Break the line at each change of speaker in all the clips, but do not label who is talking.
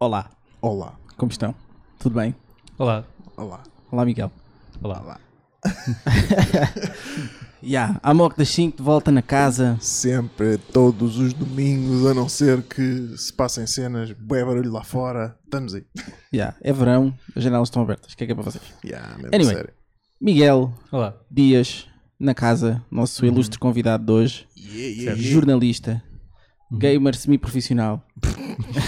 Olá,
Olá,
como estão? Tudo bem?
Olá.
olá,
Olá, Miguel.
Olá.
olá.
Ya, a Amor das 5 de volta na casa.
Sempre, todos os domingos, a não ser que se passem cenas, bué barulho lá fora, estamos aí.
Ya, é verão, as janelas estão abertas. O que é que é para vocês?
Yeah, mesmo
Anyway.
sério.
Miguel
Olá.
Dias, na casa, nosso ilustre convidado de hoje,
Uhum. Yeah, yeah, Uhum. yeah.
jornalista, gamer semi-profissional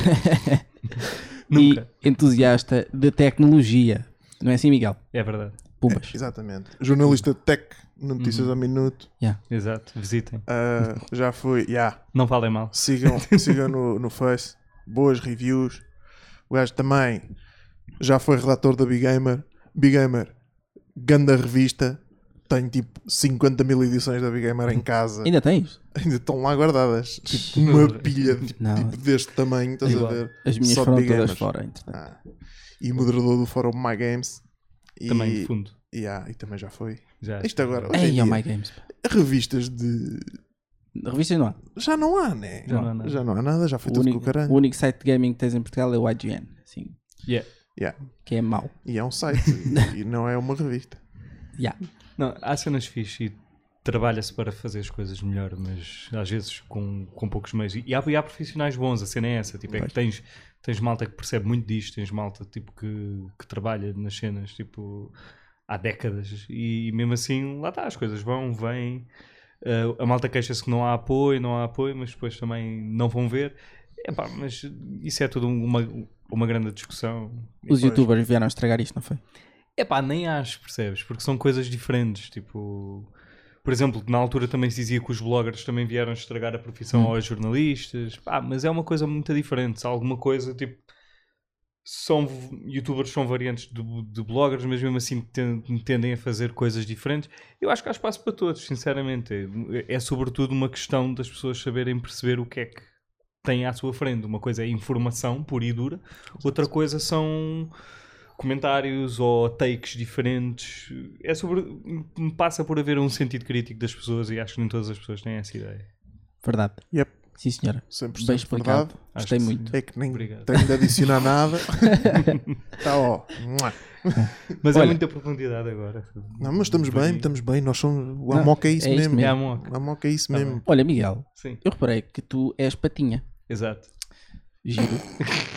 e
Nunca.
entusiasta de tecnologia. Não é assim, Miguel?
É verdade.
Pumbas.
Exatamente. Jornalista de tech, notícias ao minuto.
Ya.
Exato. Visitem.
Ah, já fui, yeah.
Não falem mal.
Sigam, sigam no, no Face, boas reviews. O gajo também já foi relator da Big Gamer. Big Gamer, ganda revista. Tenho tipo 50 mil edições da Big Gamer em casa.
Ainda tens?
Ainda estão lá guardadas. Tipo, uma pilha de-
Não.
tipo deste tamanho, estás
Igual.
a ver?
As minhas
Só de
foram
big
todas
gamers.
fora, entretanto.
Ah. E moderador do fórum My Games. E,
Também fundo.
e, ah, e também já foi.
Já.
Isto agora. Hoje em
Ei,
dia,
oh my games. pá.
Revistas de.
Revistas não há.
Já não há, né?
Já não há nada.
Já não há nada, já foi
O
tudo
único,
com o caralho.
o único site de gaming que tens em Portugal é o IGN. Assim,
Yeah.
Yeah.
que é mau.
E é um site. e- e não é uma revista.
Ya.
Não, há cenas fixe e trabalha-se para fazer as coisas melhor, mas às vezes com, com poucos meios. E há, e há profissionais bons, a cena é essa. Tipo, é que tens, tens malta que percebe muito disto, tens malta tipo, que, que trabalha nas cenas tipo, há décadas e mesmo assim lá está, as coisas vão, vêm. Ah, a malta queixa-se que não há apoio, não há apoio, mas depois também não vão ver. Epá, mas isso é tudo uma, uma grande discussão.
Os youtubers vieram estragar isto, não foi?
Epá, nem acho, percebes? Porque são coisas diferentes, tipo... Por exemplo, na altura também se dizia que os bloggers também vieram estragar a profissão aos jornalistas. Pá, mas é uma coisa muito diferente. Se há alguma coisa, tipo... São v- youtubers são variantes de, de bloggers, mas mesmo assim ten- tendem a fazer coisas diferentes. Eu acho que há espaço para todos, sinceramente. É, é sobretudo uma questão das pessoas saberem perceber o que é que têm à sua frente. Uma coisa é informação pura e dura, outra coisa são comentários ou takes diferentes. É sobre. Passa por haver um sentido crítico das pessoas e acho que nem todas as pessoas têm essa ideia.
Verdade.
Yep,
Sim, senhora.
100%
Bem explicado.
verdade.
Acho
Gostei
que sim.
muito.
É que nem
Obrigado.
tenho de adicionar nada. Está ó. Mua.
Mas
Olha.
é muita profundidade agora.
Não, mas estamos bem, estamos bem. Nós somos. O Amoca é isso
é isto
mesmo.
É a moca.
O Amoca é
Tá
isso mesmo.
Olha, Miguel,
Sim,
eu reparei que tu és patinha.
exato.
Giro.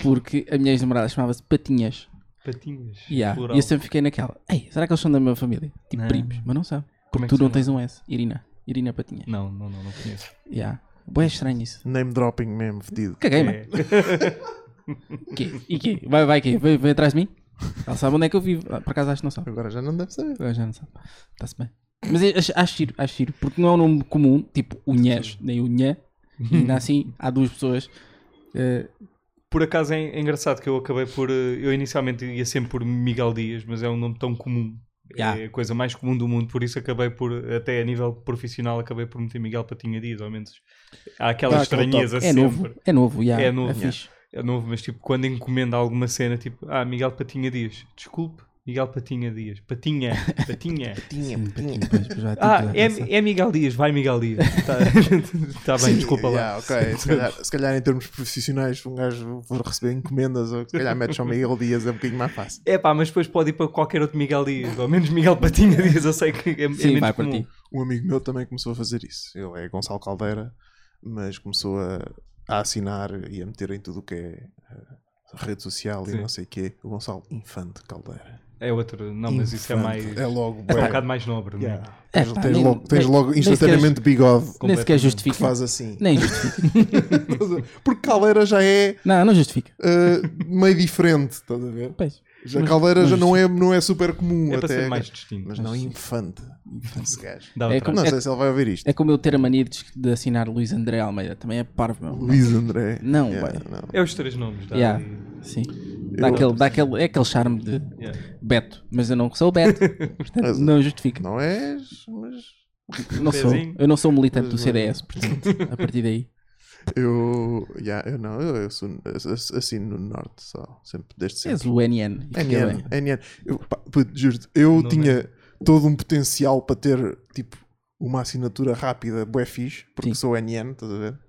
Porque a minha ex-namorada chamava-se Patinhas.
Patinhas.
Ya.
Plural.
E eu sempre fiquei naquela. Ei, será que eles são da mesma família? Tipo
Não.
primos, mas não sabe.
Como é que
tu não
se
tens um S. Irina. Irina Patinha.
Não, não, não, não conheço.
Ya. Boa, é estranho isso.
Name dropping mesmo, fedido.
Caguei, mano.
É.
Quê? E quê? Vai, vai, quê? Vem, vem atrás de mim? Ela sabe onde é que eu vivo. Ah, Por acaso acho que não sabe.
Agora já não deve saber.
Agora já não sabe. Está-se bem. Mas eu acho, acho giro, acho giro, porque não é um nome comum, tipo Unhas, nem Unhã. E ainda assim, há duas pessoas. eh,
Por acaso é é engraçado que eu acabei por. eh, Eu inicialmente ia sempre por Miguel Dias, mas é um nome tão comum.
Yeah.
É a coisa mais comum do mundo, por isso acabei por, até a nível profissional, acabei por meter Miguel Patinha Dias, ao menos. Há aquela
Dá Tá, aquele
estranheza
é
sempre.
novo, é novo, já,
É novo,
é fixe.
é novo, mas tipo, quando encomenda alguma cena, tipo, ah, Miguel Patinha Dias, desculpe, Miguel Patinha Dias, Patinha, Patinha.
Tinha,
Sim, depois- depois vai ter
ah,
que avançar.
é, é Miguel Dias, vai Miguel Dias. Tá, tá bem,
Sim,
desculpa lá.
yeah, ok. Se, calhar, se calhar em termos profissionais um gajo vou receber encomendas ou se calhar metes ao Miguel Dias é um bocadinho mais fácil.
É pá, mas depois pode ir para qualquer outro Miguel Dias, ou menos Miguel Patinha Dias, eu sei que é, é
Sim,
menos
vai para
comum.
ti.
Um amigo meu também começou a fazer isso. Ele é Gonçalo Caldeira, mas começou a, a assinar e a meter em tudo o que é eh, rede social e
Sim.
não sei o quê. O Gonçalo Infante Caldeira.
É outro, não, mas isso é
Infante.
mais.
É logo.
É um
bué.
bocado mais nobre, não é?
Yeah.
É,
Tens-
pá,
tens,
nem-
logo, tens
nem-
logo
nem sequer-
instantaneamente bigode
Nem sequer
Completamente.
que
justifica.
faz assim.
Nem justifica.
Porque Caldeira já é
Não, não justifica.
eh, meio diferente, estás a ver?
Pois.
Já
Mas-
caldeira
mas
já não é, não é super comum.
É para
até
ser mais distinto.
Mas não infante. Esse gajo.
Dá
É
outra.
como-
Não sei se ele vai ouvir isto.
É como eu ter a mania de, de assinar Luís André Almeida. Também é parvo, meu.
Luís André.
Não,
Yeah,
bué.
não.
É os três nomes, dá.
Yeah.
ali.
Sim. Dá aquele, dá aquele, é aquele charme de
Yeah.
Beto. Mas eu não sou o Beto. Portanto,
Mas-
não justifica.
Não és, mas
Não sou,
Pezinho.
eu não sou militante do
Pois
CDS, portanto, a partir daí.
eu. yeah, eu não, eu, eu sou eu- assino no norte só. Sempre desde sempre.
És o NN. fica
NN,
bem.
NN. Eu, pá, puto, juro-te, eu
Não
tinha todo um potencial para ter tipo uma assinatura rápida, bué fixe, porque
Sim.
sou NN, estás a ver?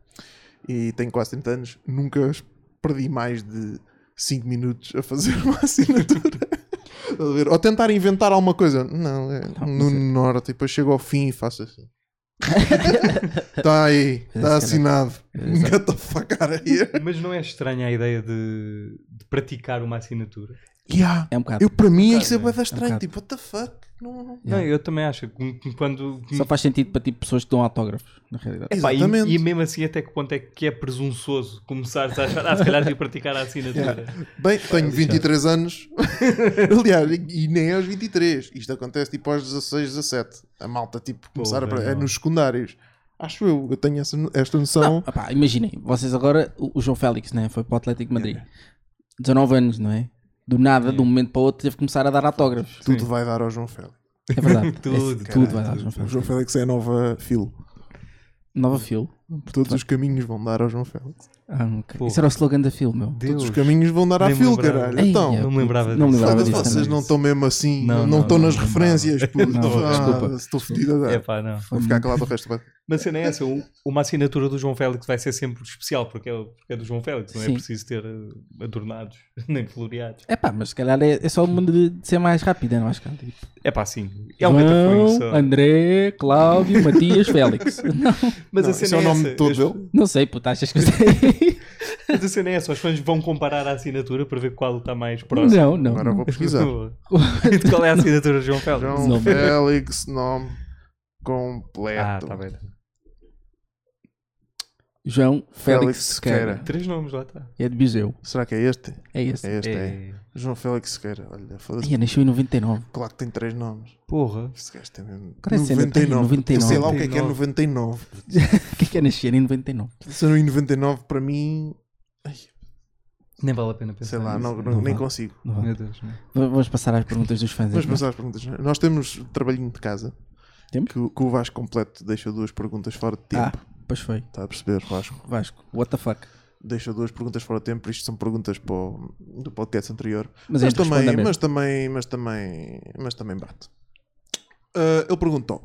E tenho quase 30 anos, nunca perdi mais de 5 minutos a fazer uma assinatura. Estás a ver? Ou tentar inventar alguma coisa. Não, é
Não,
no
mas é-
norte. E depois chego ao fim e faço assim. Está aí, está assinado.
é Exato.
Get the fuck out of here.
Mas não é estranha a ideia de, de praticar uma assinatura?
Yeah.
É um bocado. né?
Eu, para mim, isso é
um
bué da
bocado.
estranho. Tipo, what the fuck? Não, não.
Yeah.
Não, eu também acho. que que Quando...
Só faz sentido para tipo pessoas que dão autógrafos, na realidade.
Pá, e,
Exatamente.
e mesmo assim, até que ponto é que é presunçoso começares a achar, ah, se calhar, de praticar a assinatura?
Bem, tenho 23 anos. Aliás, e nem aos 23. Isto acontece tipo aos 16, 17. A malta, tipo, começar a.
Porra,
É
não.
nos secundários. Acho eu, eu tenho essa- esta noção.
Ah pá, imaginem, vocês agora, o o João Félix, né? Foi para o Atlético de Madrid. 19 anos, não é? Do nada, de um momento para o outro, teve que começar a dar autógrafos.
Tudo vai dar ao João Félix.
É verdade.
Tudo,
É- tudo
caralho,
vai dar ao João
O
Félix.
João Félix é a nova filo.
Nova Phil.
Todos os caminhos vão dar ao João Félix.
Ah, ok.
Pô.
Isso era o slogan da Phil, meu.
Deus,
Todos os caminhos vão dar à
Nem me
filo,
lembrava.
caralho.
Ei,
Então,
é,
não me lembrava
Não me
disso.
lembrava
foda-se,
disso
vocês
também.
não estão mesmo assim.
Não,
Não
não,
estão
não,
nas
não
referências. puto.
Não,
Ah,
desculpa.
Estou fodido agora.
É pá, não.
Vou ficar calado o resto. vai.
Mas a cena é essa, o- uma assinatura do João Félix vai ser sempre especial, porque é, o- porque é do João Félix, não é
Sim.
preciso ter eh, adornados, nem floreados.
É pá, mas se calhar é, é só o mundo de, de ser mais rápida, não acho que há, tipo,
É pá, sim, é um metaforinho
João,
só.
André, Cláudio, Matias, Félix. Não,
Mas
Não,
a
esse
cena
é o nome
essa,
todo
as-
dele?
não sei, puta, achas que eu sei?
Mas a cena é essa, os fãs vão comparar a assinatura para ver qual está mais próximo.
Não, não.
Agora vou pesquisar.
De qual é a assinatura de João Félix?
João
Nome.
Félix, nome
Ah,
completo.
está bem.
João Félix
Félix
Sequeira.
Três nomes, lá está.
É de Viseu.
Será que é este?
É esse.
É este, é.
É,
João Félix Sequeira. Olha, foda-se.
Ia, nasceu em 99.
Claro que tem três nomes.
Porra.
Este gajo tem mesmo.
Cara, esse é
99. Eu sei lá o
99.
que é que é 99.
O que é que é nascer em 99?
Se não é em 99, para mim.
Nem vale a pena pensar
Sei lá,
nisso.
não, não-
não
nem
vá.
consigo.
Não vale.
Meu Deus, não.
V- Vamos passar às perguntas dos fãs.
Vamos
então.
passar às perguntas. não é? Nós temos trabalhinho de casa.
Temos?
Que, o- que o Vasco completo deixa duas perguntas fora de
Ah,
tempo.
pois foi.
Está a perceber, Vasco?
Vasco, what the fuck?
Deixa duas perguntas fora de tempo. Isto são perguntas para o- do podcast anterior.
Mas
Mas,
este responde
também,
a mesmo.
mas também, mas também, mas também bate. Ah, ele perguntou: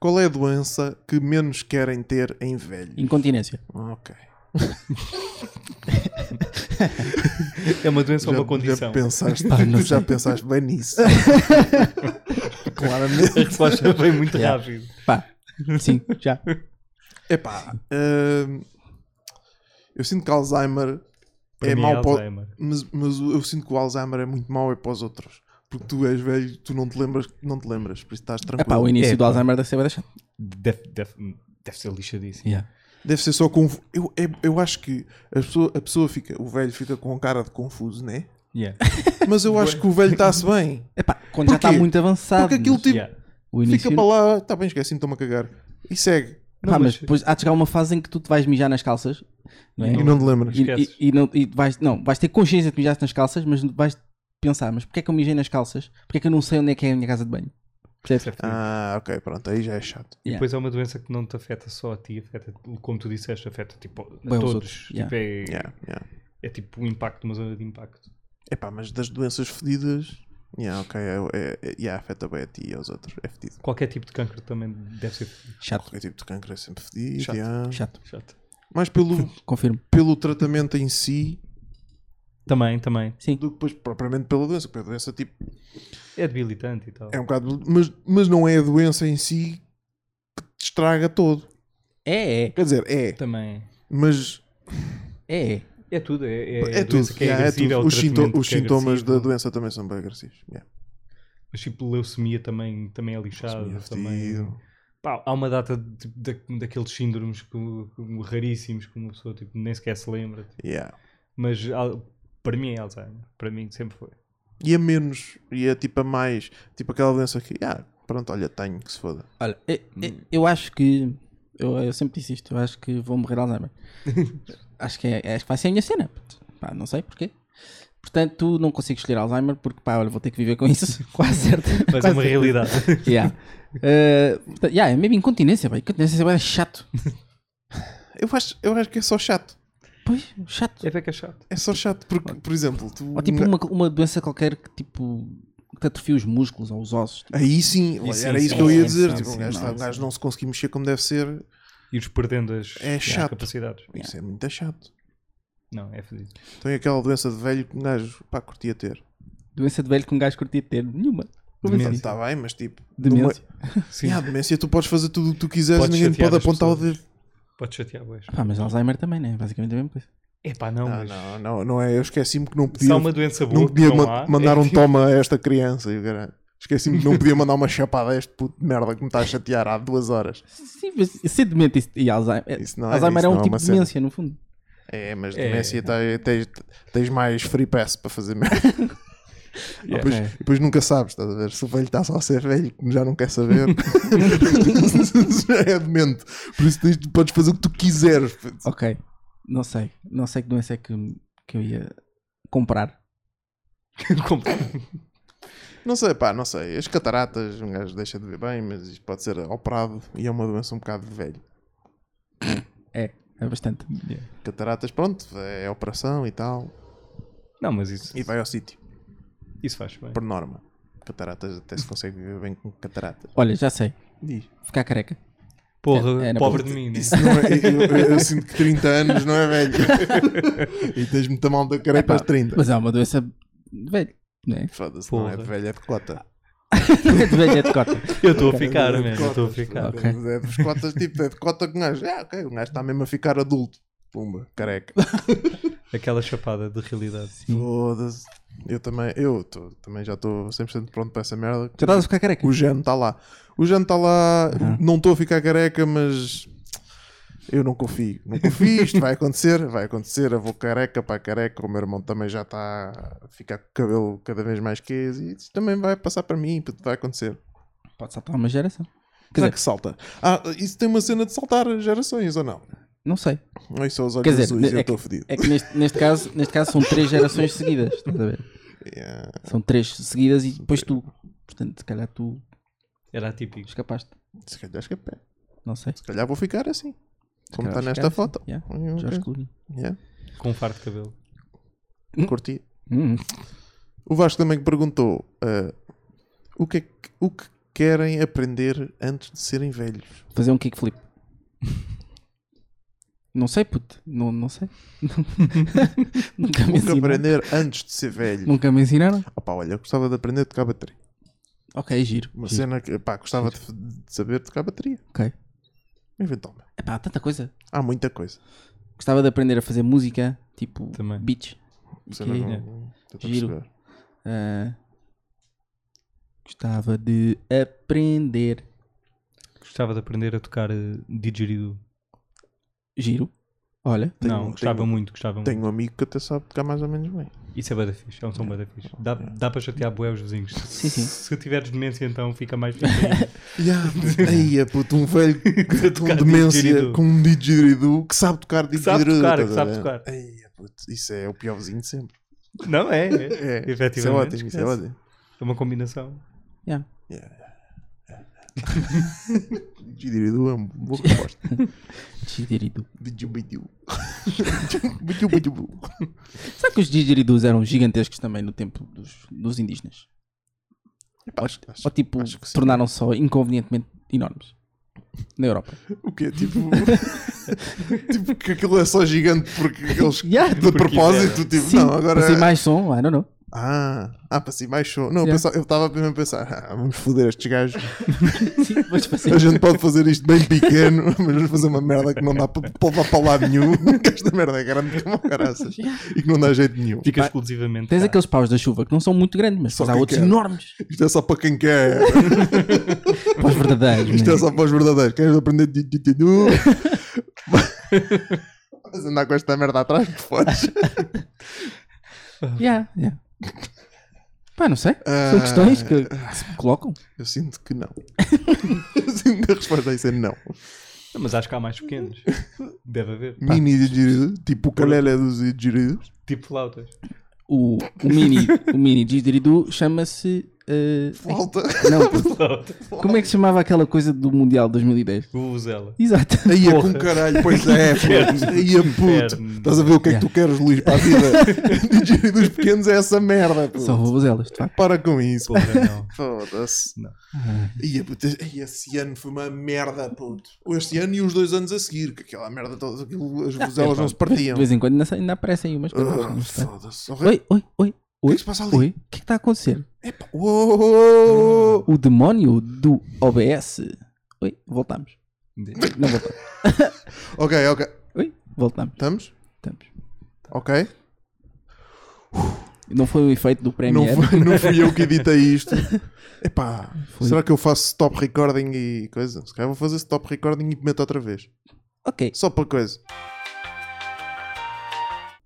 qual é a doença que menos querem ter em velho?
Incontinência.
Ok.
É uma doença ou
já,
uma condição?
já pensaste,
Pá, não
já
sei.
pensaste bem nisso. Claramente.
A resposta vem muito
Yeah.
rápido.
Pá, sim, já.
Epá, hum, eu sinto que Alzheimer
Para
é
mim
mau para o-
Alzheimer.
mas, mas eu sinto que o Alzheimer é muito mau é para os outros. Porque tu és velho, tu não te lembras, não te lembras, por isso estás
É pá,
tranquilo.
o início
É,
do
pá.
Alzheimer deve ser bem deixado.
Deve, deve, deve ser lixadíssimo.
Yeah.
Deve ser só com eu, é- eu acho que a pessoa, a pessoa fica, o velho fica com cara de confuso, né?
Yeah.
Mas eu acho que o velho está-se bem.
É pá, quando já
Porquê?
está muito avançado.
Porque aquilo
mas
tipo,
Yeah.
o
fica
início...
para lá, está bem, esqueci-me, estou-me a cagar. E segue.
Pá,
Não,
mas,
mas-
depois há de chegar uma fase em que tu te vais mijar nas calças. Não é?
E não te lembras.
E-
Esqueces.
E, e não, e vais, não, vais ter consciência de mijar nas calças, mas vais pensar, mas porquê é que eu mijei nas calças? Porquê é que eu não sei onde é que é a minha casa de banho? Percebes?
Certo.
Ah, ok, pronto, aí já é chato.
Yeah.
Depois é uma doença que não te afeta só a ti, afeta, como tu disseste, afeta tipo, a
Bem, aos outros,
todos.
yeah.
Tipo, é,
Yeah, yeah.
é tipo o impacto de uma zona de impacto.
Epá, mas das doenças fedidas. Yeah, ok, é, é, é, yeah, afeta bem a ti e aos outros. É fedido.
Qualquer tipo de cancro também deve ser
Chato,
Qualquer tipo de cancro é sempre fedido.
Chato,
yeah.
chato,
chato.
Mais pelo,
confirmo.
pelo tratamento em si
Também, também.
Sim,
do que depois propriamente pela doença. Porque a doença tipo,
É debilitante e tal.
é um bocado. Mas, mas não é a doença em si que te estraga todo.
é, é,
Quer dizer, é.
Também.
Mas
é. é.
É tudo. É, é,
é,
a
tudo.
doença que é
yeah, é
agressiva,
tudo.
é o
Os, sinto-
tratamento
os
que é
sintomas da
agressivo.
doença também são bem agressivos. Yeah.
Mas tipo, leucemia também, também é lixado.
Leucemia é
também.
fedido.
Pá, há uma data de- de- daqueles síndromes que- que- raríssimos que uma pessoa tipo, nem sequer se lembra.
Yeah.
Mas al- para mim é Alzheimer. Para mim sempre foi.
E a menos, e é tipo a mais, tipo aquela doença que, ah, pronto, olha, tenho que se foda.
Olha, eu,
Hum.
eu- eu acho que. Eu, eu sempre disse isto, eu acho que vou morrer de Alzheimer. acho, que é, é- acho que vai ser a minha cena. puto. Pá, não sei porquê. Portanto, não consigo escolher Alzheimer porque, pá, olha, vou ter que viver com isso. Quase certo.
Mas é uma realidade.
Yeah. Eh, portanto, yeah, é mesmo incontinência, pá. Incontinência é bué chato.
Eu acho, eu acho que é só chato.
Pois, chato.
É até que é chato.
É só chato, porque, por exemplo, tu. um
Ou tipo uma, uma doença qualquer que, tipo, que te atrofia os músculos ou os ossos. tipo.
Aí sim, olha,
sim,
era isso
sim,
que eu ia
sim,
dizer.
sim,
tipo,
sim,
um gajo,
não,
tá- um gajo não se conseguir mexer como deve ser.
Ires perdendo as,
É
as
chato.
capacidades.
Isso é muito chato.
Não, é fedido.
Tem aquela doença de velho que um gajo, pá, curtia ter.
Doença de velho que um gajo curtia ter. Nenhuma. Como
Demência.
assim?
Está bem, mas tipo. numa-
Demência.
Sim,
Yeah, demência, tu podes fazer tudo o que tu quiseres,
Podes
ninguém te
chatear
pode
as
apontar o
pessoas.
dedo.
Pode chatear, boas.
Pá, mas Alzheimer também, né? Basicamente a mesma coisa.
É pá, não,
Ah, Não,
mas
não, não, não é. Eu esqueci-me que não
se há
podia,
uma doença boa
não
que
podia
não
ma-
há,
mandar
é
um
que-
toma a esta criança. e o caralho. Esqueci-me que não podia mandar uma chapada a este puto de merda que me está a chatear há duas horas.
Sim, mas ser demente e- e Alzheimer.
Isso não é,
Alzheimer
isso
é um
não é
tipo
uma
de
cena.
demência, no fundo.
É, mas
É.
demência tá- tens, tens mais free pass para fazer merda.
Yeah.
Depois, depois nunca sabes, estás a ver? Se o velho está só a ser velho, que já não quer saber, já é demente. Por isso tens, podes fazer o que tu quiseres.
Ok. Não sei. Não sei que doença é que, que eu ia comprar.
Não sei, pá, não sei. As cataratas, um gajo deixa de ver bem, mas isto pode ser operado e é uma doença um bocado de velho.
É bastante.
Cataratas, pronto, é operação e tal,
Não, mas isso,
e vai ao sítio,
isso faz bem.
por norma. Cataratas até se consegue viver bem com cataratas.
Olha, já sei.
Diz.
Ficar careca.
Porra,
É- é na
pobre
boa.
de mim, né?
Isso não é, eu, eu- eu sinto que 30 anos não é velho. e tens muita malta careca
Epá,
aos 30.
Mas é uma doença de velho. Não é?
Foda-se, não é
Porra.
de velho, é de cota.
de velho é de cota.
Eu estou a ficar,
É de
mano. Eu estou a
cotas,
ficar.
Ok.
Mas É de cotas, tipo, é de cota que um gajo. Ah, ok, o gajo está mesmo a ficar adulto. Pumba, careca.
Aquela chapada de realidade.
Foda-se. Eu também, eu tô- também já estou 100% pronto para essa merda.
Já estás a ficar careca. Ah.
O Jano está lá. O Jano está lá. Não estou a ficar careca, mas eu não confio. Não confio. Isto vai acontecer. Vai acontecer. Eu vou careca para careca. O meu irmão também já está a ficar com o cabelo cada vez mais queijo. E isso também vai passar para mim. puto, Vai acontecer.
Pode saltar uma geração. Quer
Será
dizer,
que salta? Ah, isso tem uma cena de saltar gerações ou não?
não sei.
Não, isso são os olhos
Quer dizer,
azuis.
é
eu
que-
estou fodido.
É que neste, neste caso, neste caso são três gerações seguidas. Estás a ver?
Yeah.
São três seguidas e depois tu. Portanto, se calhar tu
Era atípico.
escapaste.
Se calhar é escapei.
Não sei.
Se calhar vou ficar assim. Como
calhar vou
está nesta
ficar assim.
foto.
Yeah.
Hum,
Jorge
ok.
Clooney.
Yeah.
Com um farto de cabelo.
Curti.
Hum.
O Vasco também que perguntou ah, o, que é que, o que querem aprender antes de serem velhos.
Fazer um kickflip. Não sei, puto. Não, não sei. Nunca me
O que
ensinaram.
aprender antes de ser velho.
Nunca me ensinaram.
Opa, olha, eu gostava de aprender a tocar bateria.
Ok, é giro.
Uma
giro.
cena que, pá, gostava de, de saber tocar bateria.
Ok.
Eventualmente.
Epá, há tanta coisa.
Há muita coisa.
Gostava de aprender a fazer música, tipo
Também.
beats. E
Cena
quê?
não-
é.
não- estou a
Giro.
perceber.
Ah, gostava de aprender
Gostava de aprender a tocar eh, didgeridoo.
giro. Olha,
Tenho-
não, gostava
tenho-
muito, gostava
Tenho um amigo que até sabe tocar mais ou menos bem.
muito. Isso é bada fixe, é um som bada fixe. Dá, dá para chatear bué os vizinhos.
Sim, sim.
Se tiveres demência então fica mais fixe. ainda.
Yeah, aí é puto, um velho
De
com
tocar
demência,
didgeridoo.
com um didgeridoo que sabe tocar
sabe
didgeridoo.
tocar,
estás
que
a
sabe
ver?
tocar.
Aí é puto, isso é o pior vizinho de sempre.
Não, é,
É,
é. Efetivamente.
Isso é ótimo, isso é
esquece.
ótimo.
É uma combinação.
yeah.
Didgeridoo é uma boa resposta.
didgeridoo.
Didgeridoo. Didgeridoo.
Será que os didgeridoos eram gigantescos também no tempo dos, dos indígenas?
Acho- acho-
Ou tipo,
acho que sim.
tornaram-se só inconvenientemente enormes? Na Europa.
O quê? Tipo... tipo que aquilo é só gigante porque eles...
Yeah,
De
Porque
propósito, tipo, não, agora...
Passei mais som, I don't know.
Ah, ah, para si mais show. Não, eu
Yeah.
pensava- eu estava mesmo a pensar, ah, vamos foder estes gajos.
Sim, mas passei.
A gente pode fazer isto bem pequeno, mas vamos fazer uma merda que não dá para para levar para lado nenhum. que Esta merda é grande como caraças e que não dá jeito nenhum.
Fica exclusivamente.
Tens
cá.
aqueles paus da chuva que não são muito grandes, mas
Só
depois há
quem
outros
quer.
enormes.
Isto é só para quem quer.
Paus verdadeiros.
Isto
man.
é só para os verdadeiros. Queres aprender? de- de- de- nu? Vais andar com esta merda atrás que fodes.
Yeah, yeah. Pá, não sei. São
Ah.
questões que, que se colocam.
Eu sinto que não. Eu sinto que a resposta a isso é não.
Não, Mas acho que há mais pequenos. Deve haver.
Mini didgeridoo, tipo o calelé dos didgeridoos.
Tipo flautas.
O, o mini, o mini didgeridoo chama-se eh,
Falta.
não, puto, como é que se chamava aquela coisa do Mundial de 2010?
O Uh, Zela.
Exato.
Aí é
Porra.
com caralho, pois é, puto. Aí é puto.
Inferno.
Estás a ver o que é que
Yeah.
tu queres, Luís, para a vida? Digerir dos pequenos é essa merda, puto.
Só roubas elas, de facto.
Para com isso.
Porra, não.
Foda-se.
Não.
Ia, puto, ei, esse ano foi uma merda, puto. Este ano e os dois anos a seguir, que aquela merda toda, aquilo, as vozelas não se
Ah, De
partiam.
vez em quando ainda, sa- ainda aparecem aí umas coisas.
Ah,
mas, pá.
Foda-se. O
Oi, oi, oi.
que é
Oi,
que se passa
oi.
ali?
O que é que está a acontecer?
Epa, uou, uou, uou.
O demónio do OBS. Oi, voltamos. Não voltamos.
Ok, ok.
Oi, voltamos.
Estamos?
voltamos.
Ok.
Não foi o efeito do
Não
Premiere.
fui, não fui eu que editei isto. Epá,
Foi.
será que eu faço stop recording e coisa? Se calhar vou fazer stop recording e meto outra vez.
Ok.
Só para coisa.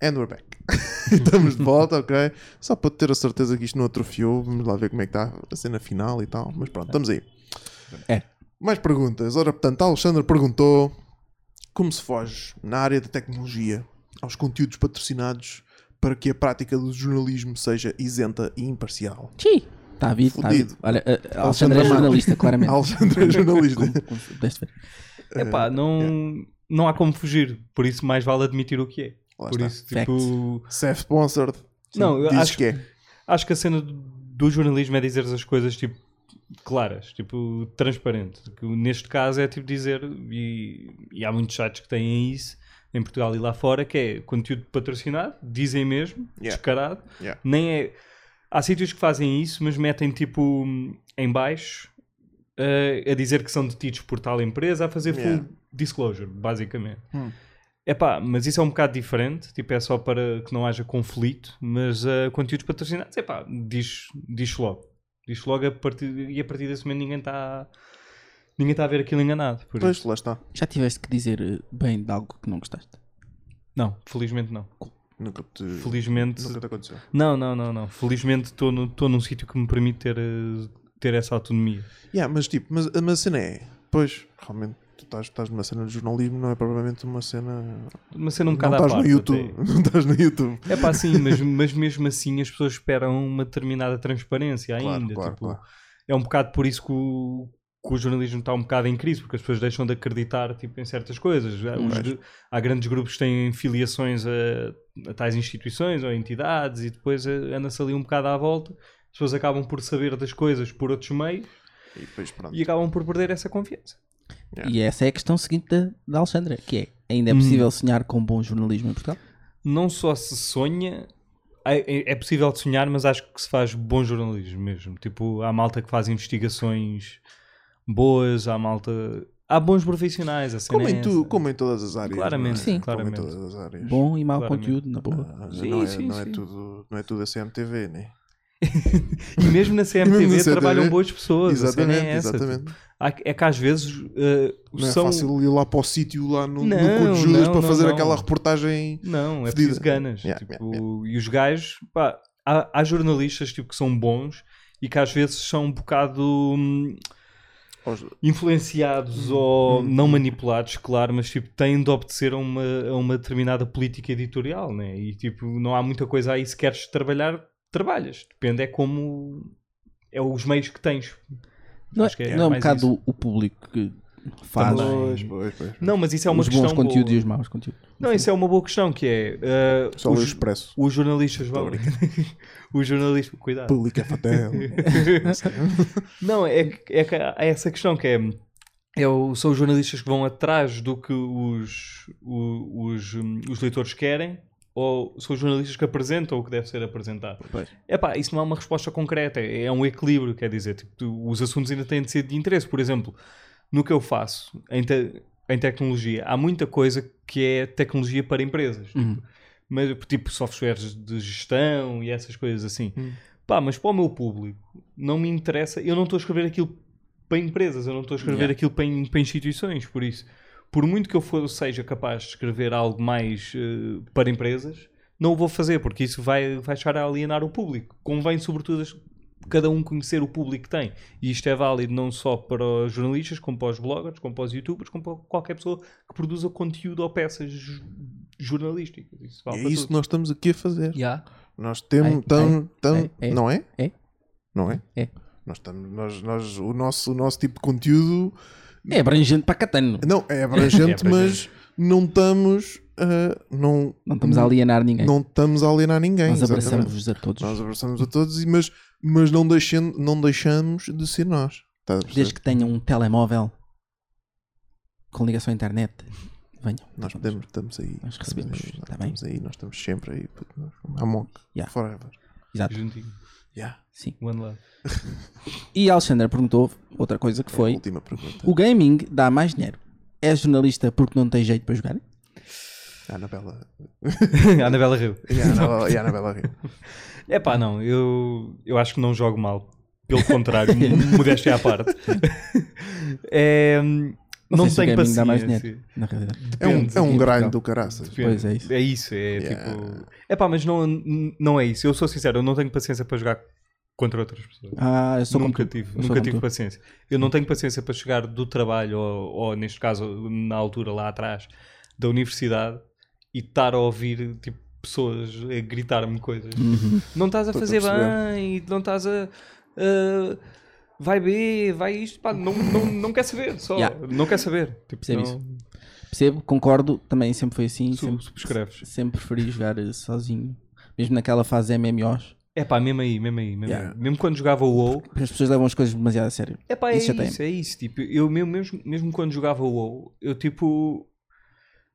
And we're back. Estamos de volta, ok? Só para ter a certeza que isto não atrofiou, vamos lá ver como é que está a cena final e tal. Mas pronto, estamos aí.
É.
Mais perguntas. Ora, portanto, Alexandre perguntou como se foge na área da tecnologia aos conteúdos patrocinados para que a prática do jornalismo seja isenta e imparcial.
Chi. Está a vir, está a vir.
Fudido.
tá Olha, a- a Alexandra é
Amaro.
jornalista, claramente.
Alexandre é jornalista.
Como- como pudeste ver.
É,
Epá, não, não há como fugir. Por isso, mais vale admitir o que é.
Lá
Por
está.
isso, tipo.
Self-sponsored.
Não, eu
Dizes
acho
que é.
acho que a cena do- do jornalismo é dizer as coisas tipo claras, tipo transparente. Que neste caso é tipo dizer, e, e há muitos sites que têm isso em Portugal e lá fora, que é conteúdo patrocinado, dizem mesmo,
Yeah.
descarado.
Yeah.
Nem é. Há sítios que fazem isso, mas metem tipo em baixo eh, a dizer que são detidos por tal empresa a fazer
Yeah.
full disclosure, basicamente.
Hum.
Epá, mas isso é um bocado diferente, tipo, é só para que não haja conflito, mas eh, conteúdos patrocinados, epá, diz, diz logo. Diz logo a partir, e a partir desse momento ninguém está ninguém tá a ver aquilo enganado. Por
Pois,
isso.
lá está.
Já tiveste que dizer eh, bem de algo que não gostaste.
Não, felizmente não.
Nunca te,
Felizmente.
nunca te aconteceu.
Não, não, não, não. Felizmente estou no- estou num sítio que me permite ter, eh, ter essa autonomia.
Yeah, mas tipo, mas, mas a cena é. Pois, realmente, tu estás, estás numa cena de jornalismo, não é propriamente uma cena.
Uma cena um
não
bocado à
estás no
parte.
YouTube. Não estás no YouTube.
É pá, sim, mas, mas mesmo assim as pessoas esperam uma determinada transparência ainda.
Claro, claro,
tipo,
claro.
É um bocado por isso que o, que o jornalismo está um bocado em crise, porque as pessoas deixam de acreditar tipo, em certas coisas. Há, os
Pois.
gru- há grandes grupos que têm filiações a, a tais instituições ou entidades e depois eh, anda-se ali um bocado à volta. As pessoas acabam por saber das coisas por outros meios
E depois, pronto.
e acabam por perder essa confiança.
Yeah. Hum.
E essa é a questão seguinte da, da Alexandra, que é, ainda é possível sonhar com bom jornalismo em Portugal?
não só se sonha, é, é- é possível de sonhar, mas acho que se faz bom jornalismo mesmo. Tipo, há malta que faz investigações boas, há malta. Há bons profissionais, a cena
Como, em
é
tu,
essa.
como em todas as áreas.
Claramente,
não é?
sim,
Como em
claramente.
todas as áreas.
Bom e mau
Claramente.
conteúdo, na boa.
Ah,
Sim,
não, é,
sim,
não, É
sim.
tudo, não é tudo a CMTV, né?
E mesmo na CMTV
Mesmo na CMTV,
trabalham boas pessoas, a
exatamente,
cena é essa.
exatamente.
tipo. Há- é que às vezes eh,
Não é
são.
fácil ir lá para o sítio, lá no, no
Não,
cu de Judas,
não,
para
não,
fazer
não.
aquela reportagem.
Não, é
Fedida.
preciso ganas.
Yeah,
tipo,
yeah,
E os gajos, pá, há, há jornalistas tipo, que são bons e que às vezes são um bocado. hum,
aos-
influenciados ou não manipulados, claro, mas tipo, têm de obedecer a uma, a uma determinada política editorial, né? E tipo, não há muita coisa aí. Se queres trabalhar, trabalhas. Depende, é como. É os meios que tens.
Não é,
Acho que é
não é um
mais
bocado
isso.
o público que faz
Também.
Pois, pois, pois.
Não, mas isso é uma
os
questão.
bons conteúdos
boa.
e os maus conteúdos.
Não, isso é uma boa questão que é. uh,
Só o
os,
expresso.
os jornalistas vão. os jornalistas. Cuidado.
Público é fatal.
Não, é, que- é, que há essa questão que é, é o- são os jornalistas que vão atrás do que os, o- os, hum, os leitores querem ou são os jornalistas que apresentam o que deve ser apresentado?
Pois.
Epá, isso não é uma resposta concreta, é, é um equilíbrio, quer dizer, tipo, tu- os assuntos ainda têm de ser de interesse. Por exemplo, no que eu faço em, te- em tecnologia, há muita coisa que é tecnologia para empresas. Tipo, mas, tipo softwares de gestão e essas coisas assim. Pá, mas para o meu público não me interessa. Eu não estou a escrever aquilo para empresas, eu não estou a escrever
Yeah.
aquilo para, in- para instituições. Por isso, por muito que eu for, seja capaz de escrever algo mais eh, para empresas, não o vou fazer, porque isso vai, vai chegar a alienar o público. Convém, sobretudo, as- cada um conhecer o público que tem. E isto é válido não só para os jornalistas, como para os bloggers, como para os youtubers, como para qualquer pessoa que produza conteúdo ou peças ju- jornalísticas. Isso
E
vale
é
para
isso que
tudo.
nós estamos aqui a fazer.
É,
Yeah.
Nós
Ai,
temos. Tam,
ai,
tam-
ai,
não é?
é.
não é?
É.
Nós estamos, nós, nós, o, nosso, o nosso tipo de conteúdo
É abrangente para catano.
não, é abrangente,
É
mas
abrangente.
não estamos, ah, não,
Não estamos a alienar ninguém.
não estamos a alienar ninguém.
Nós
exatamente.
abraçamos-vos a todos.
Nós abraçamos a todos, e- mas, mas não, deixem, não deixamos de ser nós. Estás a perceber?
Desde que tenham um telemóvel com ligação à internet, venham. Vamos.
Nós podemos, estamos aí.
Nós
estamos
recebemos,
aí,
tá
nós
bem.
estamos aí, nós estamos sempre aí. puto, nós- Amok.
Yeah.
Forever.
Exato.
Juntinho.
Yeah.
Sim.
One love.
E a Alexandra perguntou outra coisa
É
que foi:
É Última pergunta.
o gaming dá mais dinheiro? É jornalista porque não tem jeito para jogar?
É A Anabela.
A Anabela riu.
E a Anabela, e a Anabela Rio.
É pá, não, eu, eu acho que não jogo mal. Pelo contrário, mo- modéstia à parte. É, não
sei se o gaming
tenho paciência.
dá mais dinheiro. Na realidade.
É um,
Depende,
é um
tipo,
grind
não.
do caraças.
Depende.
Pois é isso.
É isso, é
Yeah.
tipo. É pá, mas não, não é isso. Eu sou sincero, eu não tenho paciência para jogar contra outras pessoas.
Ah, eu sou
nunca
como tu.
tive,
Eu sou
nunca
como
tive
tu.
paciência. Eu não tenho paciência para chegar do trabalho, ou, ou neste caso, na altura lá atrás, da universidade, e estar a ouvir tipo, pessoas a gritar-me coisas. Não estás a
Estou-te a
fazer
perceber.
bem, não estás a. a- vai B, vai isto, pá, não, não, não quer saber, só.
Yeah.
Não quer saber. Tipo,
Percebo
não-
isso. Percebo, concordo, também sempre foi assim.
su-
Sempre,
subscreves.
sempre preferi jogar eh, sozinho. Mesmo naquela fase MMOs,
É pá, mesmo aí, mesmo aí, mesmo,
Yeah.
aí. mesmo quando jogava o WoW,
as pessoas levam as coisas demasiado a sério.
É pá, é
Isso já
isso,
tem.
é isso. Tipo, eu mesmo, mesmo, mesmo quando jogava o WoW, eu tipo.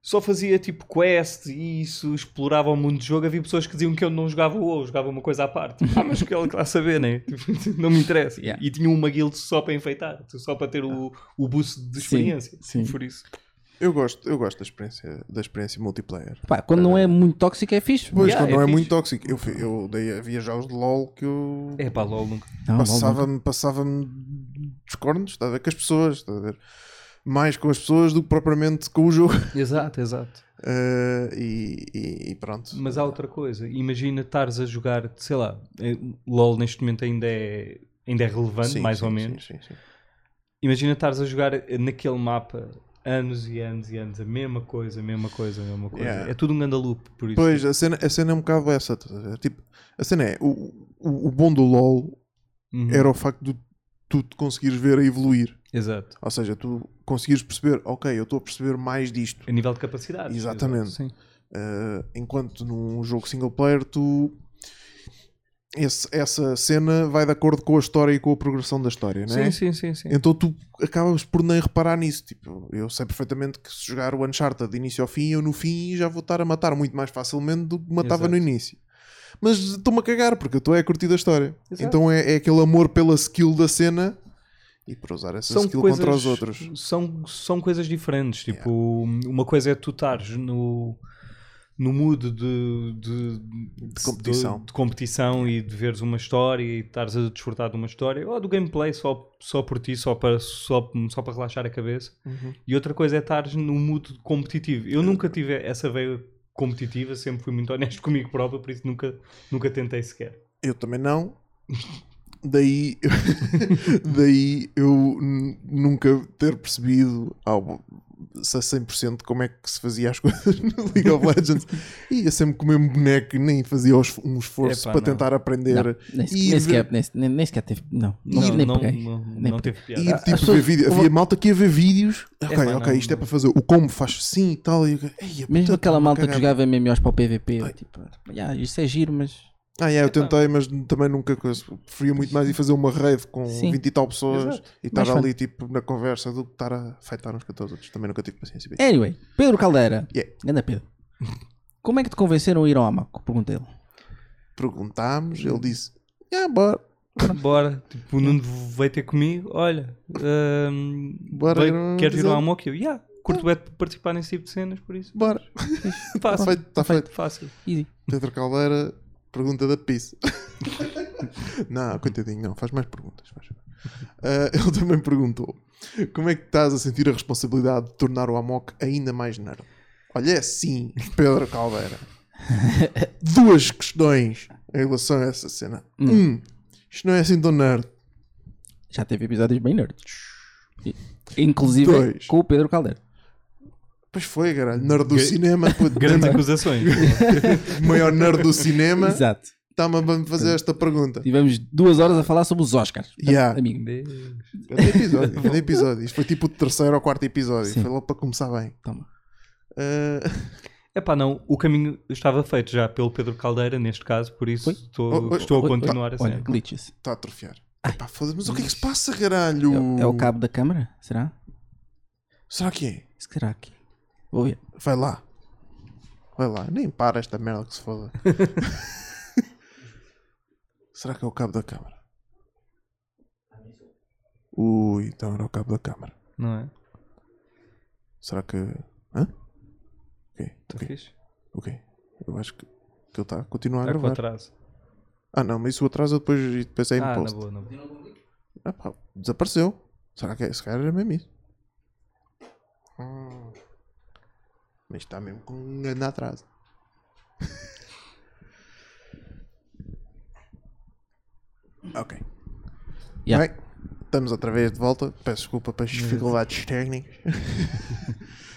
Só fazia tipo quest e isso, explorava o mundo de jogo. Havia pessoas que diziam que eu não jogava o WoW, jogava uma coisa à parte. Ah, mas que ela que lá saber, né? Tipo, não me interessa.
Yeah.
E tinha uma guild só para enfeitar, só para ter o, o boost de experiência.
sim.
Por isso.
Eu gosto, eu gosto da experiência, da experiência multiplayer.
Pá, quando não é muito tóxico é fixe.
Ah. Pois,
Yeah,
quando não
é
é,
fixe.
muito tóxico. Eu, fi- eu dei, havia jogos de LOL que eu
É pá, LOL nunca.
Não, vale muito.
passava-me passava dos cornos, estás a ver? Com as pessoas, estás a ver? Mais com as pessoas do que propriamente com o jogo.
Exato, exato.
Eh, e, e- e pronto.
Mas há outra coisa. Imagina estares a jogar, sei lá, eh, LOL neste momento ainda é, ainda é relevante,
Sim,
mais
sim,
ou
sim,
menos.
sim, sim.
Imagina estares a jogar naquele mapa anos e anos e anos, a mesma coisa, a mesma coisa, a mesma coisa.
Yeah.
É tudo um gandalupe, por isso.
Pois, a cena, a cena é um bocado essa. estás a ver? Tipo, a cena é: o, o, o bom do LOL
Uhum.
era o facto de tu te conseguires ver a evoluir.
Exato.
Ou seja, tu conseguires perceber, ok, eu estou a perceber mais disto.
A nível de capacidade.
Exatamente.
Sim.
Uh, enquanto num jogo single player, tu. esse- essa cena vai de acordo com a história e com a progressão da história, não é?
sim, sim, sim, sim.
Então tu acabas por nem reparar nisso. Tipo, eu sei perfeitamente que se jogar o Uncharted de início ao fim, eu no fim já vou estar a matar muito mais facilmente do que matava no
Exato.
início. Mas estou-me a cagar, porque eu estou é a curtir da história.
Exato.
Então é, é aquele amor pela skill da cena e por usar essa skill contra os outros.
São, são coisas diferentes. Tipo, uma coisa é tu estares no, no mood de, de, de-
competição.
de competição e de veres uma história e estares a desfrutar de uma história ou do gameplay só, só por ti, só para, só, só para relaxar a cabeça.
Uhum.
E outra coisa é estares no mood competitivo.
É.
Eu nunca tive essa veia competitiva, sempre fui muito honesto comigo próprio, por isso nunca, nunca tentei sequer.
Eu também não. Daí, daí eu n- nunca ter percebido ao, se a 100% como é que se fazia as coisas no League of Legends. Ia sempre com o mesmo boneco e nem fazia os- um esforço
Epá,
para
não.
tentar aprender.
Não, nem,
E
se- nem
ver-
sequer, nem, nem- nem sequer teve. Não, não, nem
não,
peguei.
não,
Nem
não
peguei.
teve
E
piada.
tipo, ver vídeo. Havia malta que ia ver vídeos. Ok,
Epá,
ok,
não,
isto é
não.
para fazer o como faz assim e tal. E eu, "Ei, a
Mesmo
puta,
aquela
uma
malta que
cagada."
jogava MMOs para o PVP, eu, tipo, "Ya, isso é giro, mas.
Ah, é, eu tentei, mas também nunca coisa. preferia muito mais ir fazer uma rave com
Sim.
20 e tal pessoas
Exato.
e estar
Mais fun.
ali tipo na conversa do que estar a feitar uns 14 outros. Também nunca tive paciência. para isso.
Anyway, Pedro Caldeira.
Yeah.
Anda, Pedro. Como é que te convenceram a ir ao Amaco? Perguntei ele.
Perguntámos, ele disse: yeah, bora,
Bora, tipo, o Nuno veio ter comigo, olha, hum,
Bora
veio-
ir ao-
queres vir lá
dizer-
ao Mock? Eu, yeah, curto bem de participar nesse tipo de cenas, por isso.
bora.
Fácil,
Está Tá
Tá
feito, está feito.
fácil.
Easy.
Pedro Caldeira, pergunta da pizza. não, coitadinho, não, faz mais perguntas. faz mais. Ah, ele também perguntou: Como é que estás a sentir a responsabilidade de tornar o Amok ainda mais nerd? Olha, é sim, Pedro Caldeira. Duas questões em relação a essa cena. Um, isto não é assim tão nerd.
Já teve episódios bem nerds. E- Inclusive
Dois.
com o Pedro Caldeira.
Pois foi, caralho. Nerd do
Ga-
cinema, puto,
Grandes acusações.
maior nerd do cinema.
Exato.
Está-me a fazer esta pergunta.
Tivemos duas horas a falar sobre os Oscars. Portanto,
Yeah.
Amigo,
Cada É episódio, cada episódio. Isto foi tipo o terceiro ou quarto episódio.
Sim.
Foi logo para começar bem.
toma.
Ah,
É pá, não, o caminho estava feito já pelo Pedro Caldeira, neste caso, por isso
Oi?
estou,
Oi, oi,
estou
oi,
a continuar assim.
Olha, glitches.
Está a atrofiar. Epá, foda-se, mas o que é que se passa, caralho?
É, o- é o cabo da câmara? Será?
Será que é?
Será que? Vou ver.
Vai lá. Vai lá. Nem para esta merda que se foda. Será que é o cabo da câmara? Ui, então era o cabo da câmara.
Não é?
Será que. Hã? Ok,
Está
ok,
Tá fixe?
ok. Eu acho que, que ele está a continuar a
Está com
gravar.
atraso.
Ah não, mas isso atrasa depois, e depois é em
Ah, na
post.
boa, na boa.
Ah, pá, desapareceu. Será que é? Se calhar era mesmo isso.
Hum.
Mas está mesmo com um grande atraso. ok.
Yeah.
Bem, estamos outra vez de volta. Peço desculpa pelas dificuldades técnicas.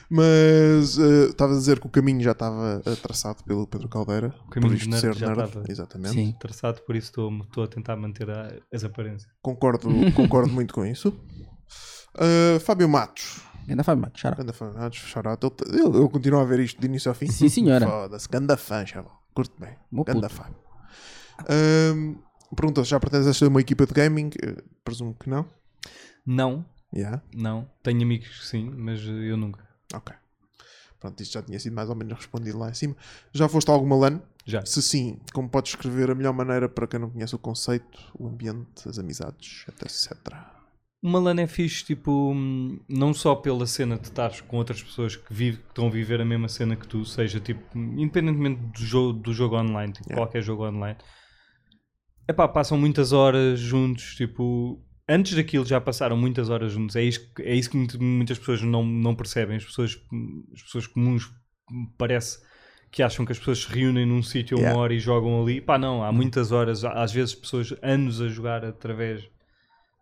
Mas eh, estava a dizer que o caminho já estava eh, traçado pelo Pedro Caldeira. O
caminho do
por isto
nerd
ser
já
nerd.
estava.
Exatamente.
Sim.
Traçado, por isso estou, estou a tentar manter a- as aparências.
Concordo, concordo muito com isso. Eh, Fábio Matos.
Ganda Fábio Matos, xará.
Ganda fã, ah, shout-out. Ele, ele, ele continua a ver isto de início ao fim.
Sim, senhora.
Foda-se, ganda fã, chaval. Curto bem.
Meu
Ganda fã. Ahm, pergunta se já pertences a ser uma equipa de gaming? Eh, presumo que não.
Não,
Yeah,
não. Tenho amigos que sim, mas eh, eu nunca.
ok. Pronto, isto já tinha sido mais ou menos respondido lá em cima. Já foste a alguma LAN?
Já.
Se sim, como podes escrever a melhor maneira para quem não conhece o conceito, o ambiente, as amizades, etc.
Uma LAN é fixe, tipo, hum, não só pela cena de estares com outras pessoas que, vive- que estão a viver a mesma cena que tu, seja tipo, independentemente do jogo, do jogo online, tipo, qualquer jogo online. É pá, passam muitas horas juntos, tipo, antes daquilo já passaram muitas horas juntos. É isso, que- é isso que muito- muitas pessoas não, não percebem. As pessoas, as pessoas comuns parece que acham que as pessoas se reúnem num sítio a
Yeah.
uma hora e jogam ali. Pá, não, há muitas horas, às vezes pessoas anos a jogar através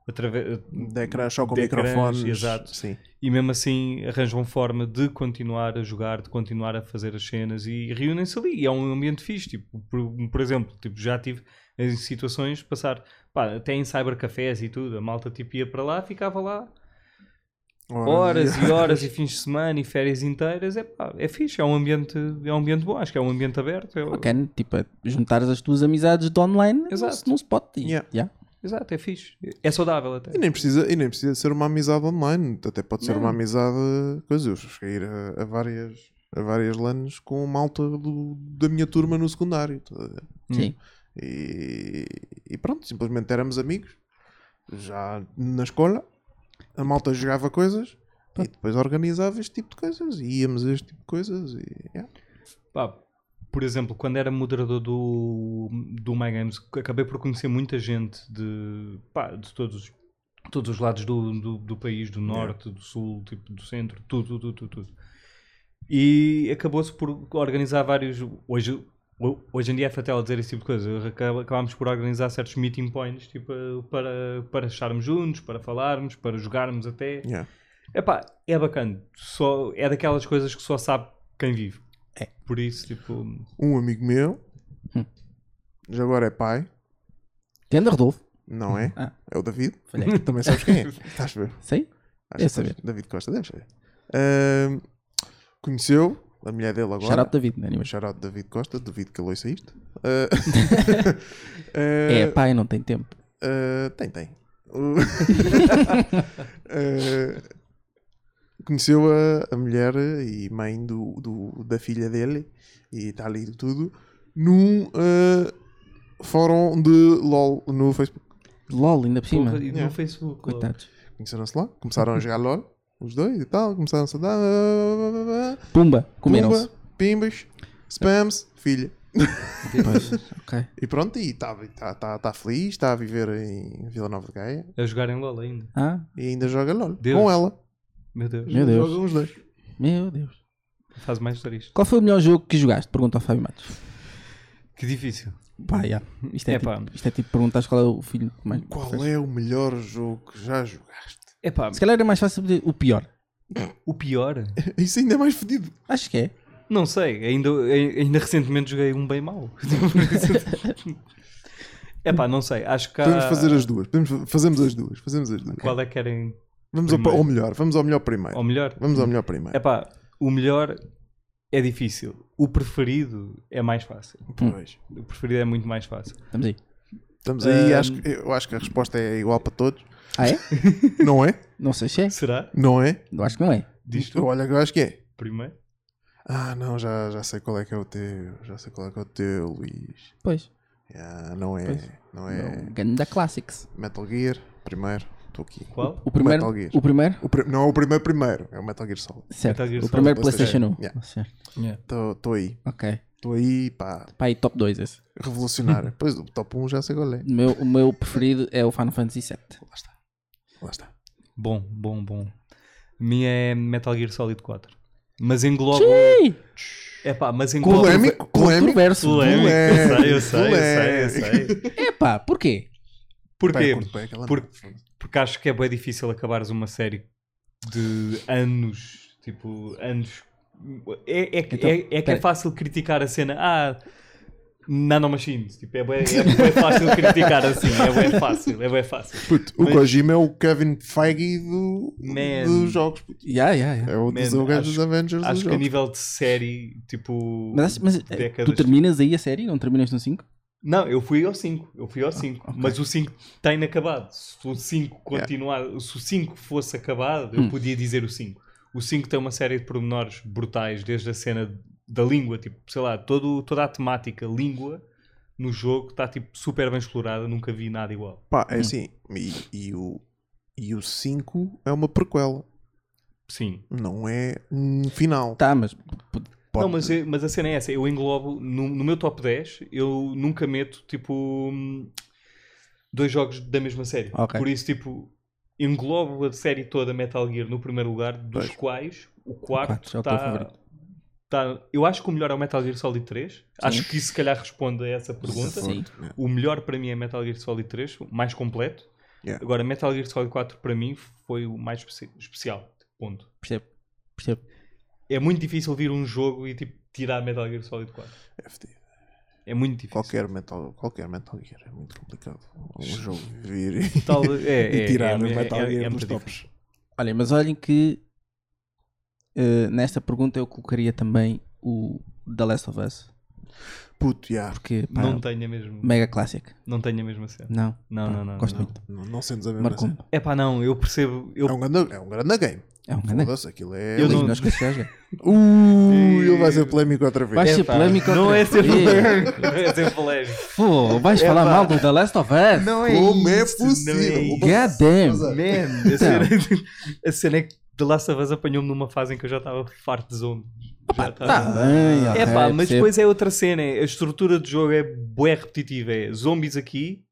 através
De ecrãs só com
de ecrãs,
microfones.
exato.
Sim.
e mesmo assim arranjam forma de continuar a jogar, de continuar a fazer as cenas e reúnem-se ali. E é um ambiente fixe. Tipo, por, por exemplo, tipo, já tive em situações de passar pá, até em cybercafés e tudo. A malta tipo, ia para lá, ficava lá horas e horas e fins de semana e férias inteiras. É, pá, é fixe, é um, ambiente, é um ambiente bom. Acho que é um ambiente aberto. É,
Bacana, tipo, é juntares as tuas amizades de online
Exato.
num spot. E,
Yeah.
yeah.
Exato, é fixe. É saudável até.
E nem, precisa, e nem precisa ser uma amizade online, até pode ser uma amizade. Coisa, eu cheguei a é ir a, a várias, a várias LANs com malta do- da minha turma no secundário. tá a ver?
Hum.
Sim.
E, e pronto, simplesmente éramos amigos, já na escola. A malta jogava coisas e depois organizava este tipo de coisas e íamos a este tipo de coisas. E, yeah.
Pá, por exemplo, quando era moderador do, do My Games, acabei por conhecer muita gente de, pá, de todos, todos os lados do, do, do país, do norte, do sul, tipo, do centro, tudo, tudo, tudo, tudo. E acabou-se por organizar vários. Hoje, hoje em dia é fatal dizer esse tipo de coisa. Acab- Acabámos por organizar certos meeting points tipo, eh, para, para estarmos juntos, para falarmos, para jogarmos até.
Yeah.
Epá, é bacana. Só, é daquelas coisas que só sabe quem vive.
É.
Por isso, tipo.
Um amigo meu,
Hum.
já agora é pai,
Ganda Rodolfo.
não é?
Ah.
É o David.
Falhei.
Também sabes quem é. Estás a ver?
Sei?
Acho
É
que sabes.
saber.
David Costa, deve saber. Ahm, conheceu a mulher dele agora.
Shout out David, né?
Mas
Mas...
shout out David Costa, duvido que ele ouça isto. Ah,
É,
ah,
Eh,
pai, É, não tem tempo.
ah, tem, tem. O- Ah, conheceu a, a mulher e mãe do, do- da filha dele e está ali tudo num ah, fórum de LOL no Facebook.
LOL, ainda por cima.
porra, e No
Yeah.
Facebook.
Coitados.
Conheceram-se lá, começaram a jogar LOL, os dois e tal, começaram-se a dar. blá, blá, blá, blá, blá.
Pumba,
Pumba,
comeram-se.
pimbas, spams, filha.
Ok.
E pronto, e está tá, tá, tá feliz, está a viver em Vila Nova de Gaia
A jogar em LOL ainda.
Ah,
e ainda joga LOL
Deus.
com ela.
Meu Deus.
Meu Deus.
Jogam os dois.
meu Deus.
Faz mais triste.
Qual foi o melhor jogo que jogaste? Pergunta ao Fábio Matos.
Que difícil.
Pá, yeah. isto, é
Epá.
tipo, isto é tipo perguntar qual é o filho que mais.
Qual é o melhor jogo que já jogaste?
Epá,
Se calhar é mais fácil de o pior.
o pior.
Isso ainda é mais fedido.
Acho que é.
Não sei, ainda, ainda recentemente joguei um bem mau. É pá, não sei, acho que há...
Podemos fazer as duas. Podemos, fazemos as duas. Fazemos as duas.
Qual é que querem
Vamos ao,
primeiro.
ao melhor. Vamos ao melhor primeiro.
ao melhor?
Vamos ao melhor primeiro.
É pá, o melhor é difícil. O preferido é mais fácil.
Pois.
O preferido é muito mais fácil.
Estamos aí.
Estamos aí.
Ahm.
Acho, que- eu acho que a resposta é igual para todos.
Ah, é?
Não é?
Não sei se é.
Será?
Não é?
Eu acho que não é.
Diz tu
Olha, eu acho que é.
primeiro.
Ah, não, já, já sei qual é que é o teu. Já sei qual é que é o teu, Luís.
Pois.
Ah, não é. Não é.
É. Ganda Classics.
Metal Gear, primeiro. Estou aqui.
Qual?
O primeiro.
Metal Gear.
O primeiro.
O pri- Não é o primeiro primeiro. É o Metal Gear Solid.
Certo.
Metal Gear
O
Solid
primeiro
PlayStation.
PlayStation 1.
Yeah.
Certo.
Estou aí.
Ok.
Estou aí, pá.
Pá, e top 2 esse.
Revolucionário. pois o top 1 já sei qual é.
O meu, o meu preferido é o Final Fantasy VII.
Lá está.
Bom, bom, bom. A minha é Metal Gear Solid 4. Mas engloba. É pá, mas engloba.
Polémico? Polémico?
Controverso.
Polémico, eu sei, eu sei, eu sei, eu sei.
Epá, porquê?
Porquê?
Pá, eu curto bem aquela
Porque-
merda, foda-se.
Porque acho que é bem difícil acabares uma série de anos, tipo, anos. É, é, que-
Então,
é- é que é
pera.
fácil criticar a cena. Ah, nanomachines. Tipo, é bem, é bué fácil criticar assim. É bem fácil, é bem fácil.
Puto, o
Mas-
Kojima é o Kevin Feige do,
Man.
dos jogos. puto.
Yeah, yeah, yeah.
É o
Man,
dos o gajo dos
acho-
Avengers dos
Acho que a
jogos.
nível de série, tipo.
Mas, mas eh,
décadas
tu terminas aí a série? Não terminas no 5?
Não, eu fui ao 5, eu fui ao 5, mas o 5 está inacabado. Se o 5 continuar, se o 5 fosse acabado, eu podia dizer o 5. O 5 tem uma série de pormenores brutais, desde a cena da língua, tipo, sei lá, todo, toda a temática língua no jogo está tipo super bem explorada, nunca vi nada igual.
Pá, é assim. E, e o, e o 5 é uma prequela.
Sim.
Não é um final.
Tá, mas.
Pode-
Não, mas, eu- mas a cena é essa, eu englobo no, no meu top 10, eu nunca meto tipo hum, dois jogos da mesma série.
Ok.
Por isso, tipo, englobo a série toda Metal Gear no primeiro lugar, dos
Pois.
quais o
quarto
quarto
é o teu
está.
favorito.
eu acho que o melhor é o Metal Gear Solid 3. Acho que isso se calhar responde a essa pergunta.
Sim.
né?
O melhor para mim é Metal Gear Solid 3, o mais completo.
Yeah.
Agora, Metal Gear Solid 4 para mim foi o mais especi- especial. Ponto.
Percebo. Percebo.
É muito difícil vir um jogo e tipo tirar Metal Gear Solid 4.
FT.
É muito difícil.
Qualquer Metal, qualquer metal Gear é muito complicado. Um jogo vir e,
Tal- é,
e
é,
tirar
é,
o Metal
é, é,
Gear
é
dos
muito
tops.
difícil.
Olha, mas olhem que eh, nesta pergunta eu colocaria também o The Last of Us.
Puto, yeah.
Porque pá, é um
Não tenho a mesma,
mega clássico.
não tenho a mesma cena.
Não.
Não,
pá,
não, não,
Gosto
não.
muito.
Não, não sendo a mesma
Marcou-me.
cena.
É pá, não, eu percebo. Eu,
É um grande, é um grande game.
É um grande.
Foda-se, aquilo é.
Eu
Luís,
não-
nós que se joga.
Ui, ele vai ser polémico outra vez.
Vai
é
ser
pá,
polémico
Não
outra
é ser
vez.
polémico. Não é ser polémico.
Pô, vais falar mal do The Last of Us?
Não
Como é possível?
Não é
God damn.
Man, a, cena, a cena é que The Last of Us apanhou-me numa fase em que eu já estava farto de zombie. Já
Tá
estava.
bem,
É
ok,
pá, mas
percebo.
depois é outra cena. é- A estrutura do jogo é bué repetitiva. É zombies aqui,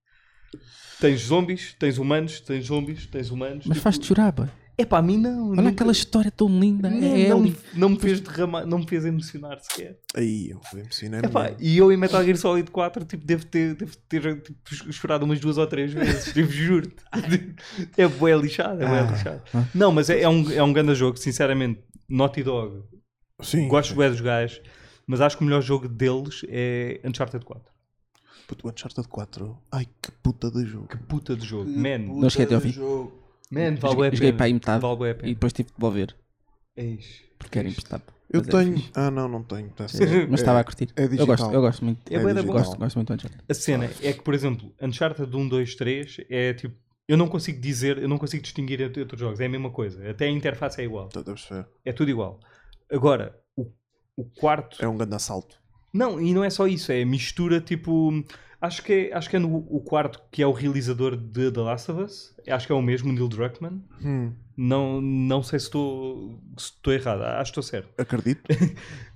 tens zombies, tens humanos, tens zombies, tens humanos.
Mas faz-te chorar, boy.
É pá, a mim não.
Olha
nunca-
aquela história tão linda.
Não,
É
não,
Ellie.
não me fez derramar, não me fez emocionar sequer.
É, Aí, eu fui impressionar.
É
Epá, e eu em Metal Gear Solid 4 tipo, devo ter, devo ter tipo, chorado umas duas ou três vezes, tipo, juro-te. É bué lixado, é bué
Ah,
lixado. Não, mas é, é um, é um grande jogo, sinceramente. Naughty Dog,
Sim.
gosto bué dos gajos, mas acho que o melhor jogo deles é Uncharted 4.
Puto, Uncharted 4. Ai, que puta de jogo.
Que puta de jogo, man.
Não cheguei até ao fim.
Man, vale bué a
Joguei joguei é para aí
pena.
metade
Vale bué a
e
pena. É
depois tive de devolver
Eis.
porque era emprestado.
Eu
Mas é
tenho.
fixe.
ah, não, não tenho. tá certo.
Mas estava a curtir.
é
eu gosto,
digital.
eu gosto muito.
É
É
bué da
digital.
boa.
Gosto, gosto muito do Uncharted.
A cena é que, por exemplo, Uncharted 1, 2, 3 é tipo. Eu não consigo dizer, eu não consigo distinguir entre outros jogos, é a mesma coisa. Até a interface é igual.
Tô a perceber.
É tudo igual. Agora, o, o quarto.
É um grande assalto.
Não, e não é só isso, é mistura tipo. Acho que é, acho que é no, o quarto que é o realizador de The Last of Us. Acho que é o mesmo, Neil Druckmann.
Hum,
Não, não sei se estou se estou errado, acho que estou certo.
acredito.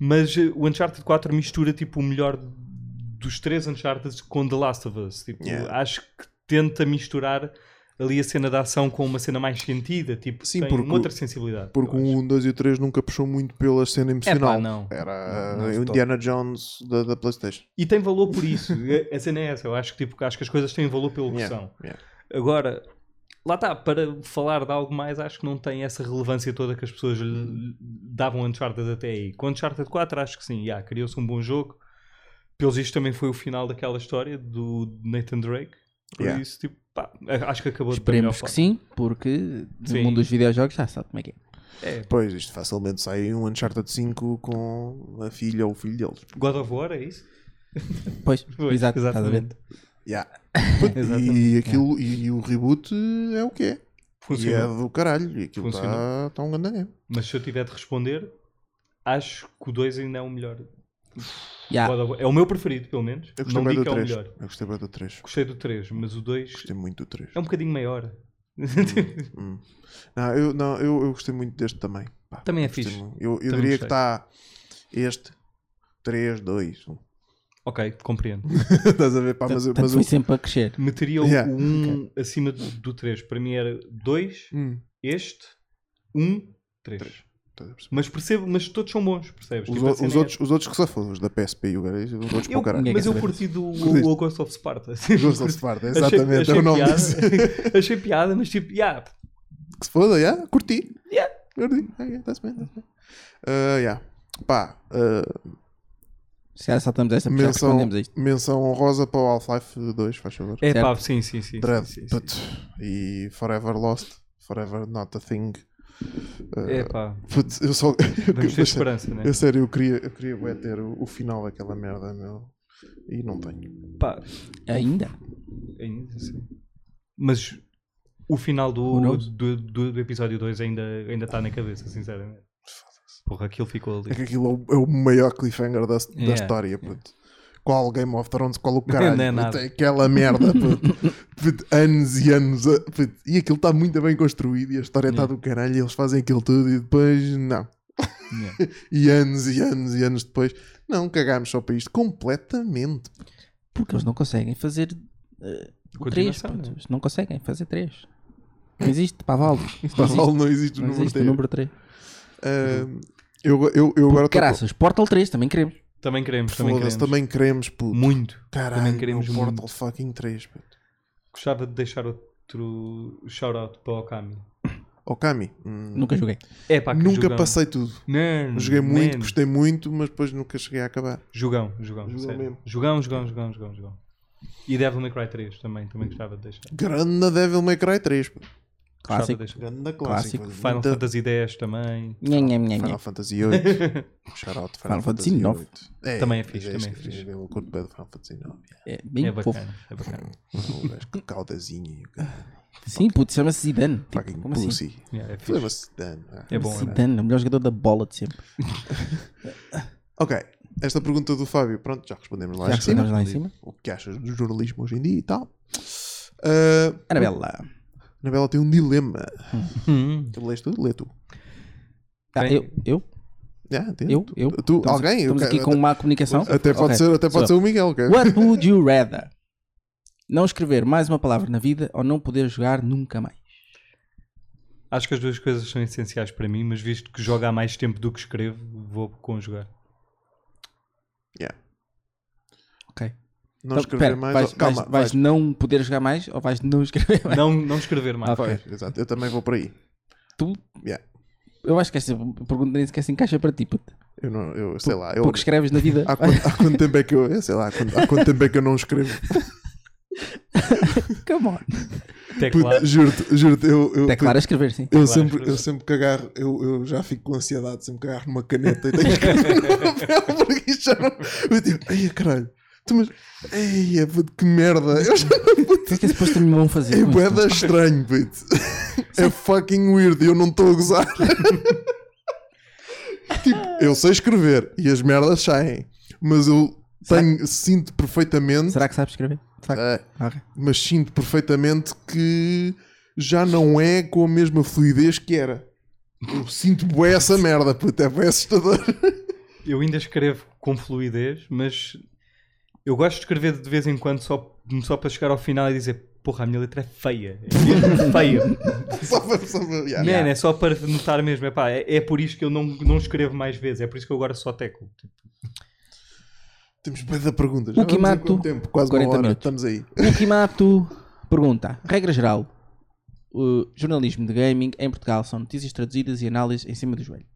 Mas eh, o Uncharted 4 mistura tipo o melhor dos três Uncharted com The Last of Us. Tipo,
Yeah.
Acho que tenta misturar ali a cena da ação com uma cena mais sentida, tipo,
Sim,
tem
porque-
uma outra sensibilidade.
Porque um
eu
o
acho.
1, 2 e o 3 nunca puxou muito pela cena emocional.
não.
Era
Não, é não,
uh,
stop.
Indiana Jones da, da PlayStation.
E tem valor por isso. a cena é essa. Eu acho que, tipo, acho que as coisas têm valor pelo que
Yeah,
são.
yeah.
Agora, lá está, para falar de algo mais, acho que não tem essa relevância toda que as pessoas lhe davam Uncharted até aí. Com Uncharted 4, acho que sim, já, criou-se um bom jogo. Pelos isto também foi o final daquela história do Nathan Drake. Por
Yeah.
isso, tipo, pá, acho que acabou de melhor
Esperemos que
forma.
sim, porque no
Sim.
mundo dos videojogos já sabe como é que é.
É,
Pois, isto facilmente sai um Uncharted 5 com a filha ou o filho deles.
God of War, é isso?
Pois,
Pois,
exato, estás a ver?
exatamente.
Yeah. Puto, e, aquilo, e, e o reboot é o que é. E é
Funcionou.
do caralho. E aquilo está
Funcionou.
tá um grande game.
Mas se eu tiver de responder, acho que o 2 ainda é o melhor.
Yeah.
God of War- É o meu preferido, pelo menos.
Eu gostei
Não
bem
digo
do
que é o
3.
melhor.
Eu gostei bem do 3.
Gostei do 3, mas o 2
Gostei muito do 3.
é um bocadinho maior.
Hum. Não, eu, não, eu, eu gostei muito deste também. Pá,
Também é
gostei
fixe.
muito. Eu, eu
Também
diria que
gostei.
está este 3, 2, 1.
Ok, compreendo.
Estás a ver? Pá, mas, eu-
Portanto,
mas
foi
eu-
sempre a crescer.
Meteria o
Yeah.
1 acima do, do 3. Para mim era 2,
Hum,
este, 1, 3.
estás a perceber?
Mas percebo, mas todos são bons, percebes?
Os,
Tipo, a
o-
cena
os,
é-
outros, os outros que se foram, os da PSP e o garoto, os outros para
Eu,
o caralho.
Ninguém
mas
quer
eu
saber.
curti do
Curtiste?
o, Ghost of Sparta.
Ghost of
Curti-
Sparta,
achei-
exatamente, é o nome
piada,
disso.
achei piada, mas tipo, yeah,
Que se foda, yeah, curti.
Yeah.
Curti. Ah, yeah, that's bem, that's bem. Ah, yeah. Pá, ah,
Se já saltamos esta, já
menção,
respondemos a isto.
menção honrosa para o Half-Life 2, faz favor.
É
Certo.
pá, sim, sim, sim.
Dread,
sim, sim, sim.
puto. E Forever Lost, Forever Not a Thing. Ah,
É pá,
puto, eu só.
vamos ter esperança, né?
é, Eu sério, eu queria, eu queria bué ter o, o final daquela merda, meu. E não tenho.
Pá,
Ainda?
ainda assim. Mas o final
Who
do,
knows?
do, do- do episódio 2 ainda está na cabeça, sinceramente. Porra, aquilo ficou
É
ali.
que aquilo é o- é o maior cliffhanger da, da
Yeah,
história, puto. Qual Game of Thrones, qual o caralho.
Não é
puto,
nada.
aquela merda, puto. Puto, anos e anos. a- puto. E aquilo está muito bem construído e a história está
Yeah.
do caralho. e Eles fazem aquilo tudo e depois, não.
Yeah.
E anos e anos e anos depois, não, cagámos só para isto completamente.
Porque eles não conseguem fazer eh, o 3.
Continuação,
é?
né?
Eles não conseguem fazer 3 Não existe para Valve. Não
Pá,
existe,
não existe o
não
número
existe o
3.
número 3.
eu, eu, eu agora tô-
Graças, Portal 3 também queremos.
Também queremos, também
Foda-se,
queremos.
também queremos, puto.
Muito.
Caralho,
Também queremos
meu Portal
muito.
fucking 3, puto.
Gostava de deixar outro shout-out para o Okami.
Okami. hum,
Nunca joguei.
É pá, que
nunca
jogão.
passei tudo.
Hum,
Mano,
Joguei muito,
man.
gostei muito, mas depois nunca cheguei a acabar.
Jogão, jogão.
Jogão
sério.
mesmo.
Jogão, jogão, jogão, jogão, jogão. E Devil May Cry 3 também, também gostava de deixar.
Grande Devil May Cry 3, pô.
Gostava de
Clássico.
deixar.
Grande
Clássico.
clássico.
Final
Muita-
Fantasy X também.
Nhe, nhe, nhe,
Final
nhe.
Fantasy 8. Shout out
Final Fantasy nove.
8. É,
Também é fixe,
é
também é
isso que eu
fixe.
Eu curto bem do Final Fantasy 9.
É
É
bem fofo.
bacana, é bacana.
O gajo com caudazinho e o cara-
Sim, puto, chama-se Zidane. Tipo,
fucking
como assim?
pussy.
Yeah, é fixe.
Chama-se Dan. ah.
É bom, é bom.
Zidane, o melhor jogador da bola de sempre.
Ok, esta pergunta do Fábio, pronto, já respondemos lá
Já
em cima.
recebemos lá em cima.
O que achas do jornalismo hoje em dia e tal. Ah,
Anabela.
Anabela tem um dilema.
Hum.
Tu lês tu? Lê tu.
Ah, eu, eu,
Já, tem.
eu,
Tu-
eu.
Tu,
Estamos-
alguém?
Estamos
Eu-
aqui com um má comunicação.
Até pode,
Ok,
ser, até
sou
pode ser o Miguel, é- ok?
What would you rather? Não escrever mais uma palavra na vida ou não poder jogar nunca mais?
Acho que as duas coisas são essenciais para mim, mas visto que jogo há mais tempo do que escrevo, vou conjugar.
Yeah.
Ok.
Não
Então,
escrever
pera,
mais.
Vais,
oh, calma,
vais- vais não poder jogar mais ou vais não escrever mais?
Não, não escrever mais.
Ah, ok.
Pois, exato, eu também vou por aí.
Tu,
Yeah.
eu acho que esta pergunta nem sequer se encaixa para ti, puto.
Eu, não, eu sei lá. Eu, Ah,
Porque escreves na vida.
há, quanto, há quanto tempo é que eu. eu sei lá, há quanto, há quanto tempo é que eu não escrevo?
Come on.
Teclado.
Puta, Juro-te, juro-te. Eu, eu,
Até claro a escrever, sim.
eu,
claro,
sempre,
escrever.
eu sempre que agarro, eu, eu já fico com ansiedade, sempre que agarro numa caneta e tenho que escrever no papel, porque isto já não. Eu digo, ai caralho, tu, mas. Ai, que merda, eu já
O que é que é suposto me vão fazer?
É
com isto?
boeda estranho, puto. É fucking weird e eu não estou a gozar. tipo, eu sei escrever e as merdas saem, mas eu
Será-
tenho, sinto perfeitamente,
Será que sabes escrever? Será que...
Ah,
Ah, ok.
mas sinto perfeitamente que já não é com a mesma fluidez que era. Eu sinto bué essa merda, puto, é bué assustador.
Eu ainda escrevo com fluidez, mas eu gosto de escrever de vez em quando só, só para chegar ao final e dizer porra, a minha letra é feia. É mesmo feia.
só para, só para, yeah.
Man, é só para notar mesmo. Epá, é, é por isto que eu não, não escrevo mais vezes. É por isso que eu agora só teclo. Tipo,
Temos bué de perguntas. Já
O que
vamos em
mato?
quanto tempo? Quase
40
40 uma hora.
minutos.
Estamos aí.
O Kimato pergunta, regra geral, o jornalismo de gaming em Portugal são notícias traduzidas e análises em cima do joelho.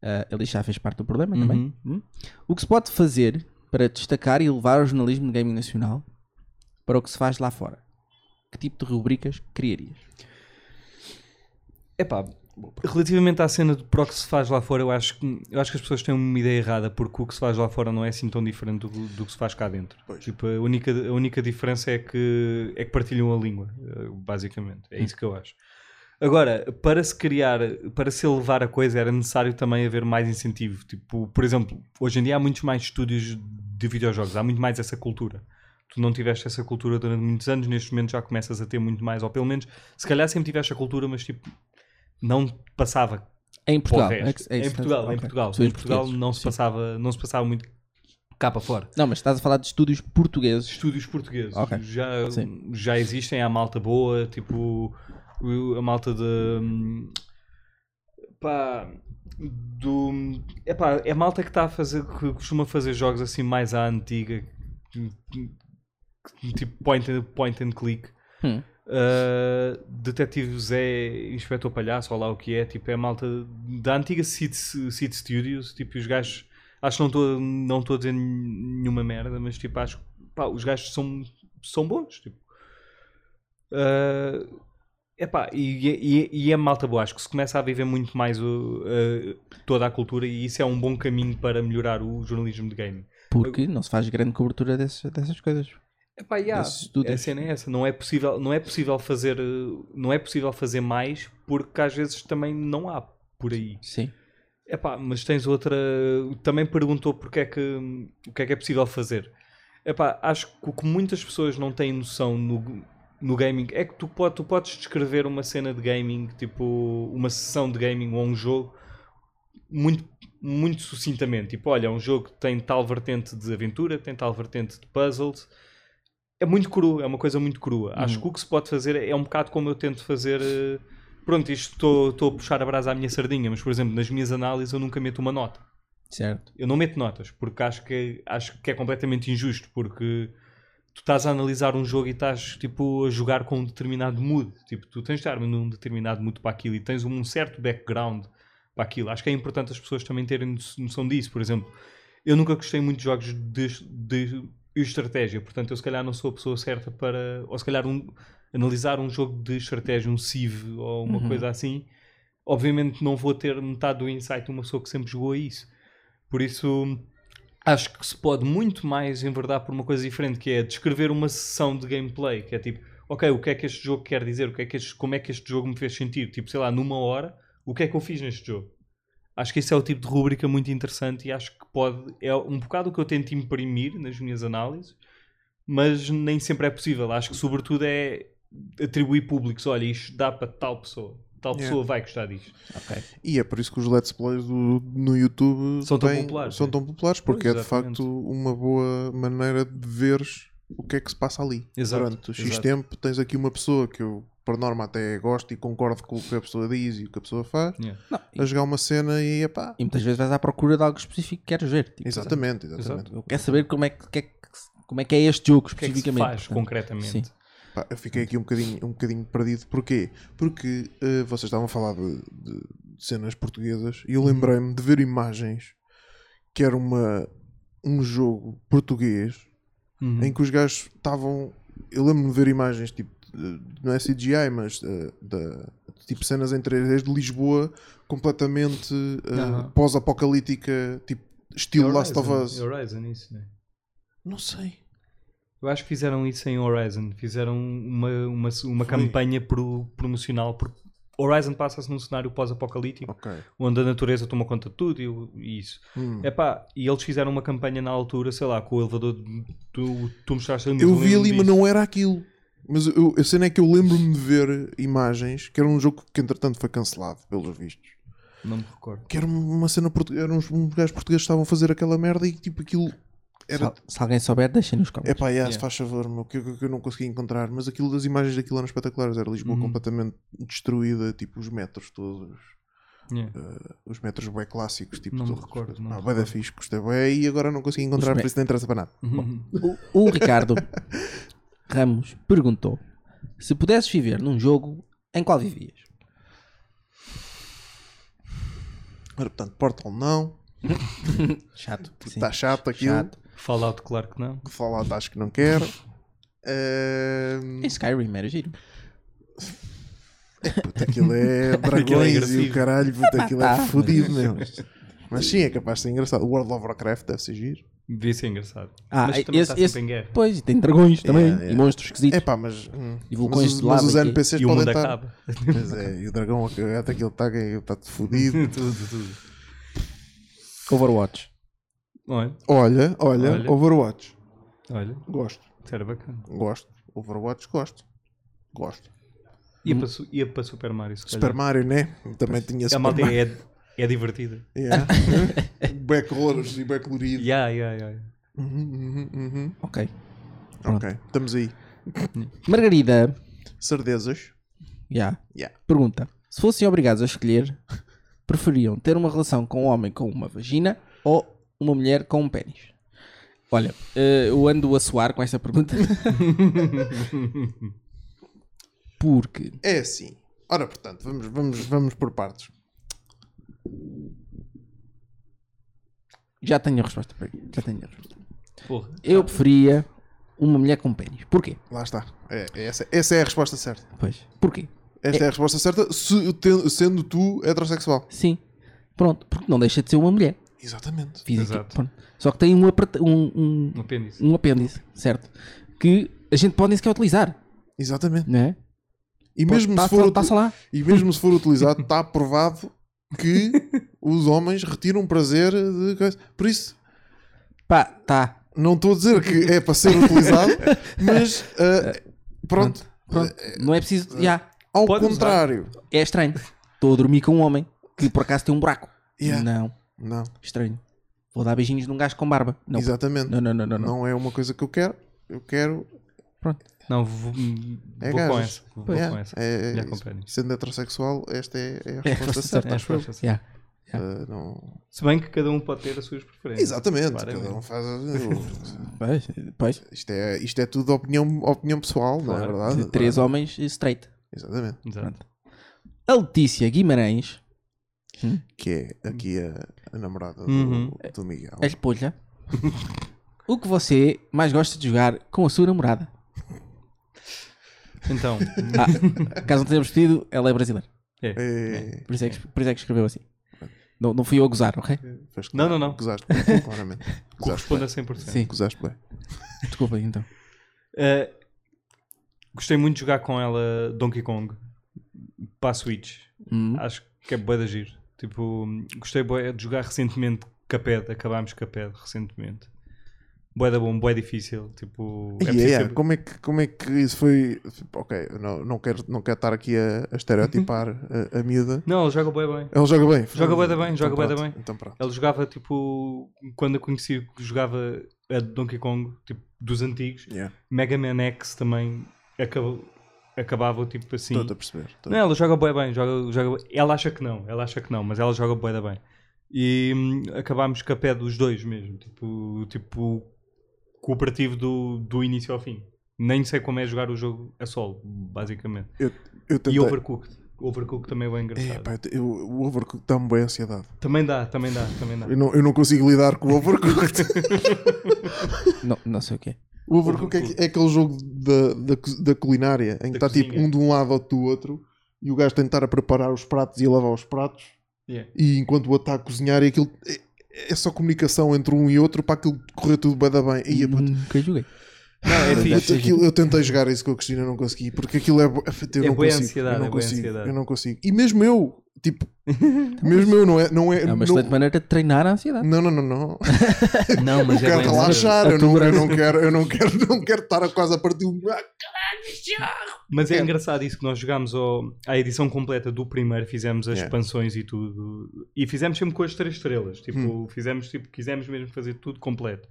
Ah, ele já fez parte do problema
Uhum.
também. Hum? O que se pode fazer para destacar e elevar o jornalismo de gaming nacional para o que se faz lá fora? Que tipo de rubricas criarias?
Epá, relativamente à cena do pro que se faz lá fora, eu acho, que, eu acho que as pessoas têm uma ideia errada, porque o que se faz lá fora não é assim tão diferente do, do que se faz cá dentro. Tipo, a única, a única diferença é que, é que partilham a língua, eh, basicamente. É isso que eu acho. Agora, para se criar, para se elevar a coisa, era necessário também haver mais incentivo. Tipo, por exemplo, hoje em dia há muitos mais estúdios de videojogos, há muito mais essa cultura. Tu não tiveste essa cultura durante muitos anos, neste momento já começas a ter muito mais, ou pelo menos, se calhar sempre tiveste a cultura, mas tipo, não passava
Em
para o
Portugal. é
resto.
que- é
em
isso que estás a
Portugal, em
falar, ok.
Portugal,
Pessoas
em Portugal
portuguesas.
não se passava, não se passava muito cá para fora.
Não, mas estás a falar de estúdios portugueses.
Estúdios portugueses
Ok.
já
Sim.
já existem, há malta boa, tipo o- a malta de hum, pá, do epá, é malta que está a fazer que costuma fazer jogos assim mais à antiga, que- que- tipo point and, point and click.
Hum.
Uh, Detetive Zé, Inspetor Palhaço, ou lá o que é, tipo, é a malta da antiga Seed, Seed Studios, tipo, e os gajos, acho que não estou não estou a dizer nenhuma merda, mas tipo, acho que pá, os gajos são, são bons, tipo. Uh, epá, e, e, e é malta boa, acho que se começa a viver muito mais o, uh, toda a cultura e isso é um bom caminho para melhorar o jornalismo de game.
Porque não se faz grande cobertura dessas, dessas coisas.
Epá, yeah.
Desses estúdios.
A cena é essa, não é possível, não é possível fazer, eh, não é possível fazer mais porque às vezes também não há por aí.
Sim.
Epá, mas tens outra, também perguntou porque é que o que é que é possível fazer. Epá, acho que o que muitas pessoas não têm noção no, no gaming é que tu, pode, tu podes descrever uma cena de gaming, tipo uma sessão de gaming ou um jogo muito, muito sucintamente. Tipo, olha, é um jogo que tem tal vertente de aventura, tem tal vertente de puzzles. É muito cru, é uma coisa muito crua. Acho que o que se pode fazer é um bocado como eu tento fazer. eh, Pronto, isto estou- estou a puxar a brasa à minha sardinha, mas por exemplo, nas minhas análises eu nunca meto uma nota.
Certo.
Eu não meto notas, porque acho que, acho que é completamente injusto, porque tu estás a analisar um jogo e estás tipo, a jogar com um determinado mood. Tipo, tu tens de estar num determinado mood para aquilo e tens um certo background para aquilo. Acho que é importante as pessoas também terem no- noção disso. Por exemplo, eu nunca gostei muito de jogos de, de estratégia, portanto eu se calhar não sou a pessoa certa para, ou se calhar um- analisar um jogo de estratégia, um Civ ou uma coisa assim. Obviamente não vou ter metade do insight de uma pessoa que sempre jogou a isso. Por isso, acho que se pode muito mais enverdar por uma coisa diferente, que é descrever uma sessão de gameplay, que é tipo, ok, o que é que este jogo quer dizer? O que é que este- como é que este jogo me fez sentir? Tipo, sei lá, numa hora, o que é que eu fiz neste jogo? Acho que esse é o tipo de rubrica muito interessante e acho que pode. É um bocado o que eu tento imprimir nas minhas análises, mas nem sempre é possível. Acho que, sobretudo, é atribuir públicos. Olha, isto dá para tal pessoa. Tal
Yeah.
pessoa vai gostar disto.
Ok.
E é por isso que os Let's Plays do- no YouTube
São tão
têm-
populares,
são
é.
tão populares, porque
Pois,
é de
exatamente.
facto uma boa maneira de veres o que é que se passa ali.
Exato,
Durante o X
exato.
tempo tens aqui uma pessoa que eu, por norma, até gosto e concordo com o que a pessoa diz e o que a pessoa faz,
Yeah.
Não, e,
a jogar uma cena e epá.
e muitas vezes vais à procura de algo específico que queres ver. Tipo,
Exatamente, exatamente.
Eu quero saber como é que, que é que se- como é que é este jogo
O que é que se
especificamente.
faz
portanto.
concretamente?
Sim.
Pá, eu fiquei aqui um bocadinho, um bocadinho perdido. Porquê? Porque eh, vocês estavam a falar de, de cenas portuguesas
Uhum.
e eu lembrei-me de ver imagens que era uma, um jogo português
Uhum.
em que os gajos estavam. Eu lembro-me de ver imagens tipo. de- Não é CGI, mas eh, da, tipo cenas em 3D de Lisboa completamente eh,
Aham.
pós-apocalíptica, tipo estilo Last of
Horizon,
Us.
Horizon, isso, né?
Não sei.
Eu acho que fizeram isso em Horizon. Fizeram uma, uma, uma
Foi.
campanha pro, promocional. Porque Horizon passa-se num cenário pós-apocalíptico,
Ok.
onde a natureza toma conta de tudo e, o- e isso.
Hum.
Epá, e eles fizeram uma campanha na altura, sei lá, com o elevador. de- Tu, tu mostraste ali
Eu
mas
vi ali, mas
lembro
não era aquilo. Mas eu, a cena é que eu lembro-me de ver imagens, que era um jogo que entretanto foi cancelado, pelos vistos.
disso. Não me recordo.
Que era uma cena portuguesa, eram uns, uns gajos portugueses que estavam a fazer aquela merda e tipo aquilo
Se,
era
al- se alguém souber, deixa nos
É
comentários.
pá, yeah,
Yeah.
se faz favor, meu, que, que- que eu não consegui encontrar. Mas aquilo das imagens daquilo eram espetaculares. Era Lisboa
Uhum.
completamente destruída, tipo os metros todos.
Yeah.
Os metros bué clássicos, tipo.
Não me
todos.
recordo, não
Ah,
me
bué da
recordo.
fixe, gostei bué. E agora não consegui encontrar,
me-
por isso não interessa para nada.
Uhum.
O, o Ricardo Ramos perguntou: se pudesses viver num jogo em qual vivias?
Ora, portanto, Portal não.
Chato. sim.
Está chato aquilo.
Chato.
Fallout, claro que não.
Fallout acho que não quero. Ahm,
Em Skyrim era giro.
puta, aquilo é
Aquilo é
dragões e
agressivo.
o caralho, puta, aquilo
tá.
é fodido, meu. Mas sim, é capaz de ser engraçado. O World of Warcraft deve ser giro.
Devia ser engraçado.
Ah,
Mas também
esse,
está
esse,
sempre em guerra.
pois, e tem dragões também,
Yeah, yeah.
e monstros esquisitos.
É pá, mas. hum,
E vulcões
mas, os-
de lava
mas os
e quê?
NPCs
E o
podem
mundo
estar.
acaba.
Pois é, e o dragão a cagar, até que ele está tá fodido.
tudo, tudo.
Overwatch.
Olha,
Olha, olha,
Olha.
Overwatch.
olha,
Gosto,
isso era bacana.
gosto. Overwatch, gosto. Gosto.
Ia, para, su- ia para Super Mario, se calhar.
Hum. Super Mario, né? Também tinha
A
Super
malta
Mario.
é, é divertida.
Yeah. Bué colors e bué colorido.
Yeah, yeah, yeah.
Uhum, uhum, uhum.
Ok.
Ok, estamos aí.
Margarida,
Certezas.
já.
Yeah.
Pergunta: Se fossem obrigados a escolher, preferiam ter uma relação com um homem com uma vagina ou uma mulher com um pênis? Olha, eh, eu ando a suar com essa pergunta. Porque.
É assim. Ora, portanto, vamos, vamos, vamos por partes.
Já tenho a resposta para aí. Já tenho a resposta.
Porra.
Eu preferia uma mulher com um pênis. Porquê?
Lá está. É, é essa, essa é a resposta certa.
Pois. Porquê?
Esta é, a resposta certa, se te- sendo tu heterossexual.
Sim. Pronto. Porque não deixa de ser uma mulher.
Exatamente.
Fiz aqui.
Exato.
Pronto. Só que tem um, aperte- um- um-
Um apêndice.
um apêndice, certo? Que a gente pode nem sequer utilizar,
Exatamente.
não é?
E mesmo,
tá
passa,
se for,
passa lá.
e mesmo se for utilizado, está provado que os homens retiram prazer de coisa. Por isso,
Pá, tá.
não estou a dizer que é para ser utilizado, mas ah, pronto.
Pronto. Não é preciso. Já.
Ao
Pode usar.
contrário.
É estranho. Estou a dormir com um homem que por acaso tem um buraco.
Yeah.
Não.
Não,
Estranho. Vou dar beijinhos num gajo com barba. Não.
exatamente.
Não, não, não, não,
Não,
não.
é uma coisa que eu quero. Eu quero.
Não, vou,
É
vou com
gajas.
essa. Vou
Yeah,
com essa.
é-
Mulher
é
com
isso.
pênis.
Sendo heterossexual, esta é, é a
É,
resposta certa.
É,
acho eu.
acho que é.
Yeah.
Ah, não-
Se bem que cada um pode ter as suas preferências.
Exatamente.
Claramente.
Cada um faz. eu-
Pois, pois.
Isto é, isto é tudo opinião, opinião pessoal, não é
Claro.
verdade?
De três homens straight.
Exatamente.
Exato.
A Letícia Guimarães
Que é aqui a, a namorada
Uhum.
do, do Miguel.
é lhe O que você mais gosta de jogar com a sua namorada?
Então,
Ah, caso não tenhamos pedido, ela é brasileira.
é.
É,
Por isso é que, por isso é que escreveu assim. Não, não fui eu a gozar, ok?
fez
Não,
claro-
não, não.
Gozaste bem, claramente. Gozaste
corresponde a
bem.
100%.
Sim.
Gozaste bem.
Desculpa então.
Uh, gostei muito de jogar com ela Donkey Kong para a Switch.
Hum.
Acho que é bué de agir. Tipo, gostei bué de jogar recentemente Caped, acabámos Caped recentemente. Bué da bom, bué difícil. Tipo, é
Yeah,
preciso
yeah.
ter-
Como, é que, como é que isso foi? Ok, eu não, não, quero, não quero estar aqui a, a estereotipar a, a miúda.
Não, ela joga bué bem.
Ele joga bem.
Joga bué da bem,
Então
joga bué da
pronto,
bem.
Então pronto.
Ela jogava tipo, quando a conheci, jogava a Donkey Kong, tipo, dos antigos.
Yeah,
Mega Man X também acabou, acabava tipo assim.
Estou a perceber. Tô-
Não, ela joga bué bem, joga, joga bué- Ela acha que não, ela acha que não, mas ela joga bué da bem. E hum, acabámos com a pé dos dois mesmo, tipo, tipo cooperativo do, do início ao fim. Nem sei como é jogar o jogo a solo, basicamente.
Eu, eu tentei.
E Overcooked. Overcooked também é bem engraçado.
É, pá, eu te- eu- o Overcooked dá-me bem ansiedade.
Também dá, também dá, também dá.
Eu não, eu não consigo lidar com o Overcooked.
Não, não sei o que é.
O Overcook é, que- é aquele jogo da, da, cu- da culinária em que
Da
está tipo
cozinha.
um de um lado outro do outro e o gajo tem de estar a preparar os pratos e a lavar os pratos
Yeah.
e enquanto o outro está a cozinhar e aquilo é, é só comunicação entre um e outro para aquilo correr tudo bem da bem. E, puto,
Nunca joguei.
Não, é
eu,
fixe.
aquilo- eu tentei jogar isso com a Cristina não consegui porque aquilo é bo- eu
É
não
boa
consigo,
ansiedade,
eu não
é boa
consigo,
ansiedade.
eu não consigo. E mesmo eu, tipo, mesmo eu não é, não é,
É uma
não,
excelente maneira de treinar a ansiedade.
não, não, não, não.
Não,
Eu
mas é
quero
bem ansiedade.
relaxar, eu não, eu não quero, eu não quero, não quero estar quase a partir um
Mas é engraçado isso que nós jogámos ao, à edição completa do primeiro, fizemos as
Yeah.
expansões e tudo, e fizemos sempre com as três estrelas, tipo,
Hum.
fizemos tipo, quisemos mesmo fazer tudo completo.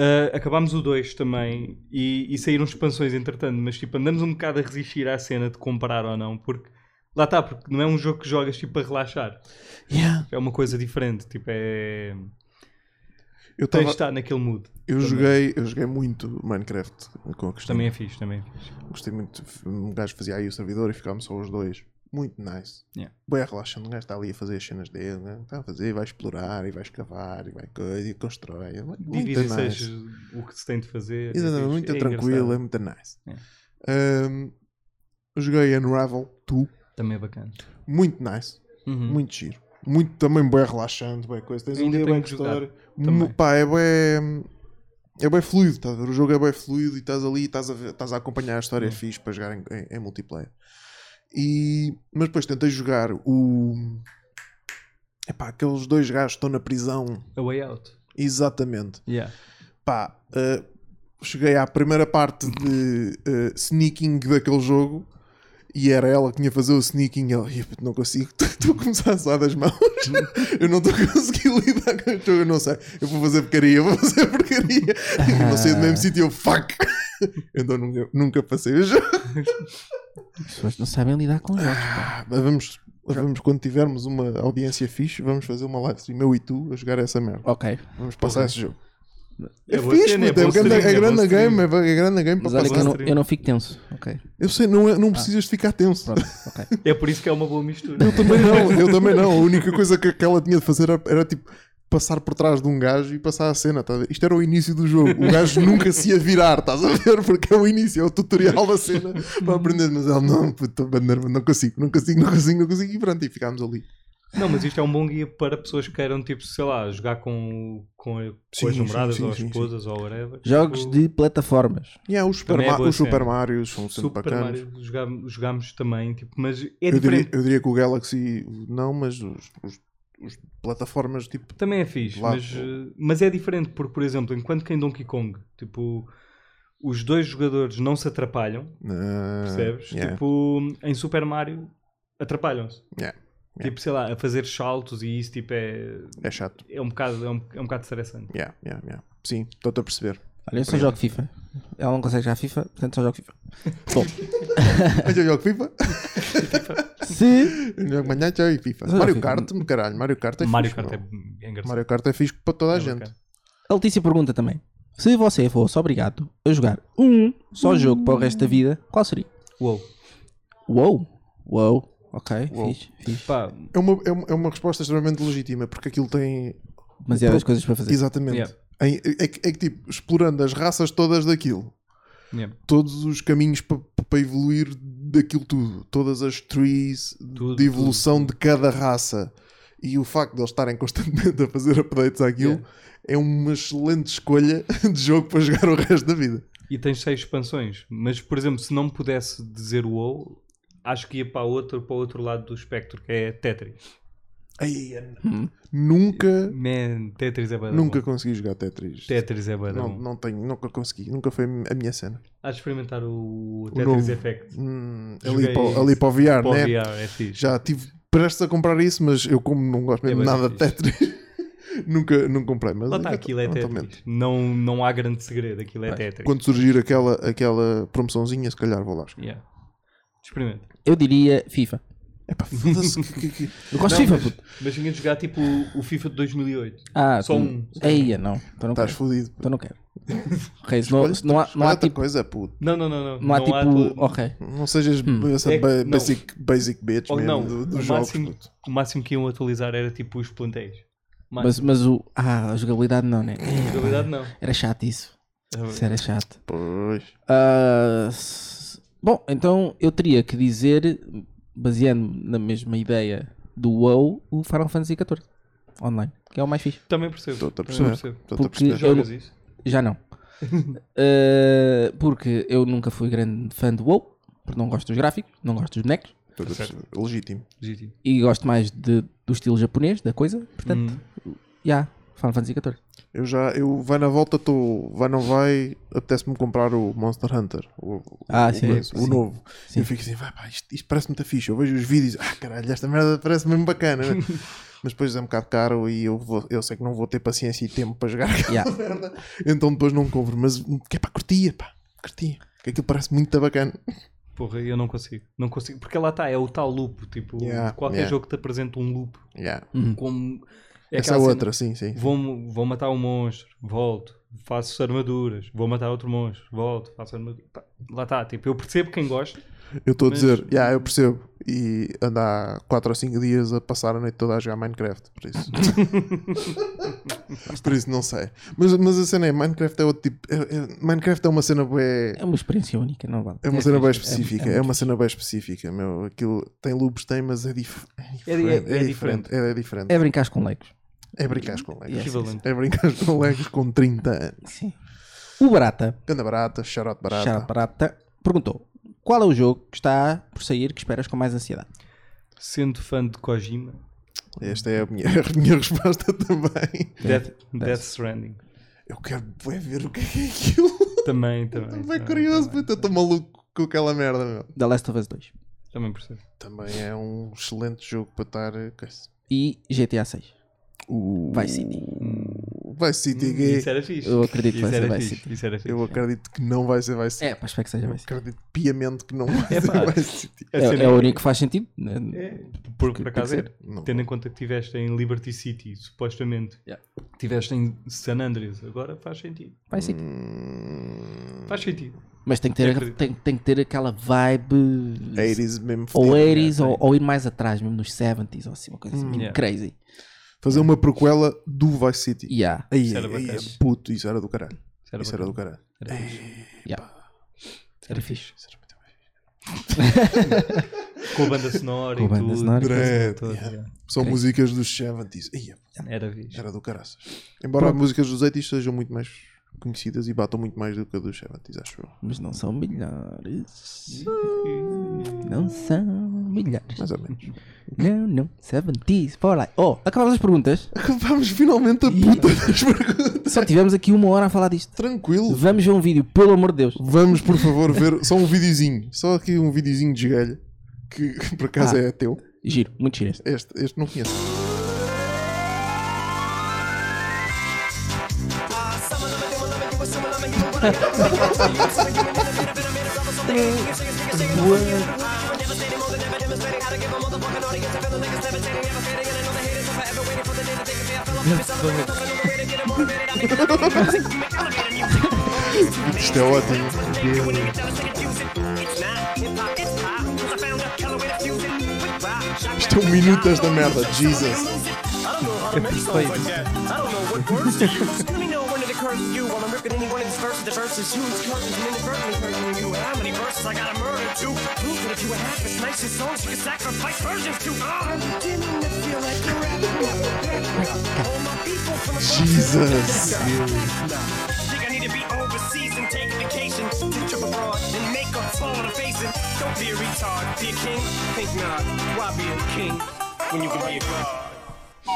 Ah, acabámos o 2 também e, e saíram expansões entretanto, mas tipo, andamos um bocado a resistir à cena de comprar ou não, porque lá está, porque não é um jogo que jogas tipo para relaxar,
Yeah.
é uma coisa diferente, tipo, é.
Eu,
Tens de
tava-
estar naquele mood.
eu, joguei, eu joguei muito Minecraft com a Cristina.
Também é fixe, também é fixe.
Gostei muito. Um gajo fazia aí o servidor e ficámos só os dois. Muito nice.
Yeah.
Bem relaxante. O gajo está ali a fazer as cenas dele. Né? Está a fazer, vai explorar e vai escavar e vai coisa e constrói. É Muito
Dividem-se
nice.
o que se tem de fazer. é
Exatamente,
fixe.
muito
eh, É engraçado.
tranquilo, é muito nice. Ahm, joguei Unravel 2.
Também é bacana.
Muito nice.
Uhum.
Muito giro. Muito também bem relaxante, bem coisa. Tens um
Ainda
dia
tenho
bem
que jogar
gostar.
também.
Mu- Pá, é bem. É bem fluido, estás a ver? O jogo é bem fluido e estás ali e estás a, ver- estás a acompanhar a história é fixe para jogar em, em- em multiplayer. E, mas depois tentei jogar o. Epá, aqueles dois gajos que estão na prisão.
A Way Out.
Exatamente.
Yeah.
Pá, eh, cheguei à primeira parte de eh, sneaking daquele jogo e era ela que tinha a fazer o sneaking. Ela, "Ih, puto, não consigo, estou a começar a suar das mãos. eu não estou a conseguir lidar com o jogo. Eu não sei, eu vou fazer porcaria, eu vou fazer porcaria. e tipo, não sei do mesmo sítio, eu, fuck. então nunca, nunca passei o jogo.
As pessoas não sabem lidar com os jogos. pá.
Ah, mas vamos, mas vamos, quando tivermos uma audiência fixe, vamos fazer uma live stream, eu e tu, a jogar essa merda.
Ok.
Vamos passar esse jogo. É,
boa
fixe,
cena,
puto, é,
boa
grande,
stream,
é
boa
grande
stream.
game, é, é grande game para
Mas olha que eu
passar.
não, eu não fico tenso. Ok.
Eu sei, não, é-
Ah.
não precisas de ficar tenso.
Pronto. Ok.
É por isso que é uma boa mistura.
Eu também não, eu também não. A única coisa que aquela tinha de fazer era, era, tipo passar por trás de um gajo e passar a cena. Tá? a ver? Isto era o início do jogo. O gajo nunca se ia virar, estás a ver? Porque é o início, é o tutorial da cena para aprender. Mas ele não, puto, tô bem nervoso, não consigo, não consigo, não consigo, não consigo. E pronto, e ficámos ali.
Não, mas isto é um bom guia para pessoas que queiram, tipo, sei lá, jogar com, com,
Sim,
com as
sim,
namoradas
sim,
ou as
sim, sim.
esposas ou whatever.
Jogos
Tipo,
de plataformas.
E há os Super,
Também é
Ma-
boa
os Super
cena.
Marios são sempre
Super
bacanas.
Mario jogámos, jogámos também, tipo, mas é
Eu, diria,
diferente.
eu diria que o Galaxy não, mas os, os- os plataformas tipo.
Também é fixe,
Lá,
mas,
pô.
eh, mas é diferente porque, por exemplo, enquanto que em Donkey Kong, tipo, os dois jogadores não se atrapalham,
ah,
percebes?
yeah.
Tipo, em Super Mario atrapalham-se.
Yeah, yeah.
Tipo, sei lá, a fazer saltos e isso, tipo, é,
É chato.
é um bocado, é um, é um bocado estressante.
Yeah, yeah, yeah. Sim, estou-te a perceber.
Olha, eu só jogo FIFA. Ela não consegue jogar FIFA, portanto só jogo FIFA. Bom,
Mas eu jogo FIFA.
se.
Eu jogo manhã, já e FIFA.
Mas eu
Mario
fico-
Kart, meu caralho. Mario Kart é
Mario
fixe.
Kart
meu.
é, é engraçado.
Mario Kart é fixe para toda a
é
gente.
bacana.
A Letícia pergunta também: se você fosse obrigado a jogar um só jogo para o resto da vida, qual seria?
Uou.
Uou! Uou! Ok,
Uou.
fixe, fixe.
Pá,
É uma, é, uma, é uma resposta extremamente legítima, porque aquilo tem.
Mas é das coisas para fazer.
Exatamente.
Yeah.
É, é que- é que tipo, explorando as raças todas daquilo,
yeah.
todos os caminhos para evoluir daquilo tudo, todas as trees
Tudo,
de evolução de cada raça. E o facto de eles estarem constantemente a fazer updates àquilo
Yeah.
é uma excelente escolha de jogo para jogar o resto da vida.
E tens seis expansões. Mas, por exemplo, se não pudesse dizer o WoW, acho que ia para, outro, para o outro lado do espectro, que é Tetris.
Ai, Nunca,
Man, Tetris é bada
nunca
bom.
consegui jogar Tetris.
Tetris é bada
Não,
bom.
não tenho, nunca consegui, nunca foi a minha cena.
Há de experimentar o Tetris
novo.
Effect.
Hum,
Joguei
ali, para, o- ali para o VR,
Para o
né?
VR, é fixe.
Já tive prestes a comprar isso, mas eu, como não gosto mesmo
É bem
nada de
fixe.
Tetris, nunca, nunca comprei. Mas
Lá está, aquilo é
eventualmente.
Tetris. Não, não há grande segredo, aquilo é Tetris.
Quando surgir aquela, aquela promoçãozinha, se calhar vou lá.
Yeah. Experimenta.
Eu diria FIFA.
É pá, foda-se. que- que- que-
Eu gosto
Não,
de FIFA,
mas-
puto.
Mas tinha de jogar tipo o FIFA de 2008.
Ah,
só
tu-
um.
Eia, não. Então não
Estás
quero.
fodido.
Então não quero. Ok, se não, se não há, não há
Outra
tipo.
coisa, puto.
Não, não, não. Não,
Não há tipo.
tua-
Ok.
Não sejas
Hum.
essa
É que-
ba-
não.
basic, basic bitch
Ou
mesmo
não,
do-
o,
dos jogos.
máximo,
puto.
o máximo que iam atualizar era tipo os plantéis.
Mas, mas o. Ah, a jogabilidade não, né?
Na realidade, não.
Era chato isso. Isso era chato.
Pois.
Ah, s- bom, então eu teria que dizer, baseando-me na mesma ideia do WoW, o Final Fantasy XIV online, que é o mais fixe.
Também percebo.
Estou-te a
também
perceber.
percebo.
Estou-te a
Porque-
perceber.
Jogas isso?
Já não. Ah, porque eu nunca fui grande fã do WoW, porque não gosto dos gráficos, não gosto dos bonecos
Estou-te a perceber. Legítimo.
Legítimo.
e gosto mais de- do estilo japonês da coisa. Portanto,
Hum.
já, Final Fantasy XIV.
Eu já, eu vai na volta, estou, vai não vai, apetece-me comprar o Monster Hunter, o,
Ah,
o,
sim,
coisa, o
sim.
novo.
Sim.
Eu fico assim, vai pá, isto, isto parece muito fixe. Eu vejo os vídeos, ah caralho, esta merda parece mesmo bacana, né? mas depois é um bocado caro e eu, vou, eu sei que não vou ter paciência e tempo para jogar aquela
Yeah.
merda, então depois não compro. Mas que é pá, curtia, pá, curtia, que aquilo parece muito bacana.
Hum.
Porra, eu não consigo. Não consigo. Porque lá está, é o tal loop. Tipo,
Yeah,
qualquer
yeah.
jogo que te apresenta um loop
Yeah.
como É
Essa
aquela cena,
outra, sim, sim.
Vou, vou matar um monstro, volto, faço armaduras, vou matar outro monstro, volto, faço armaduras. Pá, Lá está, tipo, eu percebo quem gosta.
Eu estou a
Mas-
dizer, yeah, eu percebo. E andar 4 ou 5 dias a passar a noite toda a jogar Minecraft, por isso. por isso não sei. Mas, mas a cena é, Minecraft é outro tipo. é- é- Minecraft é uma cena bué.
É uma experiência única, não vale.
É uma cena bem
fixe, é-
específica,
é
é, uma cena bem específica, meu. Aquilo tem loops, tem, mas é, dif é diferente.
é- é
É, diferente. É, é diferente.
É brincar com legos.
É, brincar com legos.
Yes.
Equivalente.
É brincar com legos com 30 anos.
Sim. O Barata,
Ganda barata, charote barata.
Charles Barata, perguntou qual é o jogo que está por sair que esperas com mais ansiedade?
Sendo fã de Kojima,
Esta é a minha, a minha resposta também.
Death, Death Stranding.
Eu quero bué ver o que é que é aquilo.
Também, também.
Estou Ah, tá bem
também,
curioso,
também.
puta, eu estou maluco com aquela merda, meu.
The Last of Us 2
Também percebo.
Também é um excelente jogo para estar. eh, com esse-
e GTA 6.
O
Vice City.
Vai City
Hum,
Gay.
Isso era fixe.
Eu acredito que
isso
vai ser
era
Vice
fixe. Isso era fixe.
Eu acredito que não vai ser Vice City.
É, pá, espero que seja
Eu
Vice City.
acredito piamente que não vai
É pá.
ser Vice City.
A
É,
cena
é o único que faz sentido. né?
É, por, por acaso
tem
é.
que
Não.
Tendo em conta que estiveste em Liberty City, supostamente,
Yeah.
estiveste em San Andreas, agora faz sentido.
Vice City.
Hum,
Faz sentido.
Mas tem que, ter,
acredito.
tem, tem que ter aquela vibe
É
80s É mesmo.
ou
fedido.
80s ou, ou ir mais atrás, mesmo nos 70s ou assim, uma coisa assim, mesmo
Yeah.
crazy.
Fazer uma prequela do Vice City.
Yeah.
Aí,
Isso era
aí,
bacana.
puto, isso era do caralho.
Isso era
Isso era
bacana.
do caralho.
Era fixe.
Era fixe.
Isso era muito bem.
Com a banda sonora
Com a
e
banda
tudo.
sonora.
Dread,
Tudo,
yeah.
yeah.
São músicas dos 70s. Aí,
Era fixe.
Era do caraças. Embora as músicas dos 80s sejam muito mais conhecidas e batam muito mais do que a dos 70s, acho eu.
Mas não são milhares. Não são milhares.
Mais ou menos.
Não, não. 70s, for life. Oh, acabamos as perguntas.
Acabamos finalmente a puta das perguntas.
Só tivemos aqui uma hora a falar disto.
Tranquilo.
Vamos ver um vídeo, pelo amor de Deus.
Vamos, por favor, ver só um videozinho. Só aqui um videozinho de esgalho. Que por acaso
Ah.
é teu.
Giro, muito giro este.
Este, este não conheço. Isto é ótimo. Isto é um minuto desta merda. Jesus.
É perfeito.
Jesus.
Think I need to be overseas and take a vacation to trip abroad and make a fall to face it. Don't be a retard, be a king. Think not. Why be a king when you can be a god?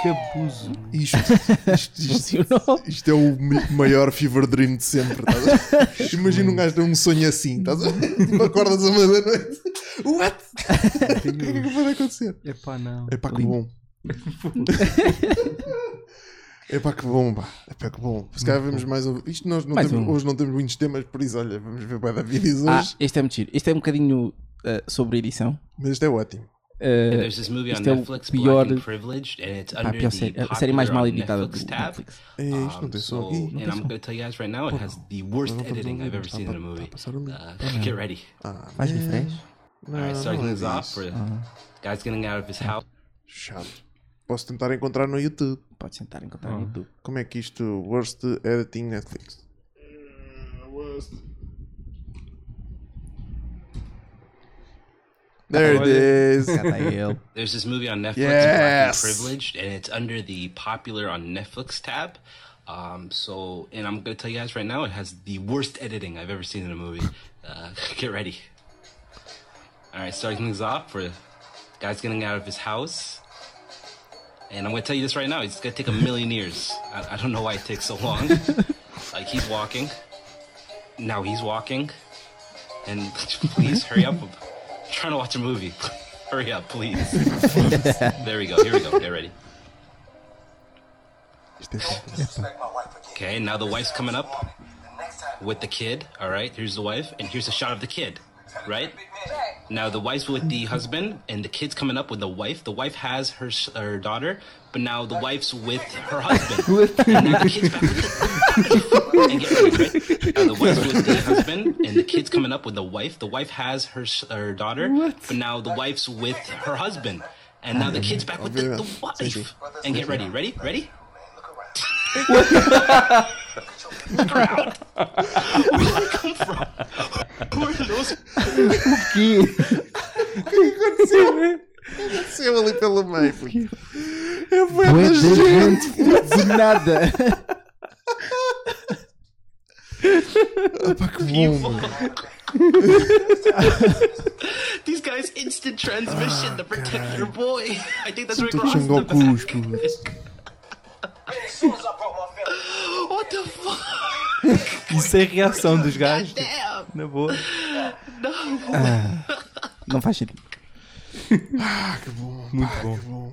Cabuso.
Isto, isto, isto,
Funcionou.
isto é o mi- maior fever dream de sempre. estás a ver? Imagina um gajo ter um sonho assim. Estás a ver? Tipo, acordas a meia da noite. What? O que é que vai acontecer?
Epá, não.
É pá, que bom. É pá, que bom, pá. É pá, que bom. Se calhar vemos mais um. Isto nós não
Mais
temos,
um.
hoje não temos muitos temas, por isso, olha, vamos ver bué da vídeos hoje.
Ah, este é muito giro. Este é um bocadinho ah, sobre edição.
Mas isto é ótimo.
And there's this movie on
Isto é o
Netflix,
pior-
Black and Privileged, and it's
Pá, a
under
pior
the
série,
popular
a série mais mal editada do
Netflix tab.
Netflix.
É isto, não
Um,
tem som
so,
aqui. Não
and
tem
I'm
som.
gonna tell you guys right now, it has the worst editing I've ever seen in a movie. Uh, get ready.
Ah,
Faz
man.
refresh.
Não,
All right, starting
não é
this off,
isso.
for guy's getting out of his house.
Chato. Posso tentar encontrar no YouTube.
Podes tentar encontrar no YouTube.
Como é que isto worst editing Netflix? There it is.
Cá está ele.
There's this movie on Netflix, Black and
Yes.
Privileged, and it's under the popular on Netflix tab. Um, so, and I'm gonna tell you guys right now, it has the worst editing I've ever seen in a movie. Uh, get ready. All right, starting things off for guy's getting out of his house, and I'm gonna tell you this right now. It's gonna take a million years. I, I don't know why it takes so long. like he's walking, now he's walking, and please hurry up. I'm trying to watch a movie. hurry up, please. There we go. Here we go. Get ready.
Isto é fantástico.
Okay, now the wife's coming up with the kid. All right, here's the wife, and here's a shot of the kid.
Right.
Right? Now the wife's with the husband, and the kid's coming up with the wife. The wife has her s- her daughter, but now the wife's with her husband. and now the kid's back and get married, right? Now the wife's with the husband, and the kid's coming up with the wife. The wife has her s- her daughter, but now the wife's with her husband, and now the kid's back with the, the wife. And get ready, ready, ready. Look around. Where did they come from? Who are those?
Aconteceu ali pelo meio. puto. Eu fui
Bué
de
de
gente.
gente, de nada.
Pá, que bom, mano.
These guys instant transmission to protect your boy. I think that's where it
Tô
crossed the
Shangokus,
back.
puto.
What the fuck?
Isso é a reação dos gajos. tipo,
Damn.
Na boa.
Não faz sentido.
Muito bom.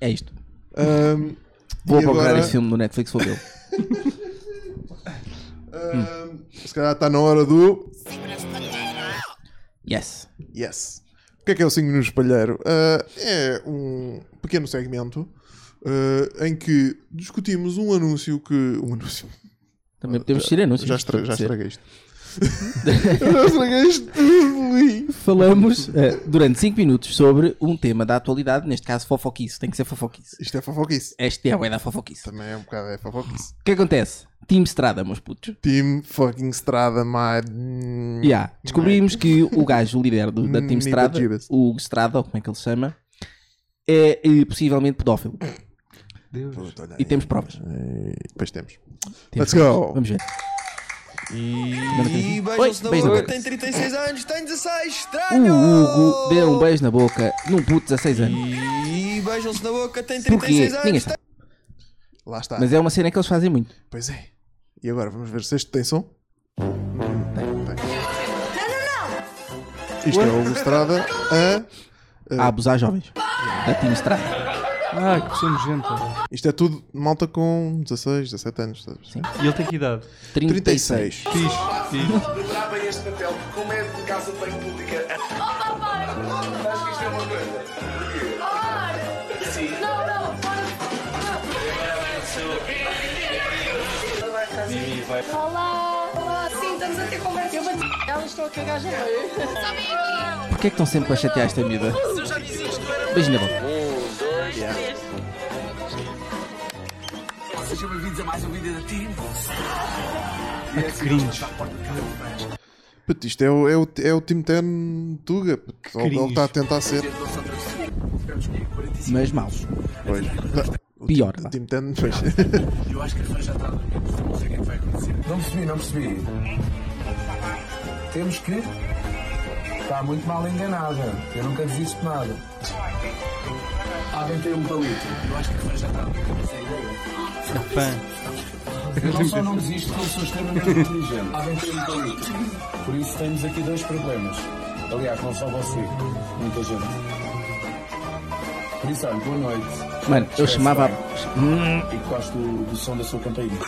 É isto.
Ahm,
Vou Hum.
e
procurar
agora,
esse filme no Netflix, vou vê-lo.
ahm, Se calhar está na hora do.
Yes.
Yes. O que é que é o 5 minutos espalheiro? Ah, é um pequeno segmento ah, em que discutimos um anúncio que. Um anúncio.
Também podemos tirar anúncios.
Já, estra...
se
já
acontecer.
estraguei isto. já estraguei isto tudo, Luís.
Falamos eh, durante 5 minutos sobre um tema da atualidade, neste caso fofoquice. Tem que ser fofoquice.
Isto é fofoquice.
Este é o é da fofoquice.
Também é um bocado é fofoquice.
O que acontece? Team Estrada, meus putos.
Team fucking Strada, my.
Yeah. Descobrimos que o gajo, o líder do- da Team
Nico
Estrada,
Gibbs.
o Hugo Estrada, ou como é que ele se chama, é, eh, possivelmente pedófilo.
Puta, olha
E
aí.
temos provas.
Depois temos.
Temos
Let's go.
Vamos ver.
E
Oi,
beijam-se na
beijo na
boca,
boca.
tem 36 anos, tem 16,
O
estranho!
Hugo deu um beijo na boca num puto de 16 anos.
E beijam-se na boca, tem
Porquê?
36
Ninguém
anos,
sabe.
Lá está.
Mas é uma cena que eles fazem muito.
Pois é. E agora vamos ver se este tem som. Tem, tem. Isto é o Estrada a.
A abusar jovens. um Da Team Estrada.
Ah, que pessoa nojenta.
Isto é tudo malta com 16, 17 anos. sabes?
E ele tem que idade?
36.
36.
Fixe, fixe.
Trava este papel, porque como é de casa de banho pública. Oh, papai! Acho que isto é uma coisa.
Olá, olá, sim, estamos a ter conversa. Eu vou elas estão a cagar já bem.
Porquê é que estão sempre a chatear esta miúda? Beijo na boca.
Sejam bem-vindos a mais um vídeo da Team.
Cringe.
Puto, isto é o, é o, é o Tim Ten Tuga. Puto, Ou ele
cringe.
está a tentar ser.
Tivemos que ir 45.
Mas mal.
Pois. O
Pior,
Tim-
vá.
Tim Ten, pois.
Eu acho que a fã já está a dormir, portanto não sei o que é que vai acontecer. Não percebi, não percebi. Temos que. Está muito mal enganada. Eu nunca desisto de nada. Alguém tem um palito. Eu acho que a fã já está a dormir, não sei ideia.
Fã.
Eu não só não desisto, como sou extremamente inteligente. Alguém tem um palito. Por isso temos aqui dois problemas. Aliás, não só você, muita gente. Por isso, olha, boa noite.
Mano, eu chamava.
E gosto do, do som da sua campainha.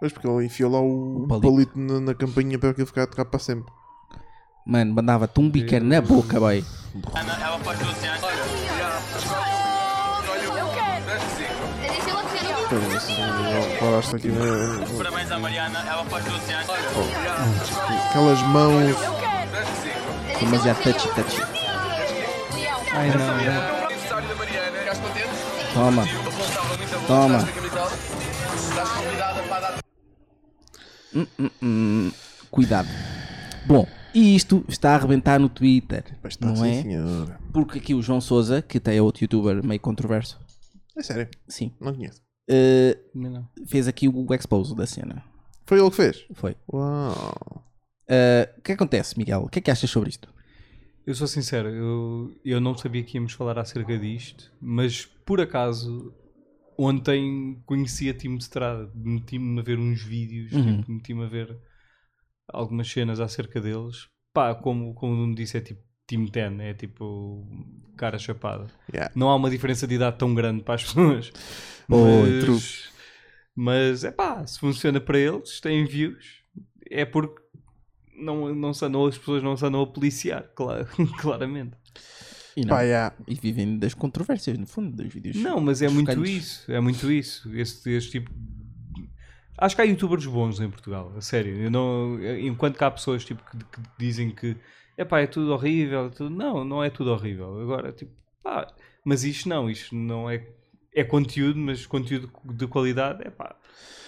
Pois, porque ele enfiou lá o,
palito.
palito na, na campainha para aquilo ficar a tocar para sempre.
Mano, mandava-te um biqueiro na boca, boy.
Eu quero. Deixa ela comer no
Pois, isso, eu- paraste aqui na-
Parabéns à Mariana, ela faz 12 anos.
Aquelas mãos.
Mas já touchy touchy.
Ai não.
aniversário da Mariana. Ficaste contente?
Toma.
Eu voltava muito a
Toma.
Estás camisola? Estás convidada para dar
Hum, Cuidado. Bom, e isto está a arrebentar no Twitter.
Pois está,
Não
sim,
é?
senhora.
Porque aqui o João Souza, que até é outro youtuber meio controverso,
É sério,
sim,
não conheço.
eh,
Também não.
fez aqui o expose da cena.
Foi ele que fez?
Foi.
Uau.
Eh, O que acontece, Miguel? O que é que achas sobre isto?
Eu sou sincero, eu, eu não sabia que íamos falar acerca disto, mas por acaso ontem conheci a Time de Estrada, meti-me a ver uns vídeos, tipo, meti-me a ver algumas cenas acerca deles. Pá, como, como me disse, é tipo Time 10, é tipo cara chapada.
Yeah.
Não há uma diferença de idade tão grande para as pessoas.
Oh, true.
mas, mas é pá, se funciona para eles, têm views, é porque não, não se andam, as pessoas não se andam a policiar, claro, claramente.
E, não.
Pá, yeah.
E vivem das controvérsias, no fundo, dos vídeos.
Não, mas é muito
chocantes.
isso. É muito isso. Este, este tipo. Acho que há youtubers bons em Portugal, a sério. Eu não, enquanto que há pessoas tipo, que, que dizem que epá, é tudo horrível, é tudo- não, não é tudo horrível. Agora, tipo, pá, mas isto não, isto não é. É conteúdo, mas conteúdo de qualidade, é pá,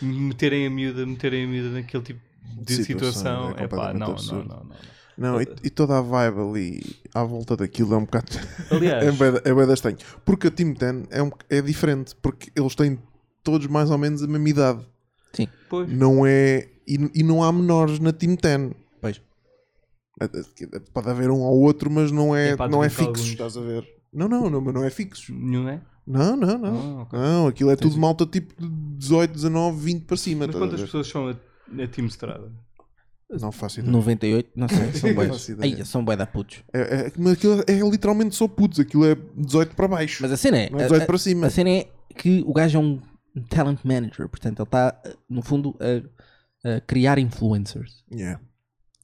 meterem a miúda, meterem a miúda naquele tipo de
Situação,
situação,
é
é pá, não,
completamente
não,
absurdo.
não, não, não.
Não, e, e toda a vibe ali à volta daquilo é um bocado.
Aliás.
é bué da- é bem estranho. Porque a Team 10 é, um- é diferente, porque eles têm todos mais ou menos a mesma idade.
Sim,
Pois,
Não é. E, e não há menores na Team 10.
pois.
A- a- Pode haver um ou outro, mas não é,
É pá,
não é
desbancar
fixo,
alguns.
estás a ver? Não, não, não, mas não é fixo.
não é?
Não, não, não.
Ah, ok.
Não, aquilo é tudo malta tipo de 18, 19, 20 para cima.
Mas
estás a
quantas
ver?
pessoas são a, a Team Estrada?
Não faço ideia.
98, não sei, são boas.
faço ideia.
Aí, são boas da putos.
É, é- mas aquilo é literalmente só putos, aquilo é 18 para baixo.
Mas a cena é.
Não é
a-
18
a-
para cima.
A cena é que o gajo é um talent manager, portanto, ele está, no fundo, a, a criar influencers.
é-
Yeah.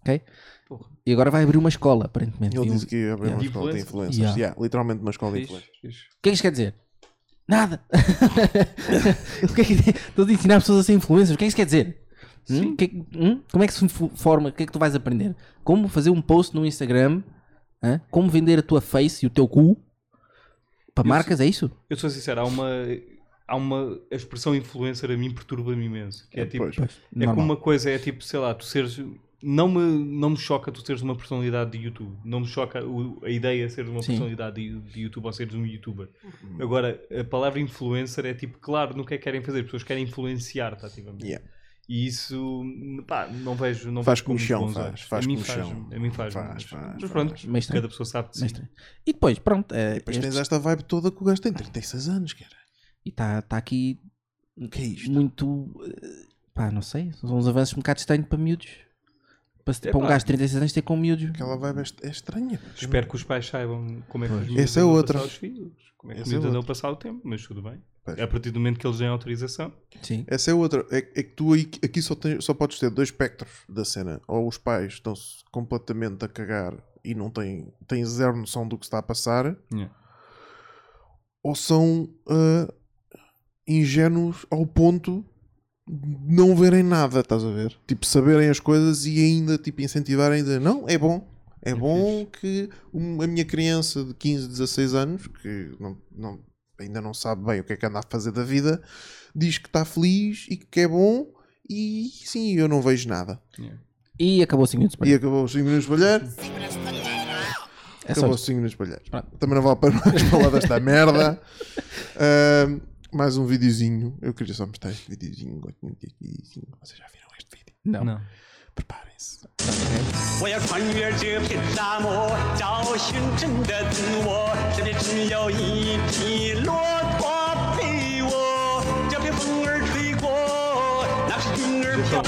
Ok?
Porra.
E agora vai abrir uma escola, aparentemente.
Ele
E um-
disse que é ia abrir uma
De
escola de
influencers.
influencers.
Yeah.
Yeah, literalmente uma escola de influencers.
O que é que isto quer dizer? Nada! o que é que... Estou a ensinar pessoas a ser influencers. O que é que isto quer dizer? Hum? O que é que- hum? Como é que se fo- forma? O que é que tu vais aprender? Como fazer um post no Instagram? Hã? Como vender a tua face e o teu cu para marcas? É isso?
Eu sou sincero, há uma, há uma a expressão influencer a mim perturba-me imenso. Que é, tipo,
Pois.
é
Normal.
como uma coisa, é tipo, sei lá, tu seres. Não me, não me choca tu seres uma personalidade de YouTube. Não me choca o- a ideia de seres uma
Sim.
personalidade de, de YouTube ou seres um YouTuber. Agora, a palavra influencer é tipo, claro, no que é que querem fazer. As pessoas querem influenciar-te ativamente.
Yeah.
E isso, pá, não vejo. Não
Faz
vejo como
comichão,
bons
faz,
olhos.
faz
a mim
comichão.
faz. A mim faz.
Faz,
mas,
faz,
mas pronto,
faz. Mas tem-
cada pessoa sabe de si.
Mas tem. E depois, pronto. é,
Depois
estes-
tens esta vibe toda que o gajo tem 36 anos, cara.
E está tá aqui
Que é isto?
muito. eh, Pá, não sei. São uns avanços um bocado estranhos para miúdos. Para, se- para um
Epá.
gajo de 36 anos ter com miúdos.
É Aquela vibe é est- é estranha.
Espero que os pais saibam como é que os
Essa é
andam a
outra.
passar os filhos, como é que
Essa
os
é
miúdos andam a
outra.
passar o tempo, mas tudo bem.
Pois.
A partir do momento que eles têm autorização,
Sim.
Essa é outra. É, é que tu aí- aqui só, tens- só podes ter dois espectros da cena. Ou os pais estão-se completamente a cagar e não têm, têm zero noção do que está a passar.
Yeah.
Ou são ah, ingênuos ao ponto de não verem nada, estás a ver? Tipo, saberem as coisas e ainda tipo, incentivarem a dizer: Não, é bom. É bom que um- a minha criança de 15, 16 anos, que não- não, ainda não sabe bem o que é que anda a fazer da vida, diz que está feliz e que é bom e sim, eu não vejo nada.
E acabou assim 5 minutos para
E acabou os 5 minutos de espalhar,
É só
acabou
isto.
os 5 minutos de espalhar.
Pronto.
Também não vale para mais falar desta merda. Ahm, mais um videozinho. Eu queria só mostrar este videozinho. Gosto muito deste videozinho. Vocês já viram este vídeo?
Não.
não.
Preparem-se.
我要穿越这片沙漠，找寻真的自我。这边只有一匹骆驼陪我，这边风儿吹过，那是云儿飘。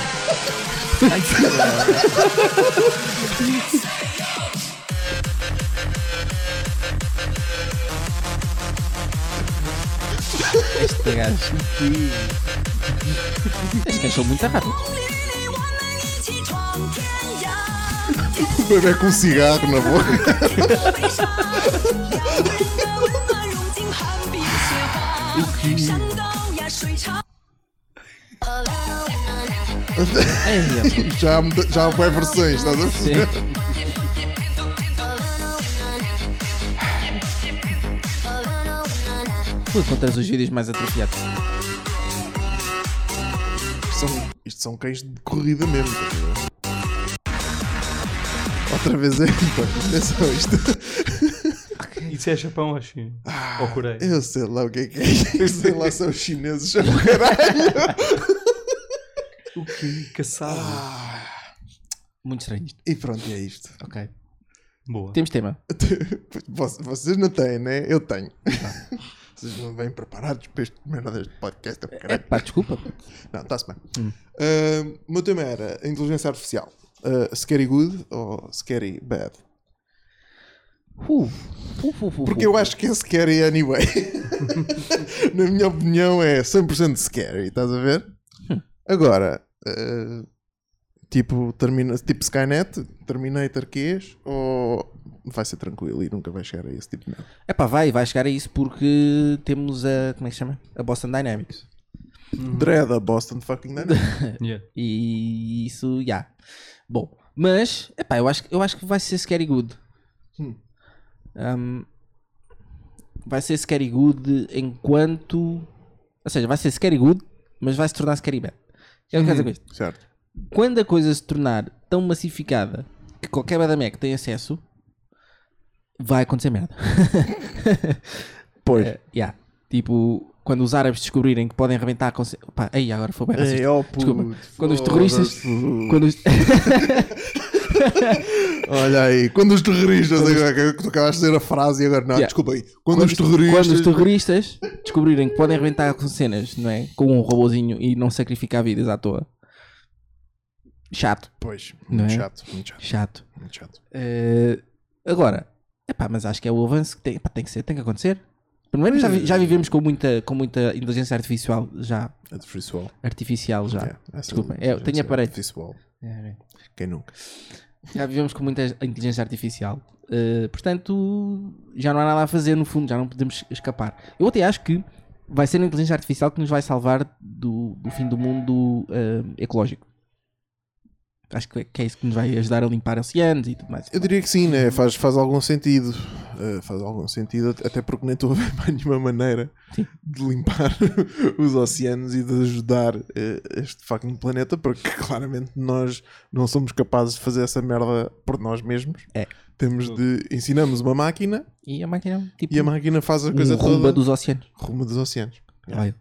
Este gajo. Este gajo sou é muito rápido.
O bebê com um cigarro na boca. É,
哎呀，
Já há, muita- já há bué versões, estás a ver?
行。Tu encontras os vídeos mais atrofiados.
São, isto são cães de corrida mesmo. tá a ver? Outra vez é. Atenção, isto.
Isso é Japão ou China? ou Coreia?
Ah, Eu sei lá o que é que é. Eu sei lá se são os chineses ou o caralho.
O que? Caçado.
Muito estranho isto.
E pronto, é isto.
Ok.
Boa.
Temos tema.
Vo- Vocês não têm, né? Eu tenho. Vocês não vêm preparados para este merda deste podcast. do
É, Hum.
caralho.
pá, desculpa.
Não, está-se bem. Ah, o meu tema era a inteligência artificial. Ah, scary good ou scary bad?
Uh, uh, uh, uh,
Porque eu acho que é scary anyway. Na minha
Hum.
opinião, é 100% scary, estás a ver? Agora, eh, Tipo, termina, tipo Skynet, Terminator Ques, ou vai ser tranquilo e nunca vai chegar a esse tipo de merda.
É pá, vai, vai chegar a isso porque temos a. Como é que se chama? A Boston Dynamics. Uhum.
Dread a Boston fucking Dynamics.
Yeah.
E isso, já. Bom, mas, epá, eu acho, que- eu acho que vai ser Scary Good.
Hum.
Um, vai ser Scary Good enquanto. Ou seja, vai ser Scary Good, mas vai se tornar Scary Bad. É o que eu quero dizer com isto.
certo.
Quando a coisa se tornar tão massificada que qualquer Badamec tem acesso, vai acontecer merda.
Pois.
Eh, yeah. Tipo, quando os árabes descobrirem que podem arrebentar com. Pá, aí agora foi bem racista.
Ei, oh, puto,
Desculpa. Quando os
foda-se,
terroristas.
puto.
Quando os...
Olha aí, quando os terroristas. agora, que tu acabaste de dizer a frase e agora. Não,
Yeah.
desculpa aí. Quando, os terroristas.
quando os terroristas descobrirem que podem arrebentar com cenas, não é? Com um robozinho e não sacrificar vidas à toa. Chato,
Pois,
Não
muito
é?
chato, muito chato,
chato.
muito chato.
Eh, agora, epá, mas acho que é o avanço que tem, epá, tem que ser, tem que acontecer. Primeiro já, vi- já vivemos com muita, com muita inteligência artificial já.
É de visual.
Artificial já. É, Desculpa, é, eu tenho aparelho.
Visual. Quem nunca?
Já vivemos com muita inteligência artificial. Uh, portanto, já não há nada a fazer no fundo, já não podemos escapar. Eu até acho que vai ser a inteligência artificial que nos vai salvar do, do fim do mundo uh, ecológico. Acho que é, que é isso que nos vai ajudar a limpar oceanos e tudo mais.
Eu diria que sim, né? faz, faz algum sentido. Uh, faz algum sentido, at- até porque nem estou a ver mais nenhuma maneira
Sim.
de limpar os oceanos e de ajudar uh, este fucking planeta, porque claramente nós não somos capazes de fazer essa merda por nós mesmos.
É.
Temos de. Ensinamos uma máquina
E a máquina, tipo,
Hum.
e a máquina faz a
um
coisa
rumba
toda. É.
dos oceanos.
Rumo dos oceanos.
Olha,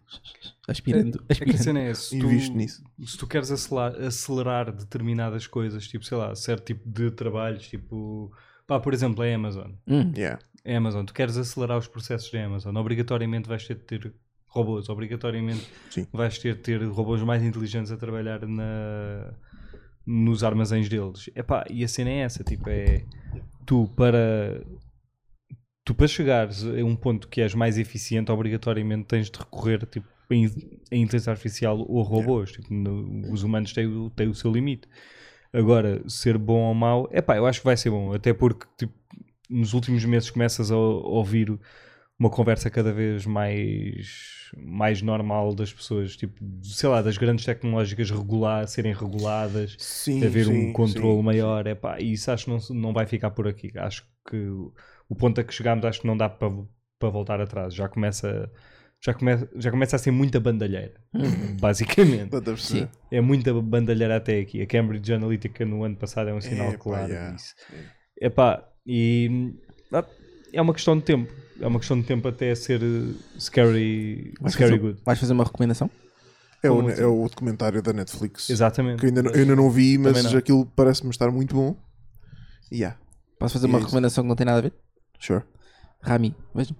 aspirando.
É que a
aspirando.
cena é, se
Invisto
tu,
nisso.
se tu queres acela- acelerar, determinadas coisas, tipo, sei lá, certo tipo de trabalhos, tipo, pá, por exemplo, a Amazon.
é
Hum,
Yeah.
A É, Amazon, tu queres acelerar os processos da Amazon, obrigatoriamente vais ter de ter robôs, obrigatoriamente
Sim.
vais ter de ter robôs mais inteligentes a trabalhar na, nos armazéns deles. Epá, e a cena é essa, tipo, é tu para tu para chegares a um ponto que és mais eficiente, obrigatoriamente tens de recorrer tipo, a in- a inteligência artificial ou a robôs. Tipo, no- os humanos têm, o- têm o seu limite. Agora, ser bom ou mau, é pá, eu acho que vai ser bom, até porque tipo, nos últimos meses começas a o- ouvir uma conversa cada vez mais, mais normal das pessoas, tipo, sei lá, das grandes tecnológicas regular, serem reguladas
Sim,
haver
sim,
um controle
sim.
maior. Epá, e isso acho que não, se- não vai ficar por aqui. Acho que o o ponto a que chegámos acho que não dá para para voltar atrás. Já começa, já, começa, já começa a ser muita bandalheira, basicamente.
Dá-te a perceber.
Sim.
É muita bandalheira até aqui. A Cambridge Analytica no ano passado é um sinal
Epá,
claro
yeah.
disso. Epá, e ah, é uma questão de tempo. É uma questão de tempo até ser eh, scary, scary
fazer,
good.
vais fazer uma recomendação?
É, o,
Como
é o documentário da Netflix.
Exatamente.
Que ainda, não- eu ainda não vi, mas
Também não.
aquilo parece-me estar muito bom. Yeah,
Posso fazer uma
É Isso.
recomendação que não tem nada a ver?
sure.
Rami, vejam.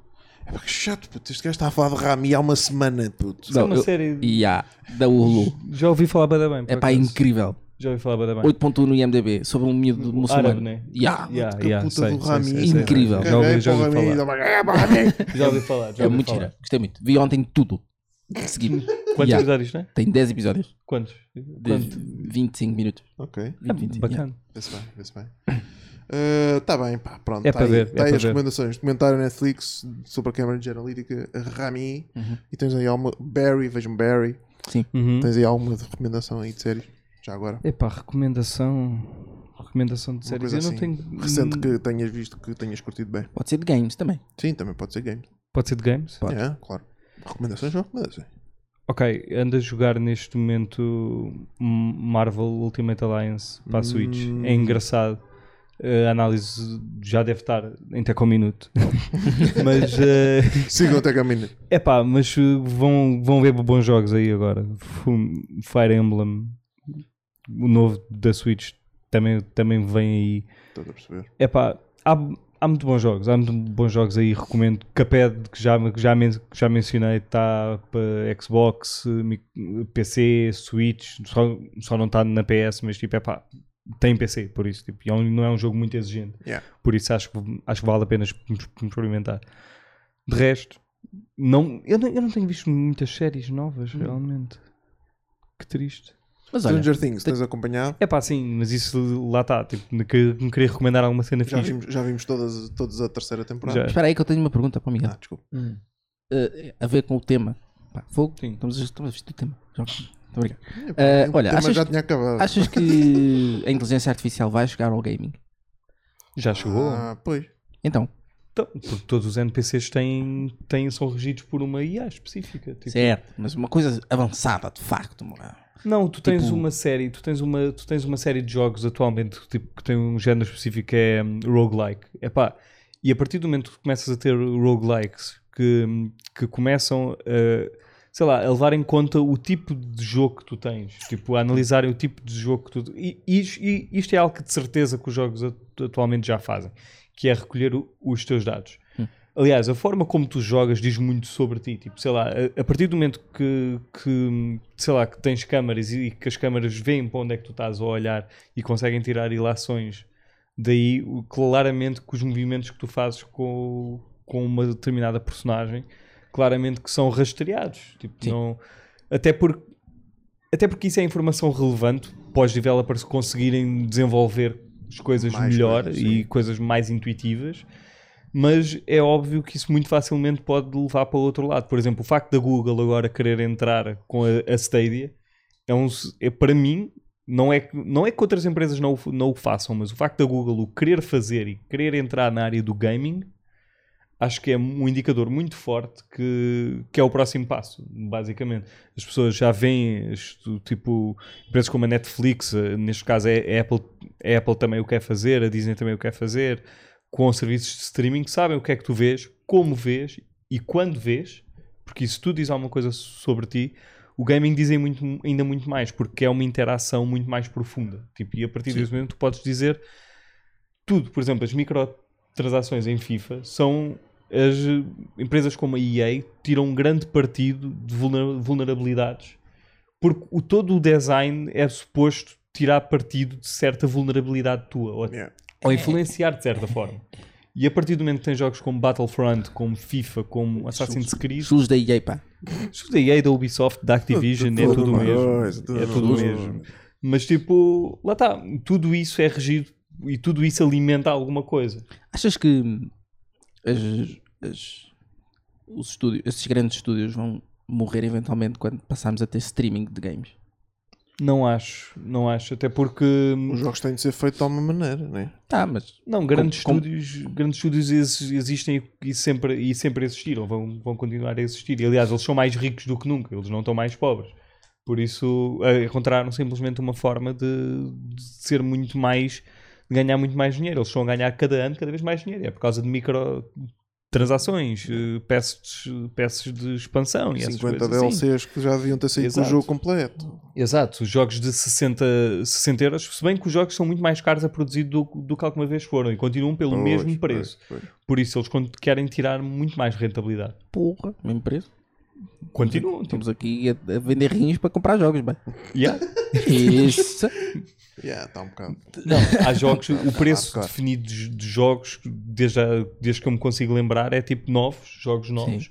É pá, que chato, puto. Este gajo está a falar de Rami há uma semana, puto.
Isso é
Não,
uma
eu-
série. de-
Yeah, da Hulu.
Já ouvi falar bada bem. por
É pá,
acaso.
incrível.
Já ouvi falar bada bem.
8.1 no IMDB sobre um miúdo muçulmano.
árabe, né?
Yeah.
Yeah,
que
yeah,
puta
sei,
do
sei,
Rami.
sei, sei.
Incrível.
Já ouvi,
Caguei
já
para o
ouvi
Rami.
falar.
dá-me- É, pá, Rami.
Já ouvi falar. Já
É
ouvi
muito
falar.
gira. Gostei muito. Vi ontem tudo. Seguido.
Quantos
Yeah.
episódios, né?
Tem 10 episódios
Quantos?
de 25 minutos.
Ok,
20, 20, yeah.
É Bacana.
vê-se bem, vê-se bem. Está bem, pá, pronto.
É
tá
para
aí,
ver,
tá
é
aí
para
as
ver.
recomendações. Documentário Netflix sobre a Cambridge Analytica, Rami. E tens aí alguma. Barry, vejam Barry.
Sim.
Uhum.
Tens aí alguma recomendação aí de séries? Já agora?
Epá, recomendação. Recomendação de
Uma
séries.
coisa
Eu não
assim,
tenho. hum,
recente que tenhas visto, que tenhas curtido bem.
Pode ser de games também.
Sim, também pode ser games.
Pode ser de games?
Pode.
É, claro. Recomendações ou recomendações?
Ok, ando a jogar neste momento M- Marvel Ultimate Alliance para a Switch. É engraçado. Eh, A análise já deve estar em até com um minuto. Mas. eh,
Sigam até caminho.
É pá, mas uh, vão, vão ver bons jogos aí agora. Fu- Fire Emblem, o novo da Switch, também, também vem aí.
Estou a perceber.
É pá, há, há muito bons jogos, há muito bons jogos aí. Recomendo Caped, que já, que já, men- que já mencionei, está para Xbox, mi- PC, Switch, só, só não está na PS, mas tipo, é pá, tem PC, por isso, tipo, e é um- não é um jogo muito exigente.
Yeah.
Por isso acho que, acho que vale a pena exp- exp- experimentar. De resto, Hum. não, eu, não, eu não tenho visto muitas séries novas, realmente. Que triste.
Mas olha,
Stranger Things, tens acompanhado?
É pá, sim, mas isso lá está. Tipo, que me queria recomendar alguma cena
Já
fixe.
vimos, já vimos todas, todas a terceira temporada.
Já.
espera aí que eu tenho uma pergunta para o Miguel.
Ah, desculpa.
Eh, a ver com o tema. Pá, fogo,
Sim.
estamos, a- estamos a vestir o tema. Já- Muito obrigado.
É,
Eh, olha,
o tema
achas,
já
que-
tinha acabado.
achas que a inteligência artificial vai chegar ao gaming?
Já chegou?
Ah, pois.
Então,
Então, porque todos os NPCs têm, têm, são regidos por uma IA específica. tipo.
certo, mas uma coisa avançada, de facto. mano.
Não, tu tens
Tipo-
uma série, tu tens uma, tu tens uma série de jogos atualmente tipo, que tem um género específico que é hum, roguelike. Epá, e a partir do momento que tu começas a ter roguelikes que, hum, que começam a, sei lá, a levar em conta o tipo de jogo que tu tens, tipo, a analisarem o tipo de jogo que tu. E, e is- e isto é algo que de certeza que os jogos atu- atualmente já fazem, que é recolher o- os teus dados. Aliás, a forma como tu jogas diz muito sobre ti. Tipo, sei lá, a, a partir do momento que, que, sei lá, que tens câmaras e que as câmaras veem para onde é que tu estás a olhar e conseguem tirar ilações, daí o- claramente que os movimentos que tu fazes com, com uma determinada personagem, claramente que são rastreados. Tipo,
Sim.
não, até, porque, até porque isso é informação relevante para os developers conseguirem desenvolver as coisas
Mais
melhor
coisas,
e
sim.
coisas mais intuitivas mas é óbvio que isso muito facilmente pode levar para o outro lado. Por exemplo, o facto da Google agora querer entrar com a, a Stadia é um, s- é, para mim, não é, que- não é que outras empresas não o, f- não o façam, mas o facto da Google o querer fazer e querer entrar na área do gaming, acho que é um indicador muito forte que, que é o próximo passo, basicamente. As pessoas já veem, isto, tipo, empresas como a Netflix, eh, neste caso é a Apple, a Apple também o quer fazer, a Disney também o quer fazer, com serviços de streaming que sabem o que é que tu vês, como vês e quando vês, porque isso tudo diz alguma coisa sobre ti. O gaming dizem muito, ainda muito mais, porque é uma interação muito mais profunda. Tipo, e a partir desse momento tu podes dizer tudo. Por exemplo, as microtransações em FIFA são. As eh, empresas como a EA tiram um grande partido de vulner- vulnerabilidades porque o, todo o design é suposto tirar partido de certa vulnerabilidade tua ou,
Yeah.
ou influenciar de certa forma. E a partir do momento que tem jogos como Battlefront, como FIFA, como Assassin's Creed,
Os da EA, pá.
tudo da EA, da Ubisoft, da Activision, é tudo o
uma
mesmo.
coisa, tudo
É
uma
tudo o
coisa.
mesmo. Mas tipo, lá está, tudo isso é regido e tudo isso alimenta alguma coisa.
Achas que hum, as- as- os estúdios, esses grandes estúdios vão morrer eventualmente quando passarmos a ter streaming de games?
Não acho, não acho, até porque hum,
Os jogos têm de ser feitos de alguma maneira, né?
Tá, mas
Não, grandes
Como-
estúdios, grandes estúdios exi- existem e sempre, e sempre existiram, vão, vão continuar a existir. E, aliás, eles são mais ricos do que nunca, eles não estão mais pobres. Por isso, eh, encontraram simplesmente uma forma de, de ser muito mais, de ganhar muito mais dinheiro. Eles estão a ganhar cada ano cada vez mais dinheiro. É por causa de microtransações, eh, peças, peças de expansão e essas
50
coisas assim.
DLCs que já deviam ter saído com o
Exato.
jogo completo.
Exato, os jogos de 60, 60 euros, se bem que os jogos são muito mais caros a produzir do, do que alguma vez foram e continuam pelo
Pois,
mesmo
pois,
preço.
pois.
Por isso eles quando querem tirar muito mais rentabilidade.
porra, mesmo preço.
Continuam, tipo,
Estamos aqui a, a vender rins para comprar jogos, bem.
yeah.
Isso.
Yeah, está um bocado.
há jogos, o preço
claro.
definido de de jogos, desde, a- desde que eu me consigo lembrar, é tipo novos, jogos novos,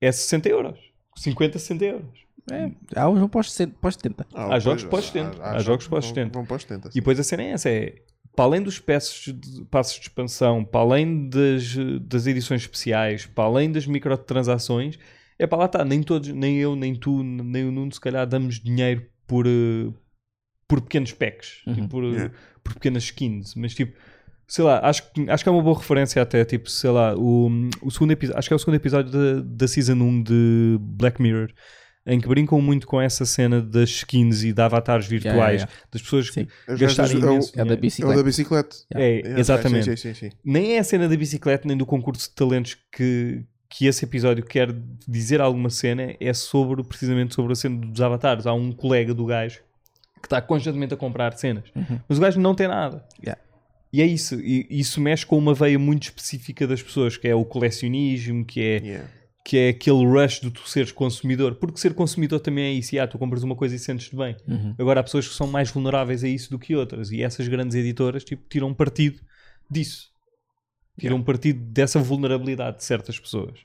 é 60 euros, 50, 60 euros.
É, há uns vão para os 60, para os 70.
Ah,
Há
pois,
jogos para os 70, há jogos para os
vão-
70.
Vão para os 70.
E depois a cena é essa, é, para além dos passos de, passos de expansão, para além das, eh, das edições especiais, para além das microtransações, é para lá está, nem todos, nem eu, nem tu, nem o Nuno, se calhar damos dinheiro por, eh, por pequenos packs,
Uhum.
tipo, por, eh,
Yeah.
por pequenas skins, mas tipo, sei lá, acho que, acho que é uma boa referência até, tipo, sei lá, o, o segundo episódio, acho que é o segundo episódio da, da Season 1 de Black Mirror, em que brincam muito com essa cena das skins e de avatares virtuais,
yeah.
das pessoas que
Sim.
Os
gastarem
gajos- é o-
imenso
É da
dinheiro.
É o
bicicleta.
da bicicleta.
Yeah.
É,
Yeah,
exatamente.
Sim, sim, sim. sim.
Nem é a cena da bicicleta nem do concurso de talentos que, que esse episódio quer dizer alguma cena, é sobre precisamente sobre a cena dos avatares. Há um colega do gajo que está constantemente a comprar cenas, mas o gajo não tem nada.
Yeah.
E é isso, e isso mexe com uma veia muito específica das pessoas, que é o colecionismo, que é
Yeah.
que é aquele rush de tu seres consumidor, porque ser consumidor também é isso, e ah, tu compras uma coisa e sentes-te bem. Agora há pessoas que são mais vulneráveis a isso do que outras, e essas grandes editoras tipo, tiram partido disso, tiram partido dessa vulnerabilidade de certas pessoas.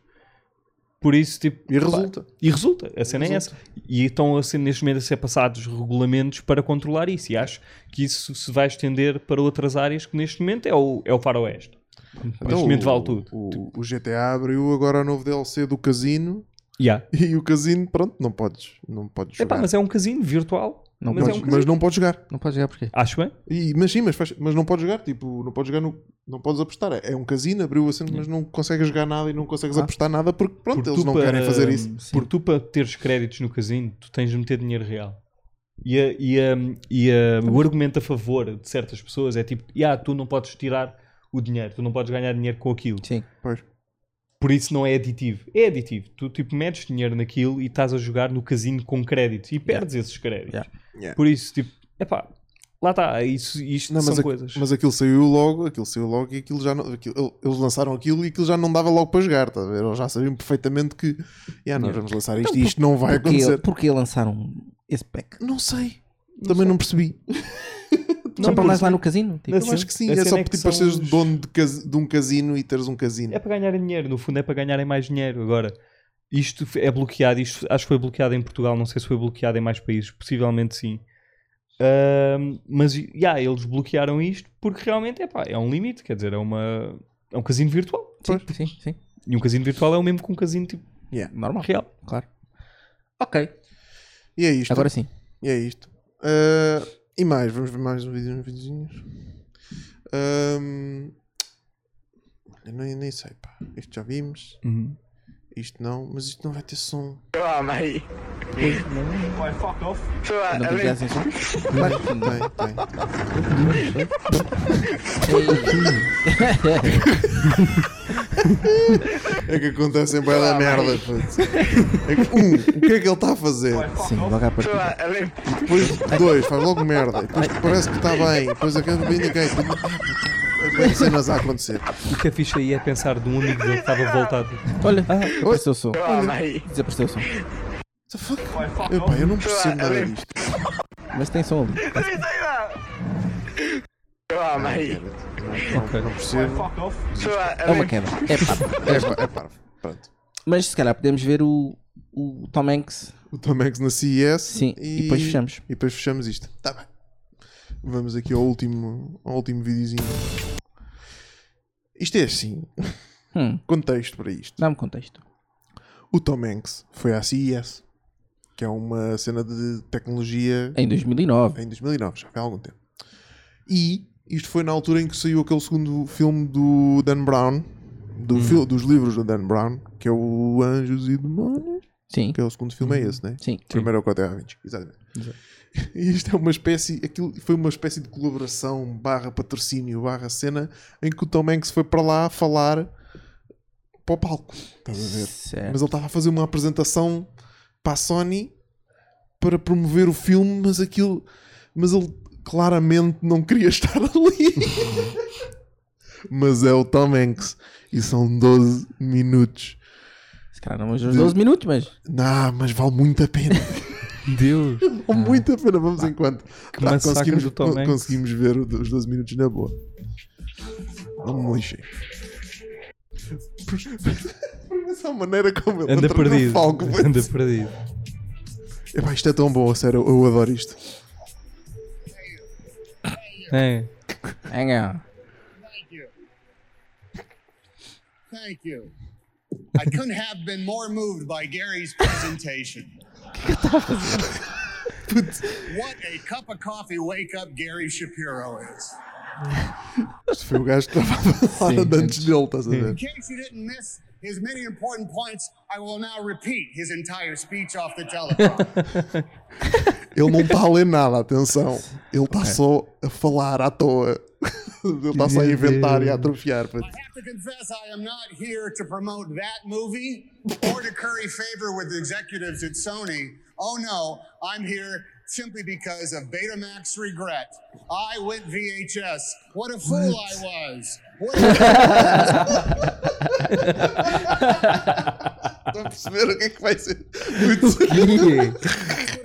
Por isso, tipo.
E
pá,
resulta.
E resulta. A cena é essa. E estão a ser, neste momento a ser passados regulamentos para controlar isso. E acho que isso se vai estender para outras áreas que neste momento é o, é o faroeste.
Então
neste momento vale tudo.
O, o GTA abriu agora o novo DLC do casino
Yeah.
e o casino, pronto, não podes, não podes jogar.
Epá, mas é um casino virtual.
Não
mas
mas,
é um
mas
casino.
não podes jogar.
Não podes jogar porquê?
Acho bem.
E, mas sim, mas, faz- mas não podes jogar, tipo, não podes jogar, no, não podes apostar. É um casino, abriu a cena, mas não consegues jogar nada e não consegues apostar nada porque, pronto,
Porque
eles
tu
não
para-
querem fazer isso.
Porque tu, para teres créditos no casino, tu tens de meter dinheiro real. E, a- e a- e a- o argumento a favor de certas pessoas é tipo: yeah, tu não podes tirar o dinheiro, tu não podes ganhar dinheiro com aquilo.
Sim.
Pois.
Por isso não é aditivo. É aditivo. Tu tipo metes dinheiro naquilo e estás a jogar no casino com créditos e perdes esses créditos.
Yeah.
Yeah.
Por isso, tipo, epá, lá está. Isso, isto
Não,
são
mas, aqu-
coisas.
mas aquilo saiu logo, aquilo saiu logo e aquilo já não- aquilo- eles lançaram aquilo e aquilo já não dava logo para jogar, estás a ver? Eles já sabiam perfeitamente que yeah, nós vamos lançar
Então,
isto e isto não vai
Porquê,
acontecer.
porquê lançaram esse pack?
Não sei, também não percebi.
Só para mais lá no casino? Tipo,
Mas-
Eu acho que sim,
A
é
cena
só
é que
tipo, para
são
seres
os-
dono de, cas- de um casino e teres um casino.
É para ganharem dinheiro, no fundo é para ganharem mais dinheiro. Agora, isto é bloqueado, isto acho que foi bloqueado em Portugal, não sei se foi bloqueado em mais países, possivelmente sim. Ahm, mas, já, eles bloquearam isto porque realmente epá, é um limite, quer dizer, é, uma, é um casino virtual.
sim, sim, sim.
E um casino virtual é o mesmo que um casino tipo,
Normal.
real.
Claro. Ok.
E é isto.
Agora sim.
E é isto. Ah, e mais, vamos ver mais um vídeo, uns videozinhos. Ahm, eu nem, nem sei, pá. Isto já vimos. Isto não, mas isto não vai ter som.
Não me digas isso.
Tem, tem. É que acontecem bué da merda, putz. É que, um, o que é que ele está a fazer?
Sim, logo à partida.
Depois, dois, faz logo merda. E Depois parece que está bem. Depois acaba bem ninguém. É bué de cenas a acontecer.
O que é fixe aí é pensar de um amigo dele que estava voltado.
Olha, desapareceu Ah, o som. Desapareceu o som.
What the fuck? Eu, pá, eu não percebo nada disto.
Mas tem som ali.
Não, não percebo.
É uma queda. É pá.
É, pá, é parvo. Pronto.
Mas se calhar podemos ver o, o Tom Hanks.
O Tom Hanks na CES.
Sim, e depois fechamos.
E depois fechamos isto. Tá bem. Vamos aqui ao último, ao último videozinho. Isto é assim.
Hum.
Contexto para isto.
Dá-me contexto.
O Tom Hanks foi à CES, que é uma cena de tecnologia
Em 2009.
em 2009, já foi há algum tempo. E isto foi na altura em que saiu aquele segundo filme do Dan Brown, do
Hum.
fil- dos livros do Dan Brown, que é o Anjos e Demônios,
Sim.
que é o segundo filme, é esse, né?
Sim.
Primeiro é o Código A20, exatamente. E isto é uma espécie, aquilo foi uma espécie de colaboração, barra patrocínio, barra cena, em que o Tom Hanks foi para lá falar para o palco. Estás a ver?
Certo.
Mas ele estava a fazer uma apresentação para a Sony para promover o filme, mas aquilo. Mas ele claramente não queria estar ali. mas é o Tom Hanks. E são 12 minutos.
Se calhar não hoje os 12 minutos, mas.
Não, mas vale muito a pena.
Deus!
Vale muito a pena. Vamos enquanto.
Ah. Que massacre
conseguimos,
do Tom
con-
Hanks.
conseguimos ver o- os 12 minutos na boa. Não me lixem. Essa maneira como ele
Anda
entra no
perdido.
palco, mas-
Anda perdido.
Epá, isto é tão bom, a sério, eu adoro isto.
É.
Venga.
Thank you. Thank you. I couldn't have been more moved by Gary's presentation. what a cup of coffee wake up Gary Shapiro is.
Isto foi o gajo que estava lá antes dele, estás a ver?
In case you didn't miss his many important points, I will now repeat his entire speech off the telephone.
Ele não está a ler nada, atenção. Ele está só a falar à toa. Ele está só a inventar e a atrofiar. pá.
I have to confess, I am not here to promote that movie or to curry favor with the executives at Sony. Oh no, I'm here simply because of Betamax regret. I went VHS. What a fool I was. What a-
Estão a perceber o que é que vai ser? Muito-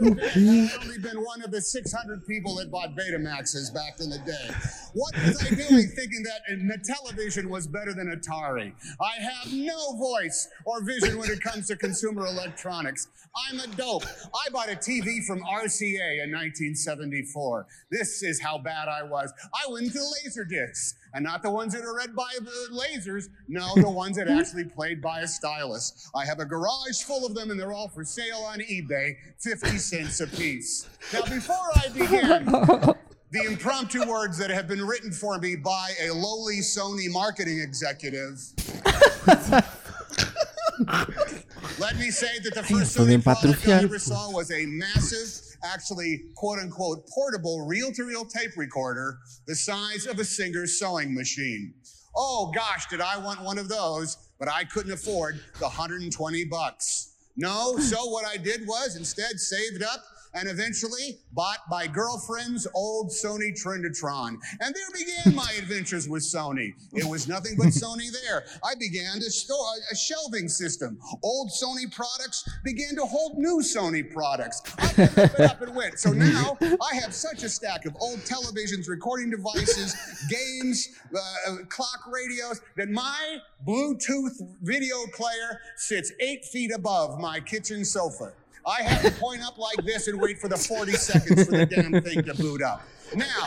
I've only been one of the 600 people that bought Betamaxes back in the day. What was I doing thinking that Television was better than Atari? I have no voice or vision when it comes to consumer electronics. I'm a dope. I bought a TV from RCA in 1974. This is how bad I was. I went to laser discs, and not the ones that are read by the lasers. No, the ones that actually played by a stylus. I have a garage full of them, and they're all for sale on eBay, 50 cents a piece. Now, before I begin, the impromptu words that have been written for me by a lowly Sony marketing executive. Let me say that the first
Podem
Sony product I
patrocinar.
ever saw was a massive, actually quote unquote portable reel-to-reel tape recorder the size of a singer's sewing machine. Oh gosh, did I want one of those, but I couldn't afford the 120 bucks. No, so what I did was instead saved up and eventually bought my girlfriend's old Sony Trinitron. And there began my adventures with Sony. It was nothing but Sony there. I began to store uh, a shelving system. Old Sony products began to hold new Sony products. I picked it up and went. So now I have such a stack of old televisions, recording devices, games, uh, clock radios that my Bluetooth video player sits eight feet above my kitchen sofa. I have to point up like this and wait for the 40 seconds for the damn thing to boot up. Now,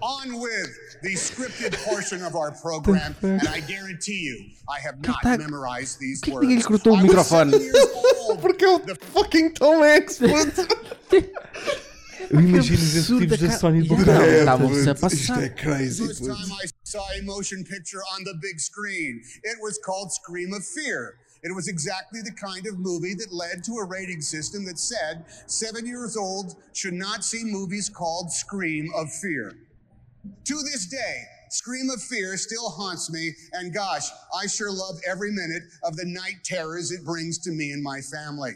on with the scripted portion of our program, and I guarantee you, I have not memorized these
Por que
words.
ninguém lhe cortou o microfone?
Porque eu fucking Tom Hanks, puto.
Eu imagino os
absurdo,
executivos da
cara.
Sony de
Yeah.
Bocado.
Não, estavam-se a
puto, É, Isto
passar.
é crazy,
first
puto.
time I saw a motion picture on the big screen. It was called Scream of Fear. It was exactly the kind of movie that led to a rating system that said seven years old should not see movies called Scream of Fear. To this day, Scream of Fear still haunts me, and gosh, I sure love every minute of the night terrors it brings to me and my family.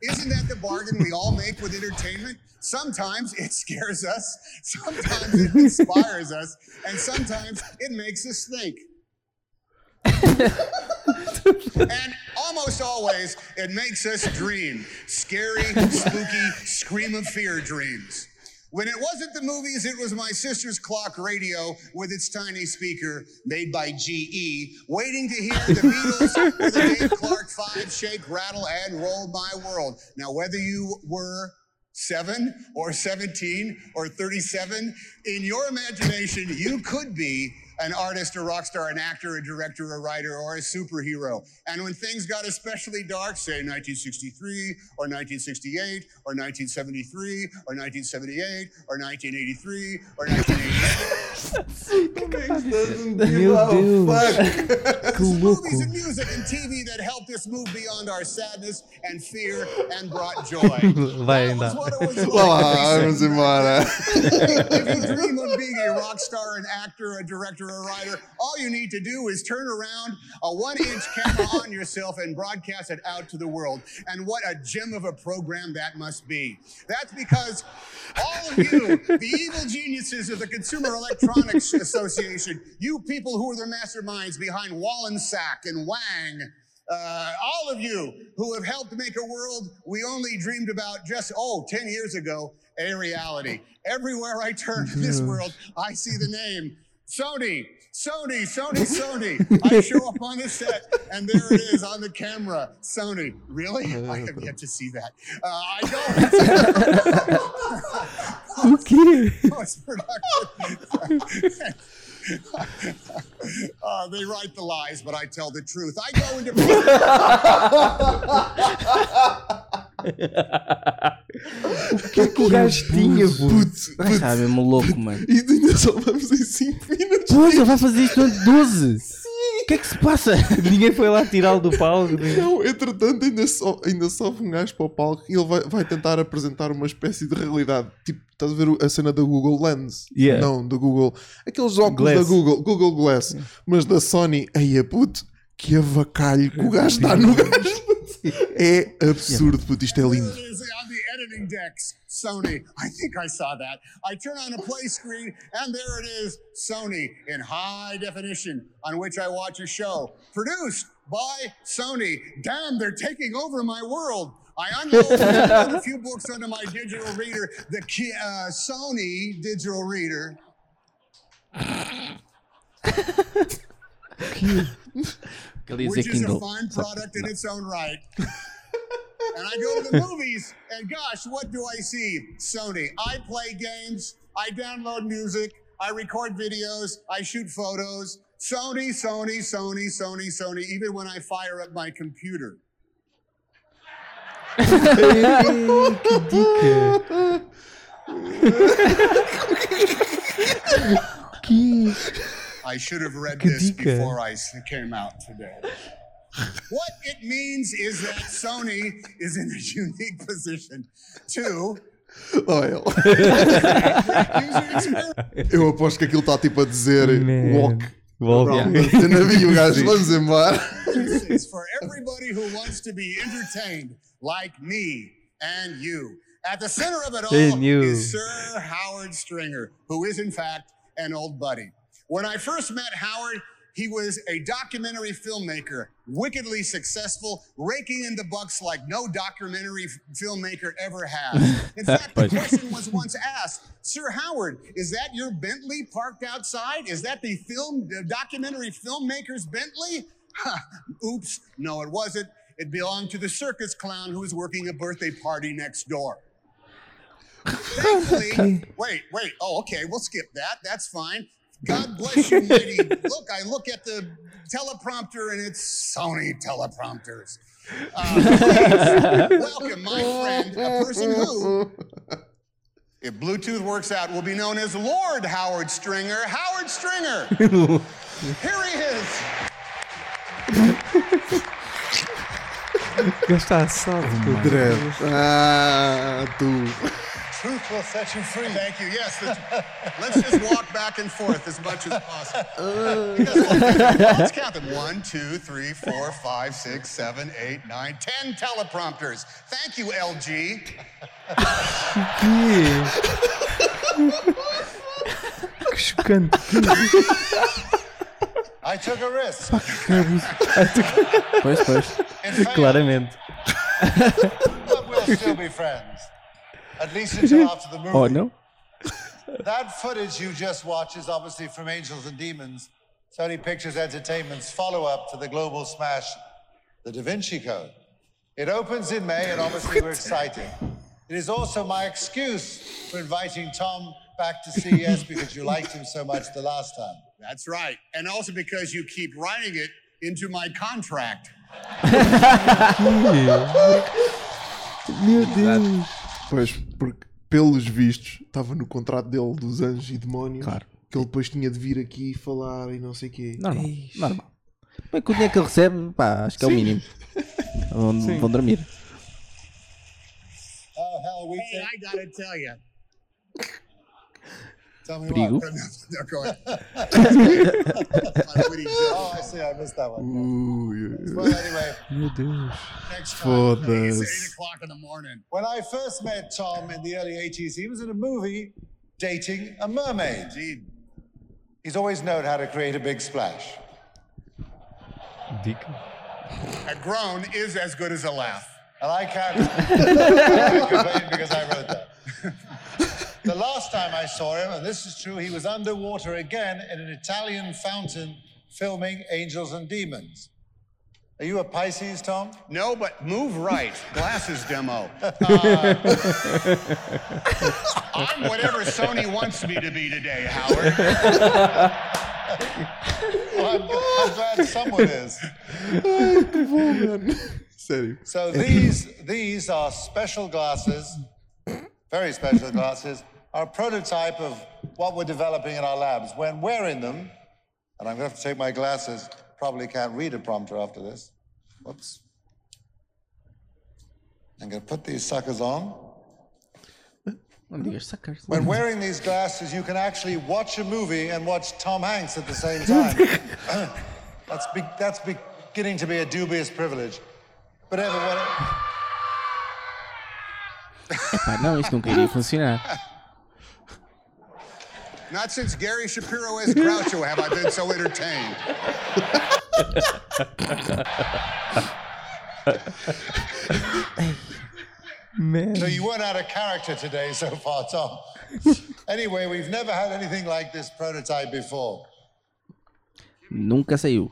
Isn't that the bargain we all make with entertainment? Sometimes it scares us, sometimes it inspires us, and sometimes it makes us think. and almost always, it makes us dream scary, spooky, scream of fear dreams. When it wasn't the movies, it was my sister's clock radio with its tiny speaker made by GE, waiting to hear the Beatles with a Dave Clark 5 shake, rattle, and roll my world. Now, whether you were seven or 17 or 37, in your imagination, you could be an artist, a rock star, an actor, a director, a writer, or a superhero. And when things got especially dark, say 1963 or 1968 or 1973 or 1978 or 1983 or 1988,
Tá
Meu Deus.
it was the movies and music and TV that helped us move beyond our sadness and fear and brought joy.
é.
Vai
That was
ainda.
what it was like.
Vá lá, vamos embora.
if you dream of being a rock star, an actor, a director, a writer, all you need to do is turn around a one inch camera on yourself and broadcast it out to the world. And what a gem of a program that must be. That's because all of you, the evil geniuses of the Consumer Electronics Association, you people who are the masterminds behind Wallensack and Wang, uh, all of you who have helped make a world we only dreamed about just, oh, 10 years ago, a reality. Everywhere I turn in this world, I see the name Sony, Sony, Sony, Sony. I show up on the set and there it is on the camera Sony. Really? I have yet to see that. Uh, I don't.
O quê?
post production. uh, they write the lies, but I tell the truth. I go into
que o gajo tinha,
Puto,
Vai estar mesmo louco, mano.
E ainda só vamos em 5 minutos.
Pois, ele vai fazer isto durante 12. O que é que se passa?
Ninguém foi lá tirá-lo do palco. nem-
Não, entretanto, ainda, so, ainda sobe um gajo para o palco e ele vai, vai tentar apresentar uma espécie de realidade. Tipo, estás a ver o- a cena da Google Lens?
Yeah.
Não, da Google. Aqueles óculos
Glass.
da Google, Google Glass, mas da Sony. Aí é puto, que avacalho que o gajo dá no gajo. É absurdo, puto, isto é lindo.
is on the editing decks, Sony. I think I saw that. I turn on the play screen, and there it is, Sony in high definition, on which I watch a show produced by Sony. Damn, they're taking over my world. I unload a few books onto my digital reader, the Ki- uh, Sony digital reader.
Ele ia dizer
which is a
Kindle.
fine
Só-
product in its own right. and I go to the movies, and gosh, what do I see? Sony. I play games, I download music, I record videos, I shoot photos. Sony, Sony, Sony, Sony, Sony, even when I fire up my computer. I should have read this
Kadika.
before I s- came out today. What it means is that Sony is in a unique position to
Olha ele. Eu aposto que aquilo está tipo a dizer
Man.
walk.
Volta.
Eu não vi o gajo, vamos embora.
It's for everybody who wants to be entertained, like me and you. At the center of it all
And you.
is Sir Howard Stringer, who is in fact an old buddy. When I first met Howard, he was a documentary filmmaker, wickedly successful, raking in the bucks like no documentary f- filmmaker ever has. In fact, the
But-
question was once asked, Sir Howard, is that your Bentley parked outside? Is that the film the documentary filmmaker's Bentley? Oops, no, it wasn't. It belonged to the circus clown who was working a birthday party next door. Thankfully, wait, wait. Oh, okay. We'll skip that. That's fine. God bless you, lady. Look, I look at the teleprompter and it's Sony teleprompters. Uh, please, welcome, my friend, a person who, if Bluetooth works out, will be known as Lord Howard Stringer. Howard Stringer. Here he is.
O gajo está assado, pô.
Dread. Ah, tu.
Truth will set you free. Thank you. Yes. the- let's just walk back and forth as much as possible. Because- let's count them. One, two, three, four, five, six, seven, eight, nine, ten teleprompters. Thank you, LG.
Que chocante.
I took a risk.
Pois, pois.
In fact,
Claramente.
but we'll still be friends. At least until after the movie.
Oh, não?
That footage you just watched is obviously from Angels and Demons, Sony Pictures Entertainment's follow up to the global smash, The Da Vinci Code. It opens in May, and obviously we're excited. It is also my excuse for inviting Tom back to CES because you liked him so much the last time. That's right. And also because you keep writing it into my contract.
Pois, porque pelos vistos estava no contrato dele dos anjos e demónios
Claro.
que ele depois tinha de vir aqui e falar e não sei o quê.
Normal. Normal. Bem, que o dinheiro que ele recebe, pá, acho que é o mínimo. Vão, vão dormir.
Oh, hell, we Hey, I gotta tell you. Tell me
Perigo.
what. No, go ahead. oh, I see. I missed that one.
Ui, ui, ui.
Well, anyway,
Meu Deus.
next
For
time. It's
this.
8 o'clock in the morning. When I first met Tom in the early 80s, he was in a movie dating a mermaid. Indeed. He's always known how to create a big splash.
Dica.
A groan is as good as a laugh. And I can't, I can't complain because I wrote that. the last time I saw him, and this is true, he was underwater again in an Italian fountain filming Angels and Demons. Are you a Pisces, Tom? No, but move right. Glasses demo. I'm whatever Sony wants me to be today, Howard. I'm, I'm glad someone is.
Sério.
So these these are special glasses, very special glasses, are a prototype of what we're developing in our labs. When wearing them, and I'm going to have to take my glasses. Probably can't read a prompter after this. Whoops. I'm going to put these suckers on.
Não digas suckers.
When wearing these glasses, you can actually watch a movie and watch Tom Hanks at the same time. that's be- that's beginning to be a dubious privilege. But everyone.
Pá, não, isto nunca iria funcionar.
Not since Gary Shapiro as Groucho have I been so entertained.
Man.
So you weren't out of character today so far, Tom. Anyway, we've never had anything like this prototype before.
Nunca saiu.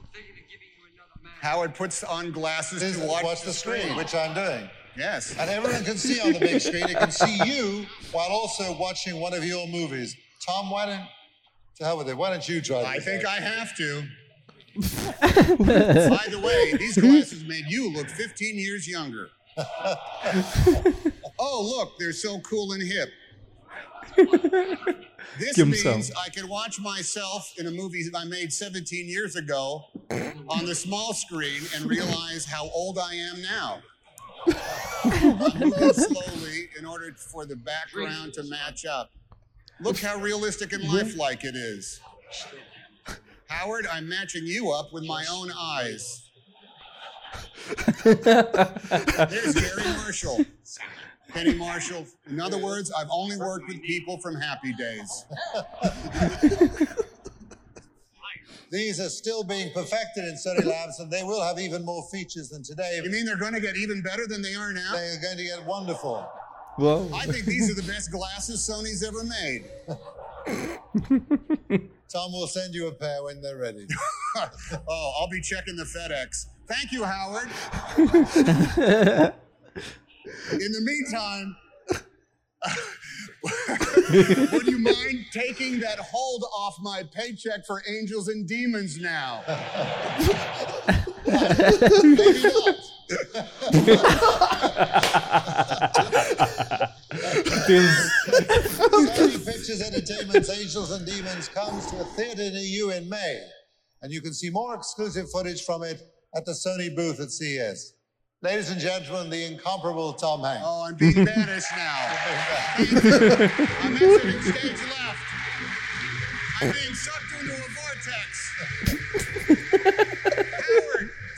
Howard puts on glasses to watch, the screen, which I'm doing. Yes. And everyone can see on the big screen. It can see you while also watching one of your movies. Tom, why don't to hell with it? Why don't you try? I think I have to. By the way, these glasses made you look 15 years younger. oh, look, they're so cool and hip. This
Give 'em
means
some.
I can watch myself in a movie that I made 17 years ago on the small screen and realize how old I am now. I'm moving slowly in order for the background to match up. Look how realistic and lifelike it is. Howard, I'm matching you up with my own eyes. There's Gary Marshall. Penny Marshall. In other words, I've only worked with people from Happy Days.
These are still being perfected in Sony Labs, and they will have even more features than today.
You mean they're going to get even better than they are now?
They are going to get wonderful.
Whoa.
I think these are the best glasses Sony's ever made.
Tom will send you a pair when they're ready.
oh, I'll be checking the FedEx. Thank you, Howard. In the meantime, would you mind taking that hold off my paycheck for angels and demons now? Maybe
Sony Pictures Entertainment's Angels and Demons comes to a theater near you in May, and you can see more exclusive footage from it at the Sony booth at CES. Ladies and gentlemen, the incomparable Tom Hanks.
Oh, I'm being banished now. I'm exiting stage left. I'm being sucked into a vortex.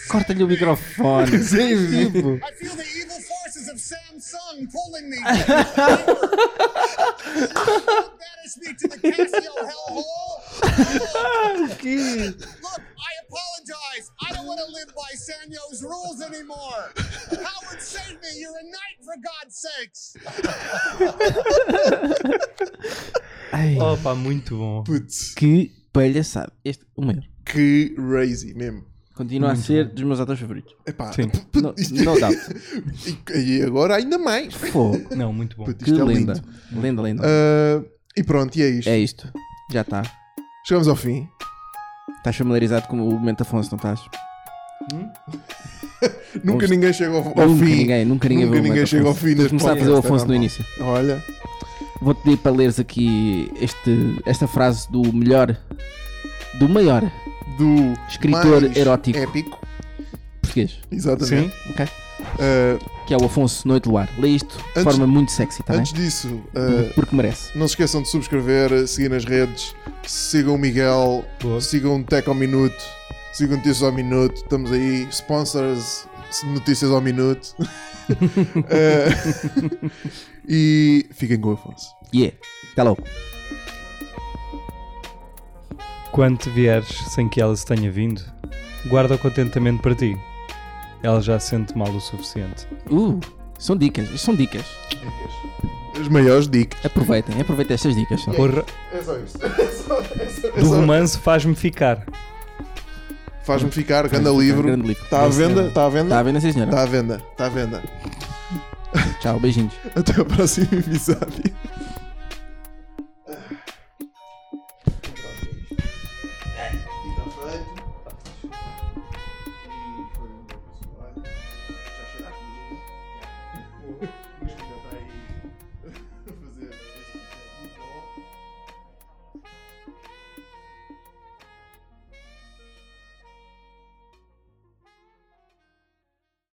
Corta-lhe o microfone.
Sim.
Tipo,
I feel the evil forces of Samsung pulling me. banish me to the Casio hellhole.
que-
Look, I apologize. I don't want to live by Sanyo's rules anymore. Howard, save me. You're a knight, for God's sakes.
Ai,
Opa, muito bom.
Putz,
que palhaçada. Este, o maior.
que crazy mesmo.
Continua a
Muito
ser dos meus atores favoritos.
Epá, é-
Sim.
No, no doubt.
e, e agora ainda mais.
Fogo.
Não, muito bom.
Putz,
Que
isto é
linda.
lindo.
Linda, linda.
Ah, e pronto, e é isto.
É isto. Já está.
Chegamos ao fim.
Estás familiarizado com o momento Afonso, não estás?
Nunca
Vamos-
ninguém chega ao, ao
nunca
fim.
ninguém, nunca ninguém vê o
Nunca ninguém
momento
chega ao
Afonso.
fim
Vou
deste
começar a fazer o
podcast, é
Afonso no
normal.
início.
Olha,
Vou-te pedir para leres aqui este, esta frase do melhor, do maior
do
Escritor
mais
erótico.
Épico.
português,
Exatamente.
ok?
Ah,
Que é o Afonso Noite Luar. Lê isto de
Antes-
forma muito sexy, tá bem?
antes disso, ah,
Porque merece.
Não se esqueçam de subscrever, seguir nas redes, sigam o Miguel,
Boa.
sigam o Tech ao Minuto, sigam Notícias ao Minuto, estamos aí, sponsors, notícias ao minuto. Eh, e fiquem com o Afonso.
Yeah. Até logo.
Quando te vieres sem que ela se tenha vindo, guarda o contentamento para ti. Ela já se sente mal o suficiente.
Uh, são dicas, isto são dicas.
As maiores dicas.
Aproveitem, aproveitem estas dicas. só.
Porra,
É só isto. É só- é só- é
do
só-
romance faz-me ficar.
Faz-me ficar, grande livro.
Grande Tá livro.
Está à venda?
Está
Está à
a
venda? Tá.
vendo essa senhora?
Está à venda, está à venda.
Tchau, beijinhos.
Até o próximo episódio.
É, então um